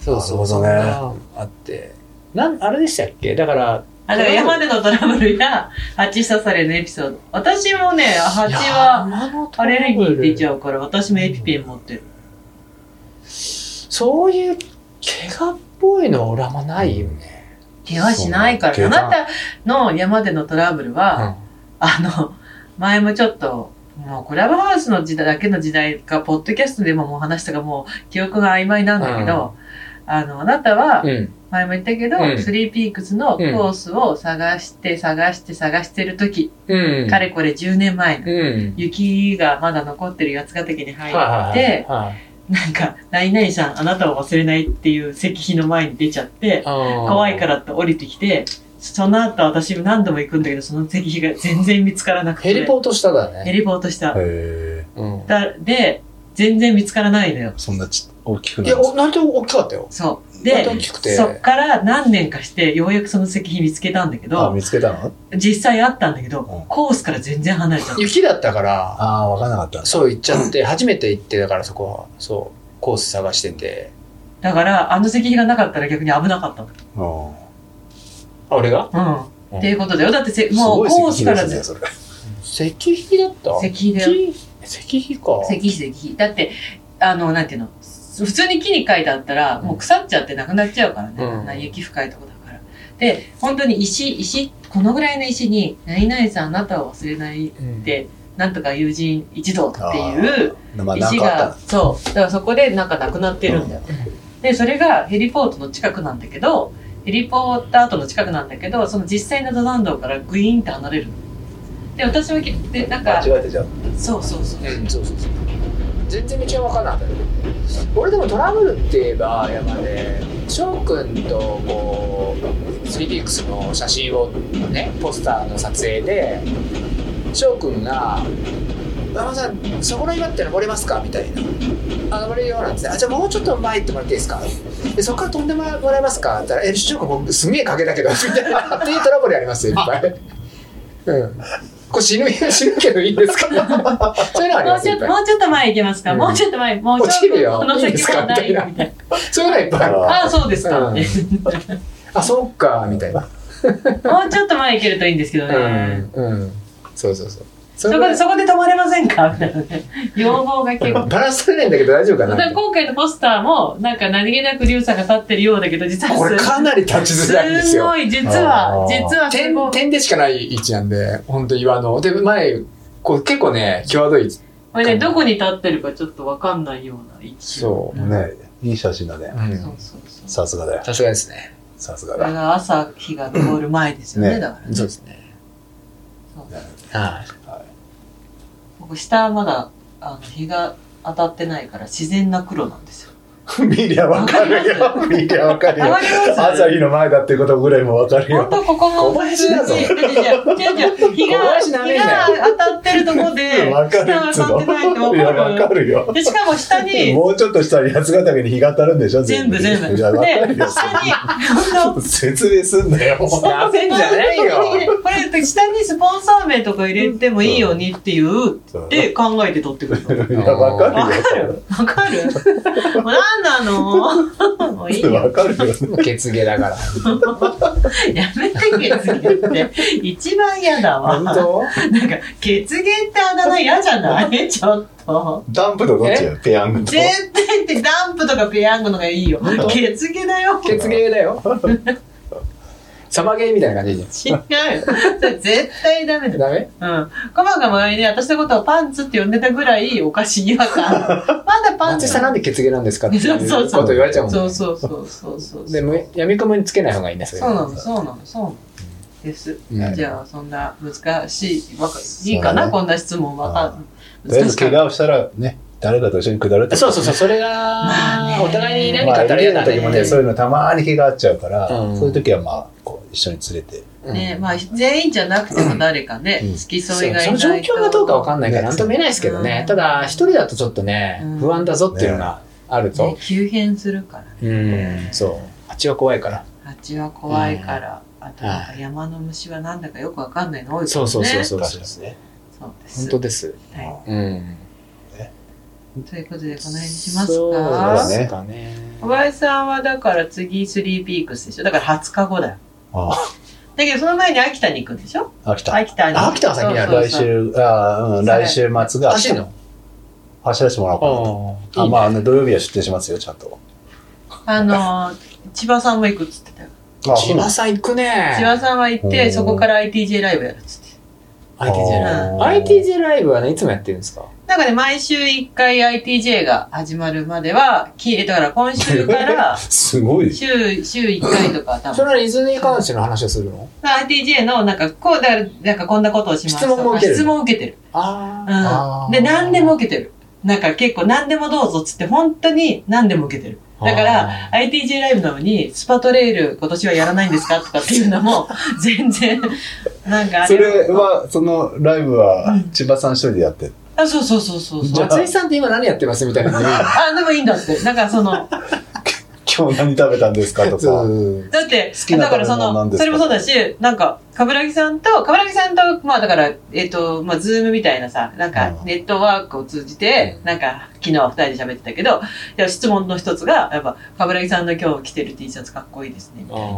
そうそうそう。なるあほって。なん、あれでしたっけだから、あだから山でのトラブルや蜂刺されのエピソード私もね蜂ははアレルギー出ちう。ゃうから私もエピペン持ってるそういう怪我っぽいのは俺はあんまないよね。怪我しないから。そうあ怪我なたの山でのトラブルは、あの、前もちょっと、もうクラブハウスの時代だけの時代か、ポッドキャストでももう話したか、もう記憶が曖昧なんだけど、あの、あなたはう、ん。前も言ったけど、うんスリーピークスのコースを探して、探して、探してる時、うん。かれこれ10年前の、うん。雪がまだ残ってる八ヶ岳に入っはいて、はいはいなんか、何々さん、あなたを忘れないっていう石碑の前に出ちゃって、可愛いか。あーらって降りてきて、その後私何度も行くんだけど、その石碑が全然見つからなくて。ヘリポートしただね。ヘリポートした。へえ。うん。だで、全然見つからないのよ。そんなち大きいくなや、る。おなんて大きかったよ。そう。なんてで、大きくて。そっから何年かして、ようやくその石碑見つけたんだけあ、ど、見つけたの実際あったんだけど、うんコースから全然離れちゃった。雪だったから、ああ、わからなかったんだ。そう行っちゃ (clears throat) って、初めて行って、だからそこは、そう、コース探してて。だから、あの石碑がなかったら逆に危なかったうん。あ、俺がの。う。うんんっていうことだよ。だってせ、すもごういコース石碑かでらすずね、それ。石碑だった石碑だよ。石石碑か。石碑石碑。だって、あの、なんていうの、普通に木に書いてあったら、もう腐っちゃってなくなっちゃうからね。うんな雪深いとこだから。で、本当に石、石、このぐらいの石に、何々さんあなたを忘れないうんで、なんとか友人一同っていうまあ、な石んかあが、っそう。だからそこでなんかなくなってるんだよ。で、それがヘリポートの近くなんだけど、ヘリポータートの近くなんだけど、その実際の登山道からグイーンって離れるの。で、私はき、で、なんた。か、間違えてじゃん。そうそうそう。うん、そうそうそう。全然道は分からなかった俺でもトラブルって言えば、山で、翔くんとこう、スリーピークスの写真をね、ポスターの撮影で、翔くんが、馬場さん、そこの岩って登れますかみたいな。あ、登れるよなんつって、あ、じゃあもうちょっと前行ってもらっていいですかで、そこから飛んでもらえますかって言ったら、え、翔くん僕すげえ影だけど、みたいな。っていうトラブルありますよ、いっぱい。うん。これ死ぬ、死ぬけどいいんですかそういうのありもまうすちよいょっっぱいと、もうちょっと前行けますか、うんもうちょっと前、もう落ちるちょっよとこのいいで先すかもないみみたたいいなな。そういうのはいっぱいある。ああ、そうですか、うんねあ、そうか、みたいな。もうちょっと前行けるといいんですけどうね。ん。うん。そうそうそう。そそれこぐらで、いそこで止まれませんかみたいなね。要望が結構。バランス取れないんだけど大丈夫かだなかみたらいな今回のポスターも、なんか何気なく龍さんが立ってるようだけど、実はこれかなり立ちづらいんですすよ。ごい、実あは、ー実はす点、ごい。点でしかない位置なんで、本当岩の。で、前、こう結構ね、際どい位置。これね、どこに立ってるかちょっとわかんないような位置。そんねいい写真だね。う。そうんそうそう。さすがだよ。さすがですね。さすがこれだ。が朝日が通る前ですよね、ねだからね。そうですね。そうはい。僕下はまだあの日が当たってないから自然な黒なんですよ。見りゃわかるわよ。見りゃわかるわよか。ります朝日の前だっていうことぐらいもわかる本よ。当ここも小林だぞいやいやいや日小が林日舐めんなよが当たってるとこ (laughs) でわか下るはっつう当たってないっての。いや、わわかかる。るよ。でしかも下にもうちょっとしたら八ヶ岳に日が当たるんでしょ全部全部。いでや、わかるよ。下に本当説明すんなよ。なめんじゃないよ。これ下にスポンサー名とか入れてもいいようにっていう (laughs) で考えて取ってくるの。いや、わかわかるるわかるもうなんなのもういいよ。よ。わかるよ。血毛だから。 (laughs) やめて、血芸って。一番嫌だわ。なんか、当血芸ってあだ名嫌じゃないちょっと。ダンプとどっちよ、ペヤングと。絶対ってダンプとかペヤングのがいいよ本当。血芸だよ。血毛だよ。サマゲーみたいな感じでいいじ違うよ。それ絶対ダメゃん。だ。ダメうん。コマが前に私のことをパンツって呼んでたぐらいおかしい違和 (laughs) 感。まだパン松ツ下なんで血毛なんですかっていそううそこうそうと言われちゃうもんねそうそうそうそうそう。でもやみくもにつけない方がいいねそれそうなの、そうなの、そうなの。です。うんじゃあ、そんな難しい、わかいいかな、そうだねこんな質問わかとりあえず、か怪我をしたらね、誰かと一緒に下るってことそうそうそうそれまあがねお互いに何まかあ、あったら嫌家だのね時もね、そういうのたまに気が合っちゃうから、うんそういう時はまあ、こう、一緒に連れて。うんね、まあ、全員じゃなくても誰かね、うん付きそ添いがいなのいと。状況がどうかわかんないからねなんとも言えないですけどねうんただ一人だとちょっとねうん不安だぞっていうのがあるねと、急変するからね。うんそう蜂は怖いから蜂は怖いから、あとなんか山の虫はなんだかよくわかんないの多いですそようね。そうそうそう。そうそうすね。そうです。本当ですはうんい。ということで、この辺にしますそうか。ですかね小林さんはだから次スリーピークスでしょだから20日後だよ。あだけどその前に秋田に行くんでしょあ、秋田。秋田に。あ秋田が先にあるそうそう来そう週、あーうん、それ来週末が走るの走らせてもらおうかなとあああまあ、あの土曜日は出店しますよ、ちゃんと。あのー、千葉さんも行くっつってたよ。あ千葉さん行く千ね。葉さんは行っうて、んそこから ITJ ライブやるっつって。 ITJ ライラブ。あー ITJ ライブはね、いつもやってるんですかなんかね、毎週1回 ITJ が始まるまでは、きだから今週から (laughs) (laughs) すごい。週、週1回とか多それ分。はディズニー関しての話をするの ITJ のなんか、こう、だから、なんかこんなことをしますとか。質問も受ける質問受けてる。あうんあーで、何でも受けてる。なんか結構何でもどうぞっつって、本当に何でも受けてる。だから、ITJ ライブなのに、スパトレール今年はやらないんですかとかっていうのも、全然、なんかあそれれは、そのライブは千葉さん一人でやってる。あ、そうそうそうそうじそう。ゃあ松井さんって今何やってますみたいなの言うのあ、でもいいんだって。なんかその、だ今日何食べたんですか (laughs) とそうか。って好、きなだか食べらそ物なんの、ですかそれもそうだし、なんか、かぶらぎさんと、かぶらぎさんと、まあだから、えっ、と、まあ、ズームみたいなさ、なんかう、んネットワークを通じて、なんか、昨日は二人で喋ってたけど、いや質問の一つが、やっぱ、かぶらぎさんの今日着てる T シャツかっこいいですね、みたいな。あ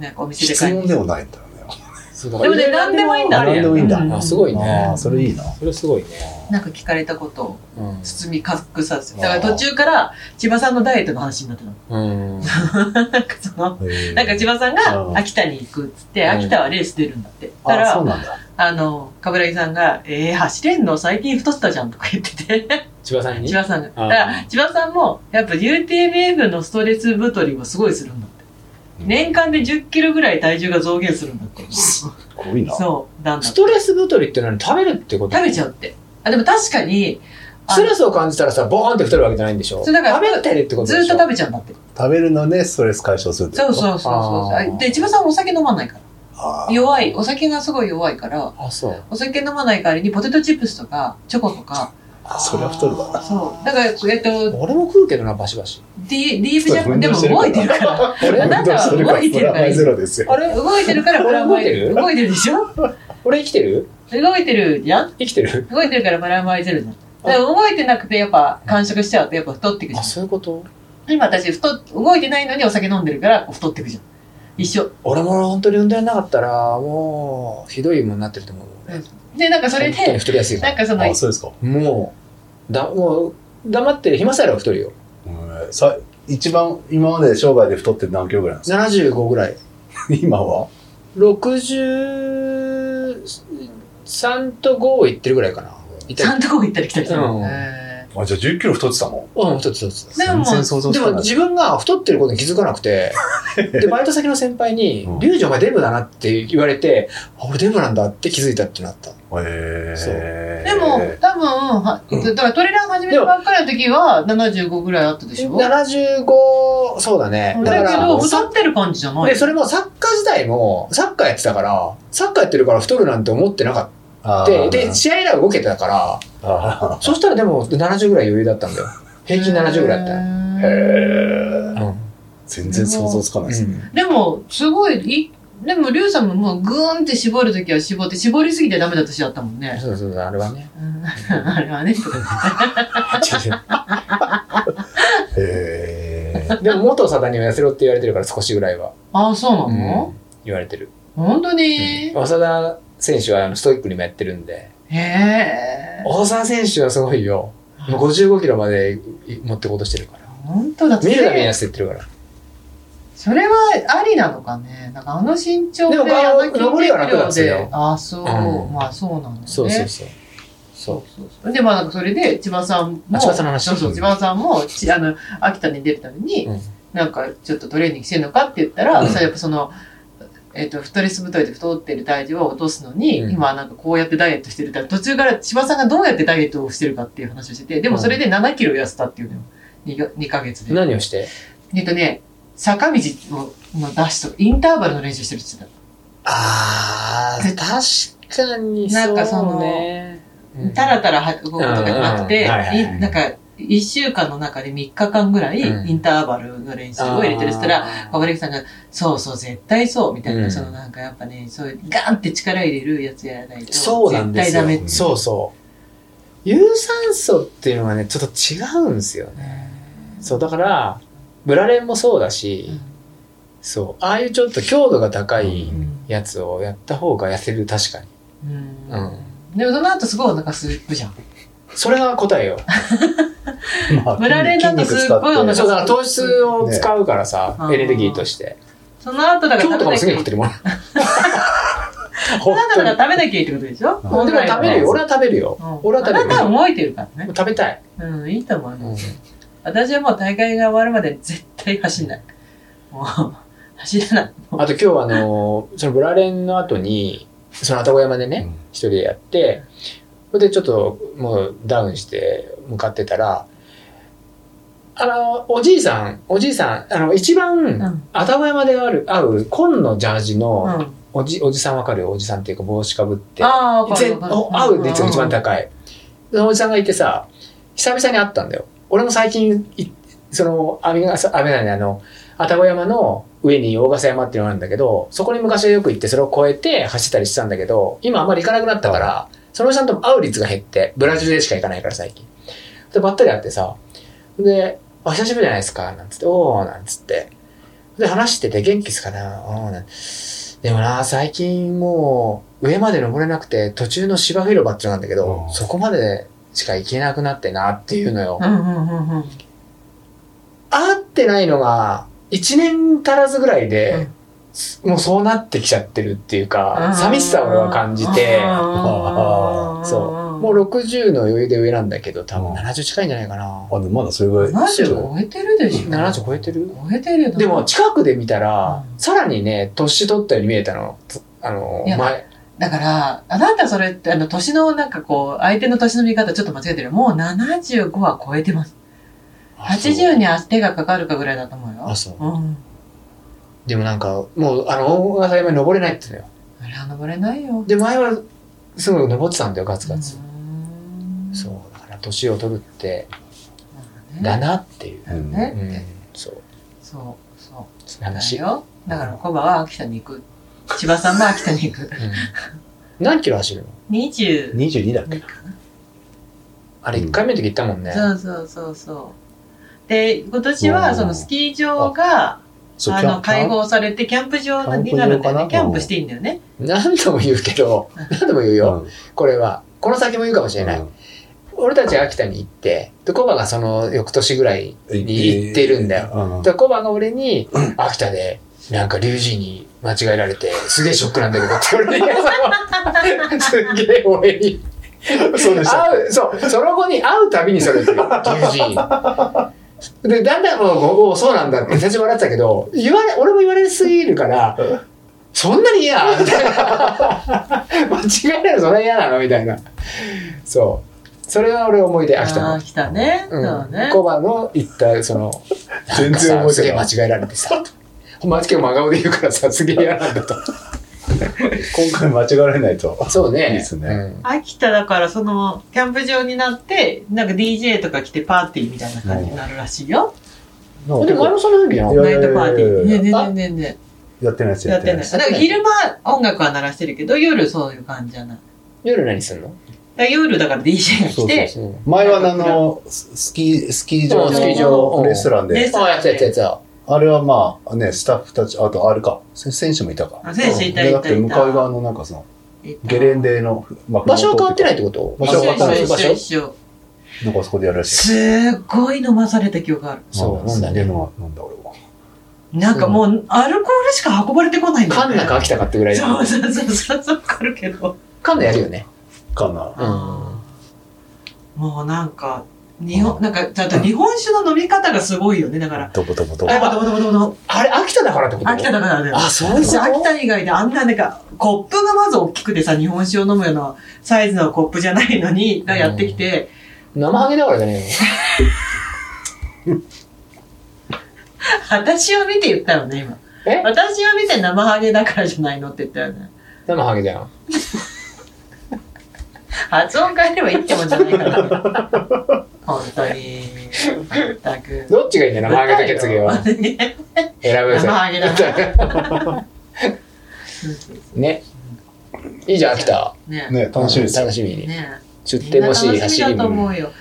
なんかお店で質買い問にでもないんだよね。ーそうだでもね何でもいいんだあれ何でもいいんだうんあすごいねああ、。それいいな。それすごいね。なんか聞かれたことをうん包み隠さず。だから途中から、千葉さんのダイエットの話になってたの。 (laughs) うん。なんかその、へーなんか千葉さんうんが秋田に行くっつって、うん秋田はレース出るんだって。たあ、そらう、なんだ。あの、かぶらぎさんが、えー、走れんの最近太ったじゃんとか言ってて、千葉さんに千葉さんが。だあーから、千葉さんも、やっぱ UTMF のストレス太りもすごいするんだって。年間で10キロぐらい体重が増減するんだって。すごいな。そう、なんだスって。トレス太りって何食べるってこと食べちゃうって。あ、でも確かに、ストレスを感じたらさ、ボーンって太るわけじゃないんでしょそうだから食べてるってことずでーっしょと食べちゃうんだって。食べるのでストレス解消するってそことうそうそうそうああー。で、千葉さんお酒飲まないから。あー弱い。お酒がすごい弱いから、あ、そう。お酒飲まない代わりにポテトチップスとか、チョコとか、あそりゃ太るわなそう。だから、えっと、俺も食うけどな、バシバシ。ディディープジャッそれク、でも動いてるから。俺あ (laughs) なたは動いてるからいいゼロですよ。あれ動いてるからプラマイ動いてる動いてるでしょ俺生きてる動いてるじゃん生きてる動いてるからプラマイゼロじゃん。だから動いてなくてやっぱ完食しちゃうとやっぱ太ってくじゃあ、そういうことん。今私太っ、動いてないのにお酒飲んでるから太ってくじゃん。一緒。俺も本当に運動やんなかったら、もう、ひどいもんなってると思う。で、なんかそれ本当にで、太りやすいかなんら。かその、あ、そうですか。もう、だ、もう、黙ってる暇さえあれば太るよ。うんさ一番今まで生涯で太って何キロぐらいなんで75ぐらい。すか (laughs) 今は63と5をいってるぐらいかな。いた3とこ行ったり来たりする。うんえあじゃあ10キロ太ってたのうん、太ってた太ってたでも全然想像でつもかない自分が太ってることに気づかなくて、で、バイト先の先輩にうん、リュウジお前デブだなって言われて、あ、俺デブなんだって気づいたってなった。へそうえーでも、多分、はだからトレラン始めたばっかりの時は75ぐらいあったでしょだ75、そうだね。だかけらど、、太ってる感じじゃないで、。それもサッカー自体も、サッカーやってたから、サッカーやってるから太るなんて思ってなかった。で、で、試合以来動けてたから、あそしたらでも70ぐらい余裕だったんだよ。平均70ぐらいだったね。ーたへえうん。全然想像つかないです、でも、すごい、いでも、りゅうさんももう、ぐーんって絞るときは絞って、絞りすぎてダメだとしちゃったもんね。そうそうそう、あれはね。うんあれはね。へえでも元貞には痩せろって言われてるから少しぐらいは、ああ、そうなうんの、言われてる、本当に、うん長田選手はあのストイックにもやってるんでへえ。長田選手はすごいよもう5 5キロまでい持ってこうとしてるから本当だって見るたびに痩せてるからそれはありなのかね。なんかあの身長ででもあの登りは楽なんですよああ、そう。うんまあそうなんだね。そうそうそうそそうそうそうで、まあなんかそれで千葉さんも、あ千葉さんの話そうそう、千葉さんも、ちあの、秋田に出るために、う、うん、なんかちょっとトレーニングしてんのかって言ったら、うんさやっぱその、えっとストレス太りで太ってる体重を落とすのに、うん今なんかこうやってダイエットしてるから途中から千葉さんがどうやってダイエットをしてるかっていう話をしててでもそれで7キロ痩せたっていうのよ 2, 2ヶ月で。何をしてえっとね坂道ののダッシュとかインターバルの練習してるって言ってあー確かになんかそのねうんた。たらたら動くとかじゃなくて、うんうんうんはいはいいなんか1週間の中で3日間ぐらいうんインターバルの練習を入れてるって言ったら、あパブリックさんが、そうそう、絶対そう、みたいな、うんそのなんかやっぱね、そういう、ガンって力入れるやつやらないと、そうなんです絶対よダメって。そうそう有酸素っていうのはねちょっと違うんですよねそうだからブラレンもそうだし、そうああいうちょっと強度が高いうんやつをやった方が痩せる確かにうんうんでもその後すごいお腹すくじゃん。それが答え (laughs) よまあブラレンだとすっごいお腹そうだから糖質を使うからさ、ねエネルギーとしてその後だから今日とか食べもなすきげゃえい食っけてないる (laughs) もん。そ本の後当だに。から食べなきゃいいってことでしょうんでも食べるよ。俺は食べるよ。俺は食べあるなたはよ。動いてるからね。食べたい。うん、いいと思います。う私はもう大会が終わるまで絶対走んない。もう、走らない。んあと今日はあのー、そのブラレンの後に、その愛宕山でね、一人でやって、それでちょっともうダウンして向かってたら、あの、おじいさん、おじいさん、あの、一う番、ん。愛宕山である、会う、紺のジャージうん。の、あおじ、おじさんわかるよおじさんっていうか帽子かぶって。あー、わかる全わかるお合う率が一番高い。そのおじさんがいてさ、久々に会ったんだよ。俺も最近い、その、阿部が、阿部なんあの、愛宕山の上に大笠山っていうのがあるんだけど、そこに昔はよく行ってそれを越えて走ったりしてたんだけど、今あんまり行かなくなったから、そのおじさんとも会う率が減って、ブラジルでしか行かないから最近。で、ばったり会ってさ、で、あ、久しぶりじゃないですか、なんつって、おー、なんつって。で、話してて元気ですかな、おー、なんでもな、最近もう、上まで登れなくて、途中の芝広場っていうのなんだけどう、んそこまでしか行けなくなってなっていうのよ。うんうんうんうんうん。会ってないのが、1年足らずぐらいで、うんもうそうなってきちゃってるっていうあかー、寂しさを俺は感じて、あーそう。もう60の余裕で上なんだけど、多分うん70近いんじゃないかな。あ、でもまだそれぐらい。 70超えてるでしょ。 70超えてる超えてるよ。でも、近くで見たらう、んさらにね、年取ったように見えたの。つあのい、や前。だから、あなたそれって、あの、年の、なんかこう、相手の年の見方ちょっと間違えてる。もう75は超えてます。80に手がかかるかぐらいだと思うよあ、。そう。うん。でもなんか、もう、あの、大型山に登れないって言うのよ。あれは登れないよ。で、前は、すごい登ってたんだよ、ガツガツう。ーんそう。だから、年を取るって、まあだねなっていう。うんねうん。そう。そう、そう。そういうだ話。うんよ。だから、コバは秋田に行く。千葉さんも秋田に行く。何キロ走るの20。 22だっけあれ、1回目の時行ったもんね。そうそうそうそう。で、今年は、そのスキー場が、そう、あキャの、ンキャ会ン合されて、キャンプ場になるんだよね。キキャャンンププ場かなしていいんだよね。何度も言うけど、何度も言うよ。うんこれは。この先も言うかもしれない。俺たち秋田に行って、で、コバがその翌年ぐらいに行ってるんだよ。よで、コバが俺に、秋田で、なんか、龍神に間違えられて、すげえショックなんだけどって俺に言 (laughs) うのすげえ俺に。そうでした。会う、そう、その後に会うたびにそれ言ってる。龍神。で、だんだんもう、おおそうなんだって最初笑ってたけど、言われ、俺も言われすぎるから、そんなに嫌 (laughs) みたいな。間違えたらそんな嫌なのみたいな。そう。それは俺思い出、秋田あのー。来たね。そうね。コバの言ったそのなん全然かさ覚すげえてえな間い違えられてさマジで真顔で言うからさすげえ嫌なんだと今回間違われないと。そうねいいっすねうん秋田だからそのキャンプ場になってなんか DJ とか来てパーティーみたいな感じになるらしいよ、でも前もそんな風にやんいやナイトパーティーいねやえいやいやいねやえねえねえねやってないやつえやってないだから昼間音楽は鳴らしてるけど夜そういう感じじゃないだか夜何すんのら夜だから DJ が来てそうそうそう前はあの、ススキー、スキー場スキー場のレストランレで、ストあラやンったやったやでったあれはまあね、スタッフたち、あとあれか、せ選手もいたか。あ選手いたいたいたうんでだって向かい側のなんかその、ゲレンデの、まあ場所は変わってないっフてこと場所は変わってない一緒場一緒所一緒ロントいうかなんかそこでやるらしい。すっごい飲まされた記憶があるそうな飲んんだだねね。なんだ俺は。なんかもうアルコールしか運ばれてこないんだよカンねナか秋田かってぐらいそうそうそうそうそうわかるけどカンナやるよねかな。もうなんか日本なんかちゃんと日本酒の飲み方がすごいよねだからどぼどぼどぼあ。またまたまたまあれ秋田だからってことた秋田だからだよあそういうこ私秋と田以外であんななんかコップがまず大きくてさ日本酒を飲むようなサイズのコップじゃないのにがやってきて、生ハゲだからじゃねえの私を見て言ったよね今え私を見て生ハゲだからじゃないのって言ったよね生ハゲじゃん発音変えればいいってもんじゃないからね本当に全くどっちがいいんだよ生ハゲと血芸は選ぶよ生ハゲだなね。いいじゃん、秋田。ね (laughs) ね、楽しみですうんよ。楽しみに。ね出店もし、みんな楽走しみりだと思も。うよ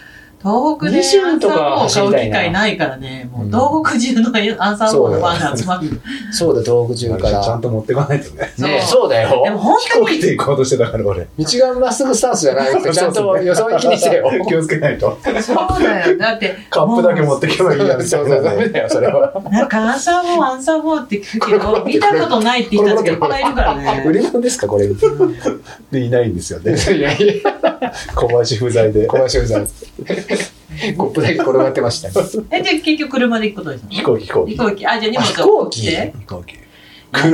東北で二巡とかアンサーを走りたい買う機な会ないからね。もううん東北中のアンサー王のファンが集まる。そうだ、東北中かちゃらん。と持ってかないと (laughs) ね。そうねそうだよでも本飛当 (laughs) 行に機で行こうとしてたから俺。道がまっすぐスタンスじゃ (laughs) ないちゃんと予想気にせよ。 (laughs) 気をつけないと。そうだよ。だって、カップだけ持ってけばいいやみたそいうそう、 (laughs) ダなメね。だよ、それは。なんかアンサー4、アンサー4って聞くけど、見たことないって人たちがいっぱいいるから売ね。り物ですか、これ。いで、いないんですよね。やいや、 (laughs) 小林不在 (laughs) で。小林さん。 (laughs) コップだけ転がってました。 (laughs) え、で、結局車で行くことにした飛の行機飛行機。飛行機。あ、じゃあ荷あ飛物を行持っ機て。飛行機。違う、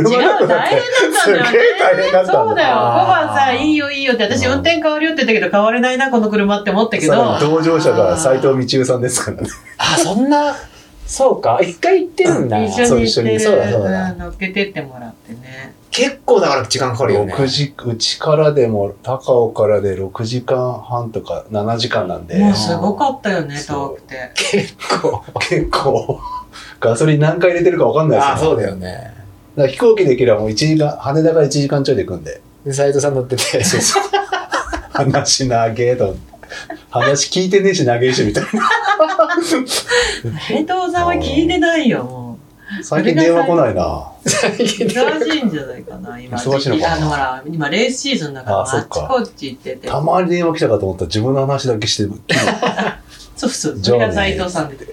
車だとだっ大て変だっすたんだげえよね。大変だったんそうだよ。5あー番さ、いいよいいよって、私うん運転変わるよって言ったけど、変われないな、この車って思ったけさらどに。同乗者が斎藤道夫さんですからね。 (laughs) あ、そんな、そうか。一回行ってるんだ。一緒に行っそうて一緒るにそうだそうだうん乗っけてってもらってね。結構だから時間かかるよね。 6時、うちからでも、高尾からで6時間半とか7時間なんで、もうすごかったよね、そ遠うくて。結構。結構、ガソリン何回入れてるかわかんないですよ、あ、そうだよね。だから飛行機できればもう1時間、羽田から1時間ちょいで行く (laughs) んで、で、斎藤さん乗って (laughs) て。話なげーと思って。話聞いてねえし、投げえし、みたい斉藤さんは聞いてないよ、もう。な。最近電話来ないな。忙しいんじゃないかな、今。忙しいのかなあの、ほら、今、レースシーズンだから、あそあっっかちこっち行ってて。たまに電話来たかと思ったら自分の話だ (laughs) けして、そうそう、ジそョれがーね斎藤さんで。へ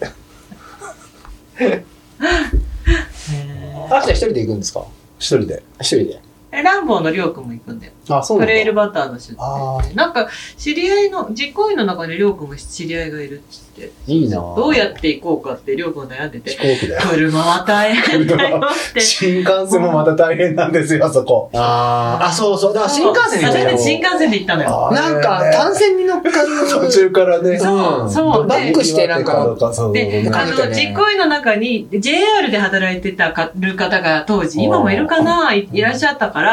ーあ、じゃあ一人で行くんですか一人で。一人で。え、ランボーのりょうくんも行くんだよ。あ、そうトなんだレイルバターの出あ店。なんか、知り合いの、実行委員の中でりょうくんも知り合いがいるっつって。いいなどうやって行こうかってりょうくん悩んで飛て。行機だよ。車は大変だよって。新幹線もまた大変なんですよ、あそこ。あーあ、そうそう。だから新幹線で行あっそたれよで新幹線で行ったのよ。なんか、単線に乗っかる。途中からね。そうそうバックしてなんか、か、そうで、ねあ感じたの、ね実行委員の中に、JR で働いてたかる方が当時、今もいるかないいらっしゃったから、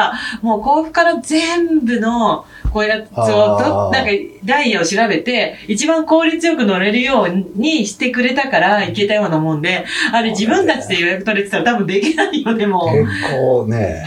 もう甲府から全部の、こうやつをどあー、なんか、ダイヤを調べて、一番効率よく乗れるようにしてくれたから、行けたようなもんで、あれ自分たちで予約取れてたら多分できないよ、でも。結構 (laughs) ね。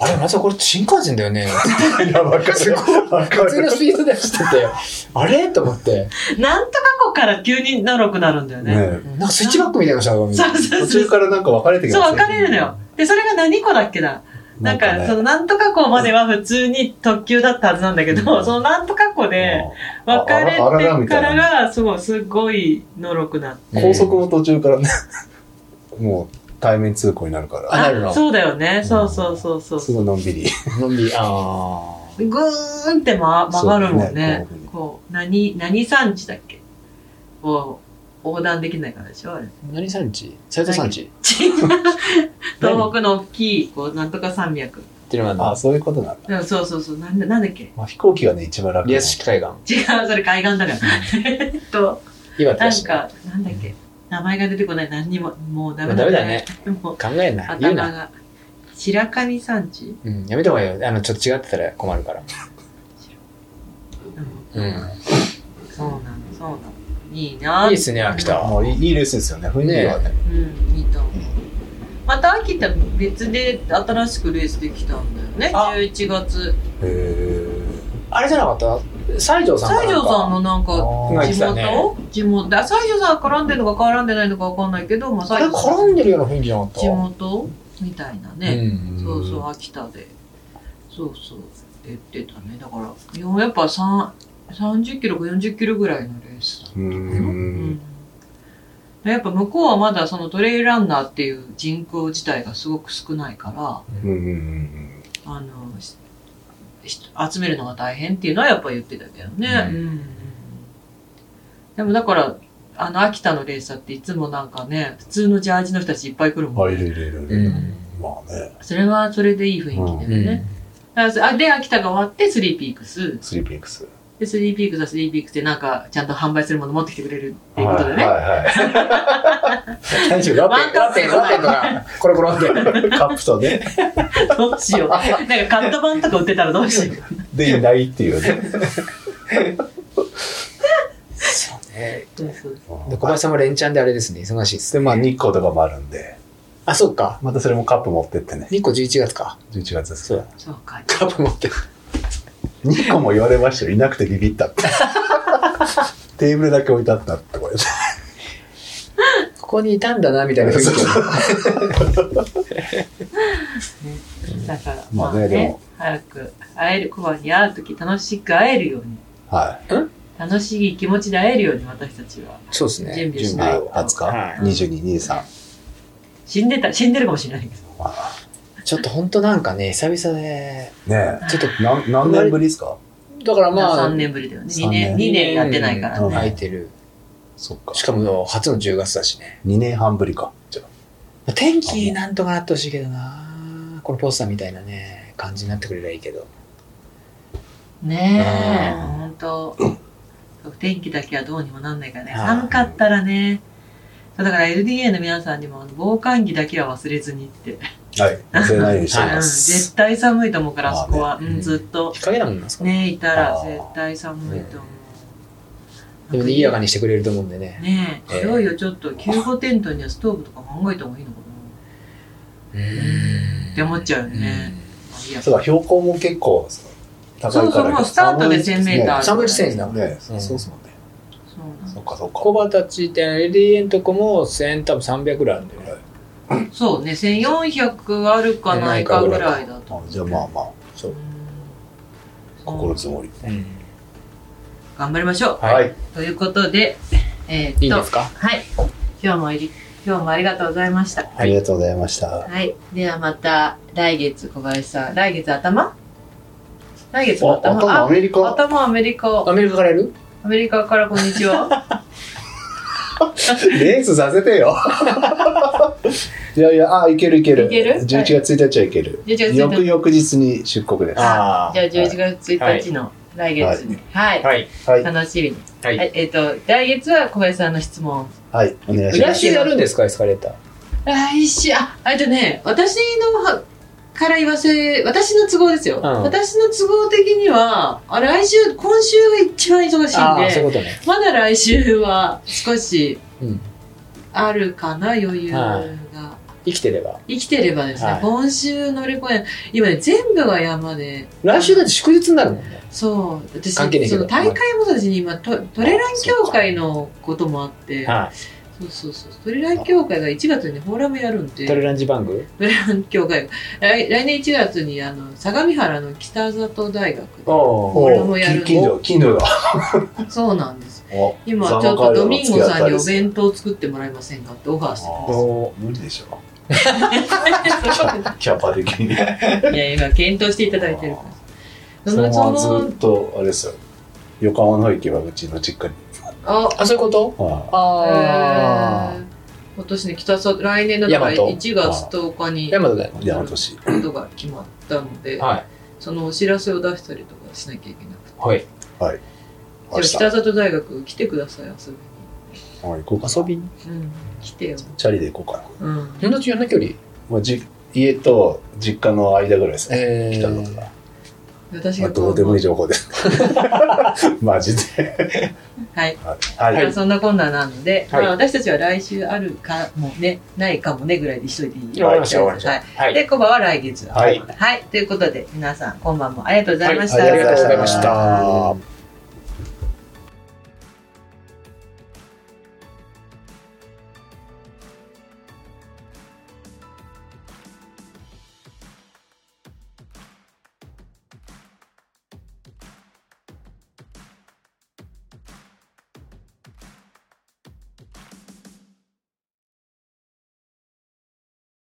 あれ、まさこれ新幹線だよね。いや、わかる。わか (laughs) 普通のる。スピードで走ってて、 (laughs) あれと思って、なんとかこから急に長くなるんだよね。ねなんかスイッチバックみたいなのしたのみたそいうそう途そ中う。からなんか分かれてきそう、ます分かれるのよ。。で、それが何個だっけななんか、ねそのなんとか校までは普通に特急だったはずなんだけど、そのなんとか校で分かれてああららみかたらいなが、そう、すごいのろくなって。うん高速も途中からね、もう対面通行になるから、あなるのそうだよね。そうそうそうそう。すぐのんびり。のんびり、ああ。ぐーんって、ま、曲がるもんねそうね。こう、何、何産地だっけこう、横断できないからでしょあれ。違う。何産地斎藤産 (laughs) 地っ東北の大きい、こう、なんとか山脈。ていうのがああ、るそういうことなんだ。うんそうそうそう。なんだ、なんだっけ (laughs) まあ、飛行機がね、一番楽リアス式海岸。違う、それ海岸だから。 (laughs) えっと、岩手なだんし。か、なんだっけ、名前が出てこない、何にも、もうダメダメだね。もう、考えんな。言う頭な。が。白神山地うん、やめた方がいいよ。あの、ちょっと違ってたら困るから。うんうん。そうなの、そうなの。いいないいっすね、秋田。もういいいいレースですよね、雰囲気がね。うん、いいと思う。また秋田別で新しくレースできたんだよね。あ11月。へーあれじゃなかった西条さんか西条さんのなんあか、ー言っ地てた元、ね地元だ。西条さん絡んでるのか絡んでないのかわかんないけど、まあ、あ西れ条さ絡んでるような雰囲気じゃなかった地元みたいなね。うん。そうそう、秋田で。そうそう、って言ってたね。だから、よやっぱさん30キロか40キロぐらいのレースだ。うー。うんん。やっぱ向こうはまだそのトレイルランナーっていう人口自体がすごく少ないかうんうんうんら、あの、しし集めるのが大変っていうのはやっぱ言ってたけどね。ううんん。でもだから、あの、秋田のレーサーっていつもなんかね、普通のジャージの人たちいっぱい来るうん。あ、もんいね。るいるいるいうる。ん。まあね、それはそれでいい雰囲気だよね。だからあで、秋田が終わってスリーピークス。スリーピンクス。で、スリーピークスはスリーピークスでなんか、ちゃんと販売するもの持ってきてくれるっていうことでね。はいはいはい。大丈夫ラッペン、ラッペン、ラッペンとか、コロコロって。カップとね、 (laughs) どうしよう。なんかカット版とか売ってたらどうしよう。でいないっていうね。 (laughs) そうね。そうそうで小林さんも連チャンであれですね、忙しいですで、ね。まあ、日光とかもあるんで、あ、そうか。またそれもカップ持ってってね、 2個11月か。 11月です。そうだ。そうか。カップ持って。日光も言われましたよ、いなくてビビったって。 (laughs) テーブルだけ置いてあったってこれ。ここにいたんだな、みたいな雰囲気そうそだから、ままああねね、でも早く会える、コバに会うとき楽しく会えるように、は楽しい気持ちで会えるように私たちは。そうですね。準備しい。ないはいと。 20日、はい22、23。死んでた、死んでるかもしれないけど。ちょっと本当なんかね、久々で、ねちょっと、え。なん何年ぶりですかだからまあ、 3年ぶりだよね。三2年、年二年やってないからうんね。空いてる。そっかしかも初の10月だしね。 2年半ぶりか。じゃあ天気なんとかなってほしいけどなこのポスターみたいなね、感じになってくれりゃいいけど。ねえ、うんほんと。天気だけはどうにもなんないからね。はい寒かったらね。そうだから LDA の皆さんにもあの防寒着だけは忘れずにって。はい。忘れないようにしておはいうりん (laughs) ます。絶対寒いと思うから、あまあそねこは。ううんん、ずっと。日陰だもんな、そこ。ねえ、いたあらー絶対寒いと思う。でも賑やかにしてくれると思うんでね。ねえええ、いよいよちょっと救護テントにはストーブとか考えた方がいいのかうなって思っちゃうよね。まあいいやそうだ、標高も結構高いから。そうそうもうスタートで1000メーターうん。サム地点だもんねねうんそうっすもんね。そうなそのっかそっか。コバたちって LDA のとこも1000多分300ぐらいあるんだよね。そうね、1400あるかないかぐらいだとあ。じゃあまあまあ、そうう。ん心積もり。うん頑張りましょう。はいい。ということで、えーっと、いいですかはい。今日もいり、今日もありがとうございました。ありがとうございました。はい。ではまた、来月、小林さん。来月頭来月のあ、頭頭アメリあカ。頭アメリカ。アメリカからやるアメリカからこんにちは。レースさせて (laughs) よ。いやいや、あ、いけるいける。いける11月1日はいける。 11月1翌日。々日に出国です。はあじゃあ11月1日の来月に。はい。はい。い。楽しみに。は。はいい。えーっと、来月は小林さんの質問。はい。お願いしま来す。週やるんですか、エスカレーター。来週ああとね私のはから言わせ私の都合ですよ、ん私の都合的にはあ来週今週が一番忙しああ、いそうんいでうことね。まだ来週は少しうん。あるかな余裕が、はい生きてれば。生きてればですね、はい今週乗り越え今ね全部が山で来週だって祝日になるもんね。そう私関係ないけそどの大会もそうだし今トトレラン協会のこともあってはそうそうそうトレラン協会が1月にねフォーラムやるんでい。トレランジ番組ブラン協会来来年1月にあの相模原の北里大学でおおお。俺もやるき近所、近所だ。そうなんですお今ちざまょっかといドのミン付きゴ合さったんにりおして弁当を作ってもらえませんかってオファーしてまお無理でしょ。キャパ的 (laughs) に。すいや今検討していただいてるか (laughs) らそのそのままそずのっとあれですよ横浜の方行けばうちの実家にああ、そういうことああえー今年ね北里来年のだから大和1月10日あ。に山田だよ。あ山年ことが決まったのではい。そのお知らせを出したりとかしなきゃいけなくてはい。明日じゃあ北里大学来てください遊あ行こうか遊なびに。びにうん来てよチャリで行こうかな、うん友達やんな距離まあ、じ家と実家の間ぐらいですね、え北のとか、私まがあ、こどうでもいい情報です (laughs) マジではいはい、まあそんなこんななので、はいまあ、私たちは来週あるかもね、ないかもねぐらいで一人でいいわかりましたわかりましたはい。はい。で、コバは来月。はいはい。ということで、皆さん、今晩もありがとうございました。はいありがとうございました